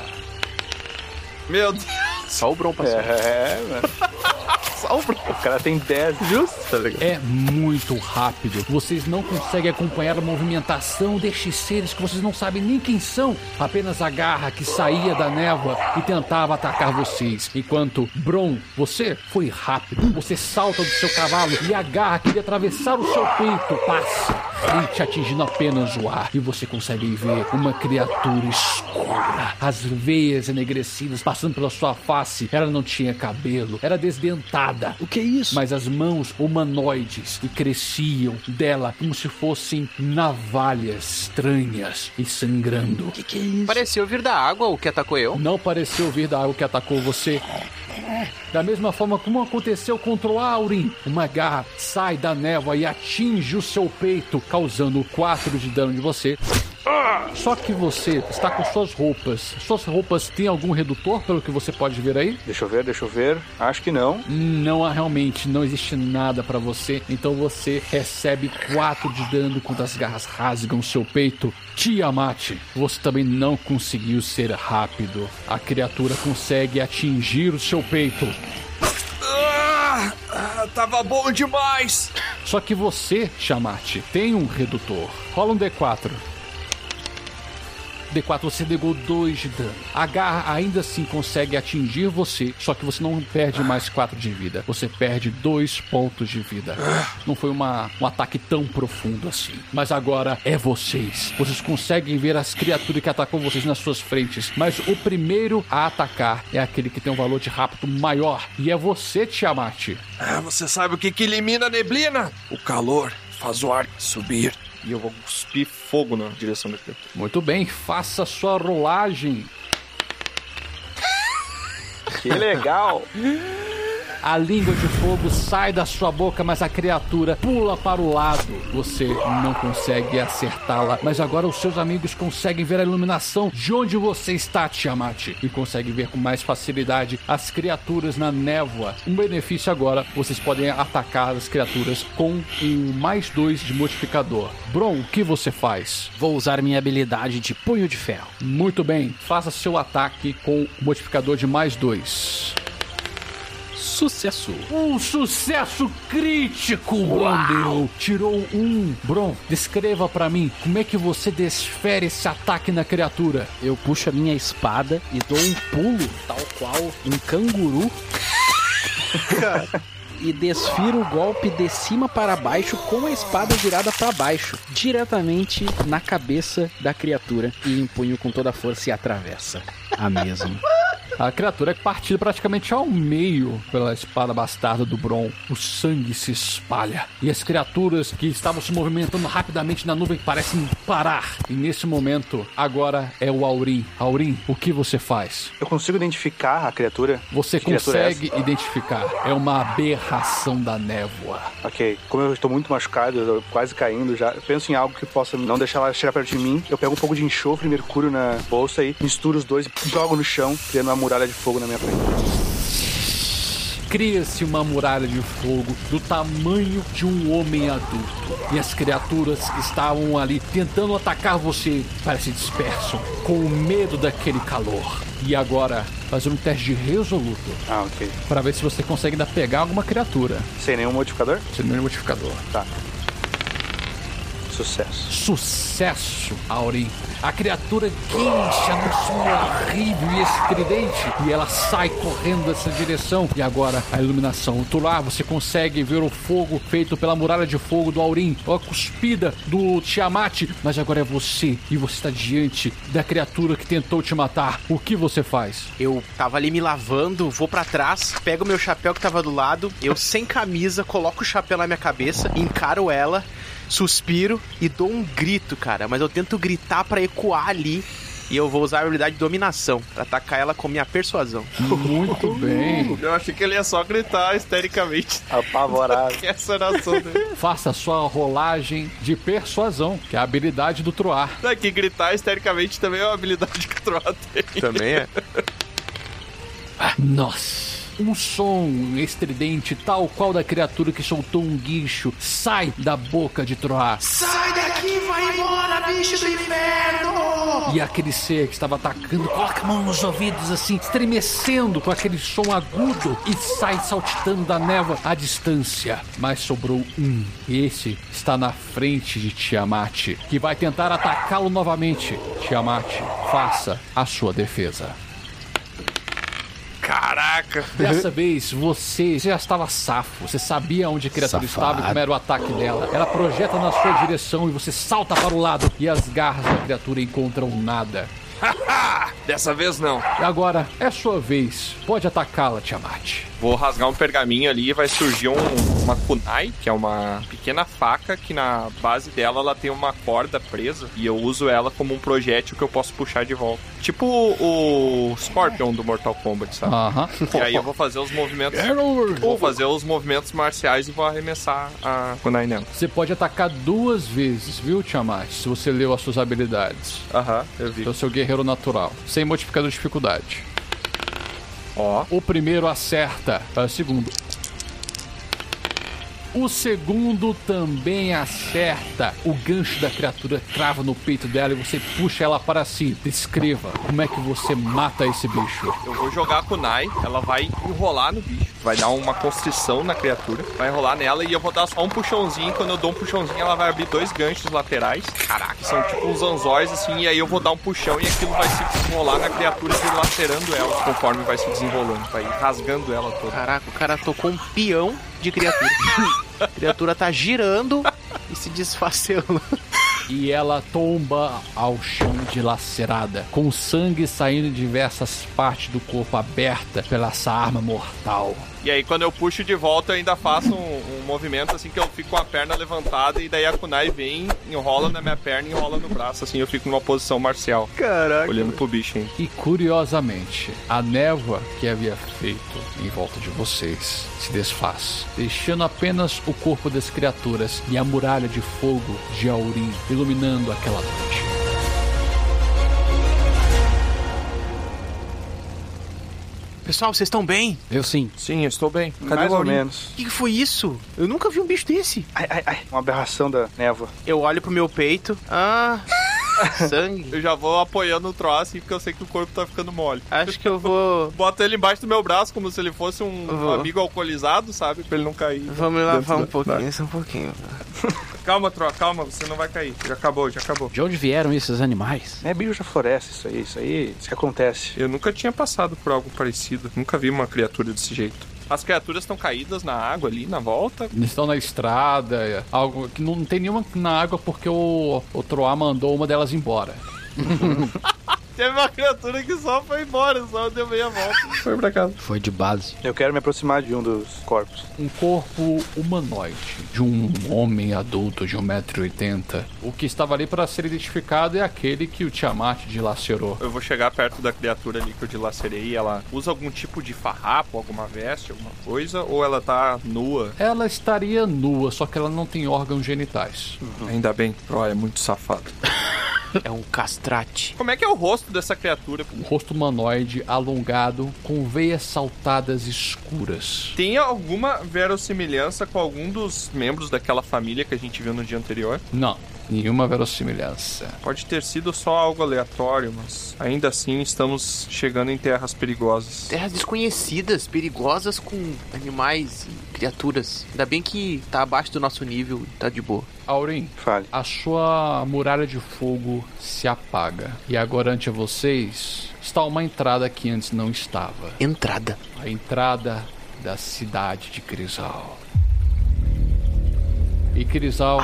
Meu Deus.
Só o Bron passou.
É, mano.
Só um o Bron.
O cara tem 10 justo, tá ligado?
É muito rápido. Vocês não conseguem acompanhar a movimentação destes seres que vocês não sabem nem quem são. Apenas a garra que saía da névoa e tentava atacar vocês. Enquanto Bron, você foi rápido. Você salta do seu cavalo e a garra que ia atravessar o seu peito passa, frente atingindo apenas o ar. E você consegue ver uma criatura escura. As veias enegrecidas passando pela sua face. Ela não tinha cabelo, era desdentada.
O que é isso?
Mas as mãos humanoides e cresciam dela como se fossem navalhas estranhas e sangrando.
Que que é isso?
Pareceu vir da água o que atacou eu.
Não pareceu vir da água que atacou você. Da mesma forma como aconteceu contra o Aurin, uma garra sai da névoa e atinge o seu peito, causando 4 de dano de você. Só que você está com suas roupas. Suas roupas têm algum redutor, pelo que você pode ver aí?
Deixa eu ver, deixa eu ver. Acho que não.
Não há realmente, não existe nada pra você. Então você recebe 4 de dano quando as garras rasgam seu peito. Tiamat, você também não conseguiu ser rápido. A criatura consegue atingir o seu peito.
Ah, ah, tava bom demais!
Só que você, Tiamat, tem um redutor. Rola um D4. D4 você negou 2 de dano. A garra ainda assim consegue atingir você, só que você não perde mais 4 de vida. Você perde 2 pontos de vida. Não foi uma, um ataque tão profundo assim. Mas agora é vocês. Vocês conseguem ver as criaturas que atacam vocês nas suas frentes. Mas o primeiro a atacar é aquele que tem um valor de rápido maior. E é você, Tiamat.
Ah, você sabe o que, que elimina a neblina? O calor faz o ar subir. E eu vou cuspir fogo na direção da criatura.
Muito bem, faça sua rolagem.
Que legal!
A língua de fogo sai da sua boca, mas a criatura pula para o lado. Você não consegue acertá-la, mas agora os seus amigos conseguem ver a iluminação de onde você está, Tiamat, e conseguem ver com mais facilidade as criaturas na névoa. Um benefício agora, vocês podem atacar as criaturas com um mais dois de modificador. Bron, o que você faz?
Vou usar minha habilidade de punho de ferro.
Muito bem, faça seu ataque com o modificador de mais dois.
Sucesso.
Um sucesso crítico, Brondeu. Tirou um. Bron, descreva pra mim como é que você desfere esse ataque na criatura.
Eu puxo a minha espada e dou um pulo, tal qual um canguru. e desfiro o golpe de cima para baixo com a espada virada para baixo, diretamente na cabeça da criatura e empunho com toda a força e atravessa a mesma.
A criatura é partida praticamente ao meio pela espada bastarda do Bron. O sangue se espalha. E as criaturas que estavam se movimentando rapidamente na nuvem parecem parar. E nesse momento, agora é o Aurim. Aurim, o que você faz?
Eu consigo identificar a criatura?
Você
Que criatura é
consegue identificar. É uma aberração da névoa.
Ok, como eu estou muito machucado, eu tô quase caindo já, eu penso em algo que possa não deixar ela chegar perto de mim. Eu pego um pouco de enxofre e mercúrio na bolsa e misturo os dois e jogo no chão, criando uma muralha de fogo na minha frente.
Cria-se uma muralha de fogo do tamanho de um homem adulto. E as criaturas que estavam ali tentando atacar você parecem dispersam com o medo daquele calor. E agora, fazer um teste de resoluto
Ah, ok.
para ver se você consegue ainda pegar alguma criatura.
Sem nenhum modificador?
Sem nenhum modificador.
Tá. Sucesso.
Sucesso, Aurim. A criatura guincha num som horrível e estridente e ela sai correndo nessa direção. E agora a iluminação. Tu lá, você consegue ver o fogo feito pela muralha de fogo do Aurim, a cuspida do Tiamat. Mas agora é você e você está diante da criatura que tentou te matar. O que você faz?
Eu tava ali me lavando, vou pra trás, pego meu chapéu que tava do lado, eu sem camisa, coloco o chapéu na minha cabeça, encaro ela, suspiro e dou um grito, cara. Mas eu tento gritar pra ecoar ali. E eu vou usar a habilidade de dominação, pra atacar ela com minha persuasão.
Muito bem.
Eu achei que ele ia só gritar histericamente.
Apavorado.
Essa era a ação dele.
Faça sua rolagem de persuasão, que é a habilidade do Troar.
Daqui Tá gritar histericamente também é uma habilidade que o Troá tem.
Também é.
Nossa! Um som estridente, tal qual da criatura que soltou um guincho, sai da boca de Troá.
Sai daqui, vai embora, bicho do inferno!
E aquele ser que estava atacando coloca a mão nos ouvidos, assim, estremecendo com aquele som agudo e sai saltitando da névoa à distância. Mas sobrou um. E esse está na frente de Tiamat, que vai tentar atacá-lo novamente. Tiamat, faça a sua defesa.
Caraca!
Dessa vez você já estava safo, você sabia onde a criatura estava
Safado.
e como era o ataque dela. Ela projeta na sua direção e você salta para o lado e as garras da criatura encontram nada.
Dessa vez não.
E agora é sua vez, pode atacá-la, Tiamat.
Vou rasgar um pergaminho ali e vai surgir um- uma kunai, que é uma pequena faca que na base dela ela tem uma corda presa e eu uso ela como um projétil que eu posso puxar de volta. Tipo o o Scorpion do Mortal Kombat, sabe?
Ah.
Aham.
E aí eu vou fazer os movimentos. Vou fazer os movimentos marciais e vou arremessar a kunai nela.
Você pode atacar duas vezes, viu, Tiamat? Se você leu as suas habilidades.
Aham, eu vi.
Então, seu guerreiro natural, sem modificador de dificuldade.
Ó.
O primeiro acerta. Ah, segundo. O segundo também acerta. O gancho da criatura trava no peito dela e você puxa ela para si. Descreva como é que você mata esse bicho.
Eu vou jogar a kunai, ela vai enrolar no bicho. Vai dar uma constrição na criatura, vai enrolar nela e eu vou dar só um puxãozinho. Quando eu dou um puxãozinho, ela vai abrir dois ganchos laterais. Caraca, são tipo uns anzóis assim. E aí eu vou dar um puxão e aquilo vai se desenrolar na criatura, dilacerando ela conforme vai se desenrolando. Vai rasgando ela toda.
Caraca, o cara tocou um peão de criatura. a criatura tá girando e se desfacelando.
E ela tomba ao chão dilacerada, com sangue saindo de diversas partes do corpo aberta pela essa arma mortal.
E aí quando eu puxo de volta, eu ainda faço um, um movimento assim que eu fico com a perna levantada. E daí a kunai vem, enrola na minha perna e enrola no braço. Assim eu fico numa posição marcial.
Caraca.
Olhando pro bicho, hein?
E curiosamente, a névoa que havia feito em volta de vocês se desfaz, deixando apenas o corpo das criaturas e a muralha de fogo de Aurim iluminando aquela noite.
Pessoal, vocês estão bem?
Eu sim.
Sim, eu estou bem.
Cadê
Mais
o
ou
Aurim?
menos.
O que, que foi isso? Eu nunca vi um bicho desse.
Ai, ai, ai. Uma aberração da névoa.
Eu olho pro meu peito. Ah. Sangue.
Eu já vou apoiando o troço assim, porque eu sei que o corpo tá ficando mole.
Acho que eu vou.
Bota ele embaixo do meu braço, como se ele fosse um
Eu vou.
amigo alcoolizado, sabe? Pra ele não cair.
Vamos me lavar
Dentro
um
da-
pouquinho, só um pouquinho.
Calma, Tro, calma, você não vai cair. Já acabou, já acabou.
De onde vieram esses animais?
É bicho da floresta, isso aí, isso aí, isso que acontece.
Eu nunca tinha passado por algo parecido. Nunca vi uma criatura desse jeito. As criaturas estão caídas na água ali, na volta.
Eles estão na estrada, é, algo que não tem nenhuma na água porque o, o Troá mandou uma delas embora.
Teve uma criatura que só foi embora, só deu meia volta. Foi pra casa.
Foi de base.
Eu quero me aproximar de um dos corpos.
Um corpo humanoide de um homem adulto de 1,80m. O que estava ali para ser identificado é aquele que o Tiamat dilacerou.
Eu vou chegar perto da criatura ali que eu dilacerei. Ela usa algum tipo de farrapo, alguma veste, alguma coisa? Ou ela tá nua?
Ela estaria nua, só que ela não tem órgãos genitais.
Ainda bem, Troia é muito safado.
É um castrate.
Como é que é o rosto dessa criatura?
Um rosto humanoide alongado com veias saltadas escuras.
Tem alguma verossimilhança com algum dos membros daquela família que a gente viu no dia anterior?
Não, nenhuma verossimilhança.
Pode ter sido só algo aleatório, mas ainda assim estamos chegando em terras perigosas.
Terras desconhecidas, perigosas com animais e criaturas. Ainda bem que tá abaixo do nosso nível, tá de boa.
Aurim,
Fale.
a sua muralha de fogo se apaga. E agora ante vocês está uma entrada que antes não estava.
Entrada.
A entrada da cidade de Crisal. E Crisal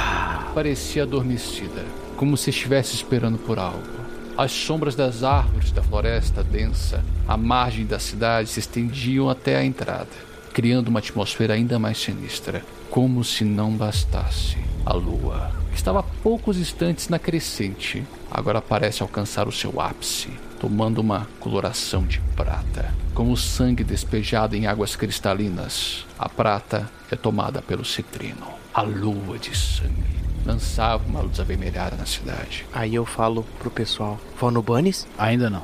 parecia adormecida, como se estivesse esperando por algo. As sombras das árvores da floresta densa à margem da cidade se estendiam até a entrada, criando uma atmosfera ainda mais sinistra, como se não bastasse. A lua, que estava a poucos instantes na crescente, agora parece alcançar o seu ápice, tomando uma coloração de prata, como sangue despejado em águas cristalinas. A prata é tomada pelo citrino. A lua de sangue lançava uma luz avermelhada na cidade.
Aí eu falo pro pessoal: vão no Bunnies?
Ainda não.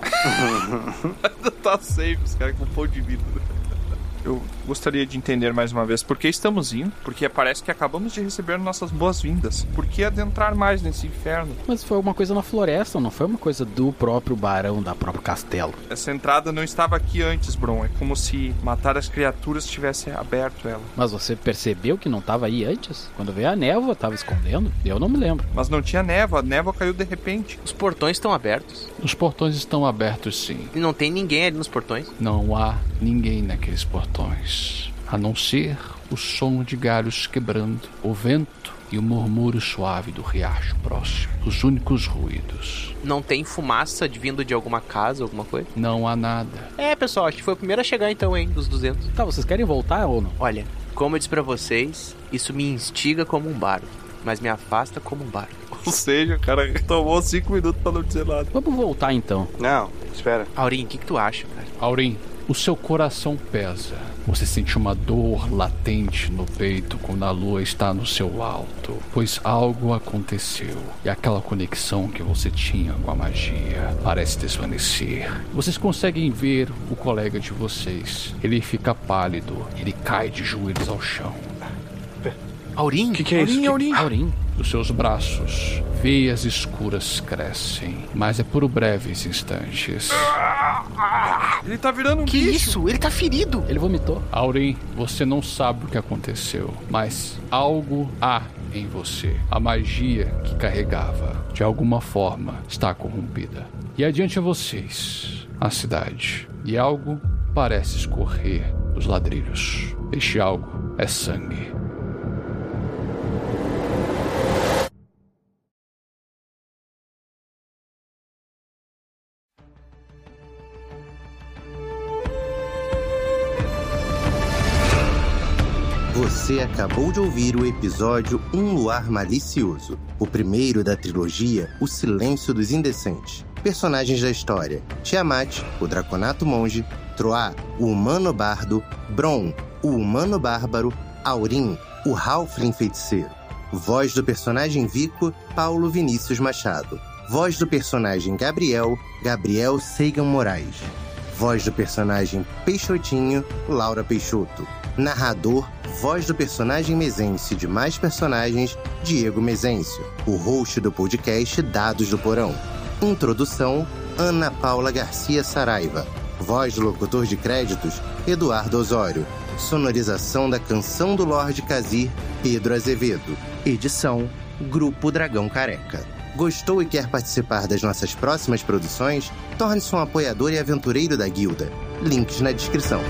tá safe, os caras com pão de vida. eu gostaria de entender mais uma vez por que estamos indo, porque parece que acabamos de receber nossas boas-vindas. Por que adentrar mais nesse inferno?
Mas foi uma coisa na floresta, não foi uma coisa do próprio barão, da próprio castelo.
Essa entrada não estava aqui antes, Bron. É como se matar as criaturas tivesse aberto ela.
Mas você percebeu que não tava aí antes? Quando veio a névoa, tava escondendo? Eu não me lembro.
Mas não tinha névoa, a névoa caiu de repente.
Os portões estão abertos.
Os portões estão abertos, sim.
E não tem ninguém ali nos portões.
Não há ninguém naqueles portões, a não ser o som de galhos quebrando, o vento e o murmúrio suave do riacho próximo. Os únicos ruídos.
Não tem fumaça de vindo de alguma casa, alguma coisa.
Não há nada.
É, pessoal, acho que foi o primeiro a chegar então, hein, dos 200.
Tá, vocês querem voltar ou não?
Olha, como eu disse pra vocês, isso me instiga como um bardo, mas me afasta como um bardo.
Ou seja, o cara tomou cinco minutos pra não dizer nada.
Vamos voltar então.
Não, espera.
Aurim, o que, que tu acha, cara?
Aurim, o seu coração pesa. Você sente uma dor latente no peito quando a lua está no seu alto, pois algo aconteceu e aquela conexão que você tinha com a magia parece desvanecer. Vocês conseguem ver o colega de vocês. Ele fica pálido, ele cai de joelhos ao chão.
Aurim?
O que, que é isso?
Aurim,
Que-
Aurim.
Aurim,
Dos seus braços, veias escuras crescem, mas é por breves instantes.
Ele tá virando um
Que
bicho.
isso? Ele tá ferido.
ele vomitou.
Aurim, você não sabe o que aconteceu, mas algo há em você. A magia que carregava, de alguma forma, está corrompida. E adiante a vocês, a cidade. E algo parece escorrer dos ladrilhos. Este algo é sangue.
Você acabou de ouvir o episódio Um Luar Malicioso, o primeiro da trilogia O Silêncio dos Indecentes. Personagens da história: Tiamat, o Draconato Monge, Troá, o Humano Bardo, Bron, o Humano Bárbaro, Aurim, o Halfling Feiticeiro. Voz do personagem Vico, Paulo Vinícius Machado. Voz do personagem Gabriel, Gabriel Seigan Moraes. Voz do personagem Peixotinho, Laura Peixoto. Narrador, voz do personagem Mezense de mais personagens, Diego Mezencio. O host do podcast Dados do Porão. Introdução, Ana Paula Garcia Saraiva. Voz do locutor de créditos, Eduardo Osório. Sonorização da canção do Lorde Cazir, Pedro Azevedo. Edição, Grupo Dragão Careca. Gostou e quer participar das nossas próximas produções? Torne-se um apoiador e aventureiro da Guilda. Links na descrição.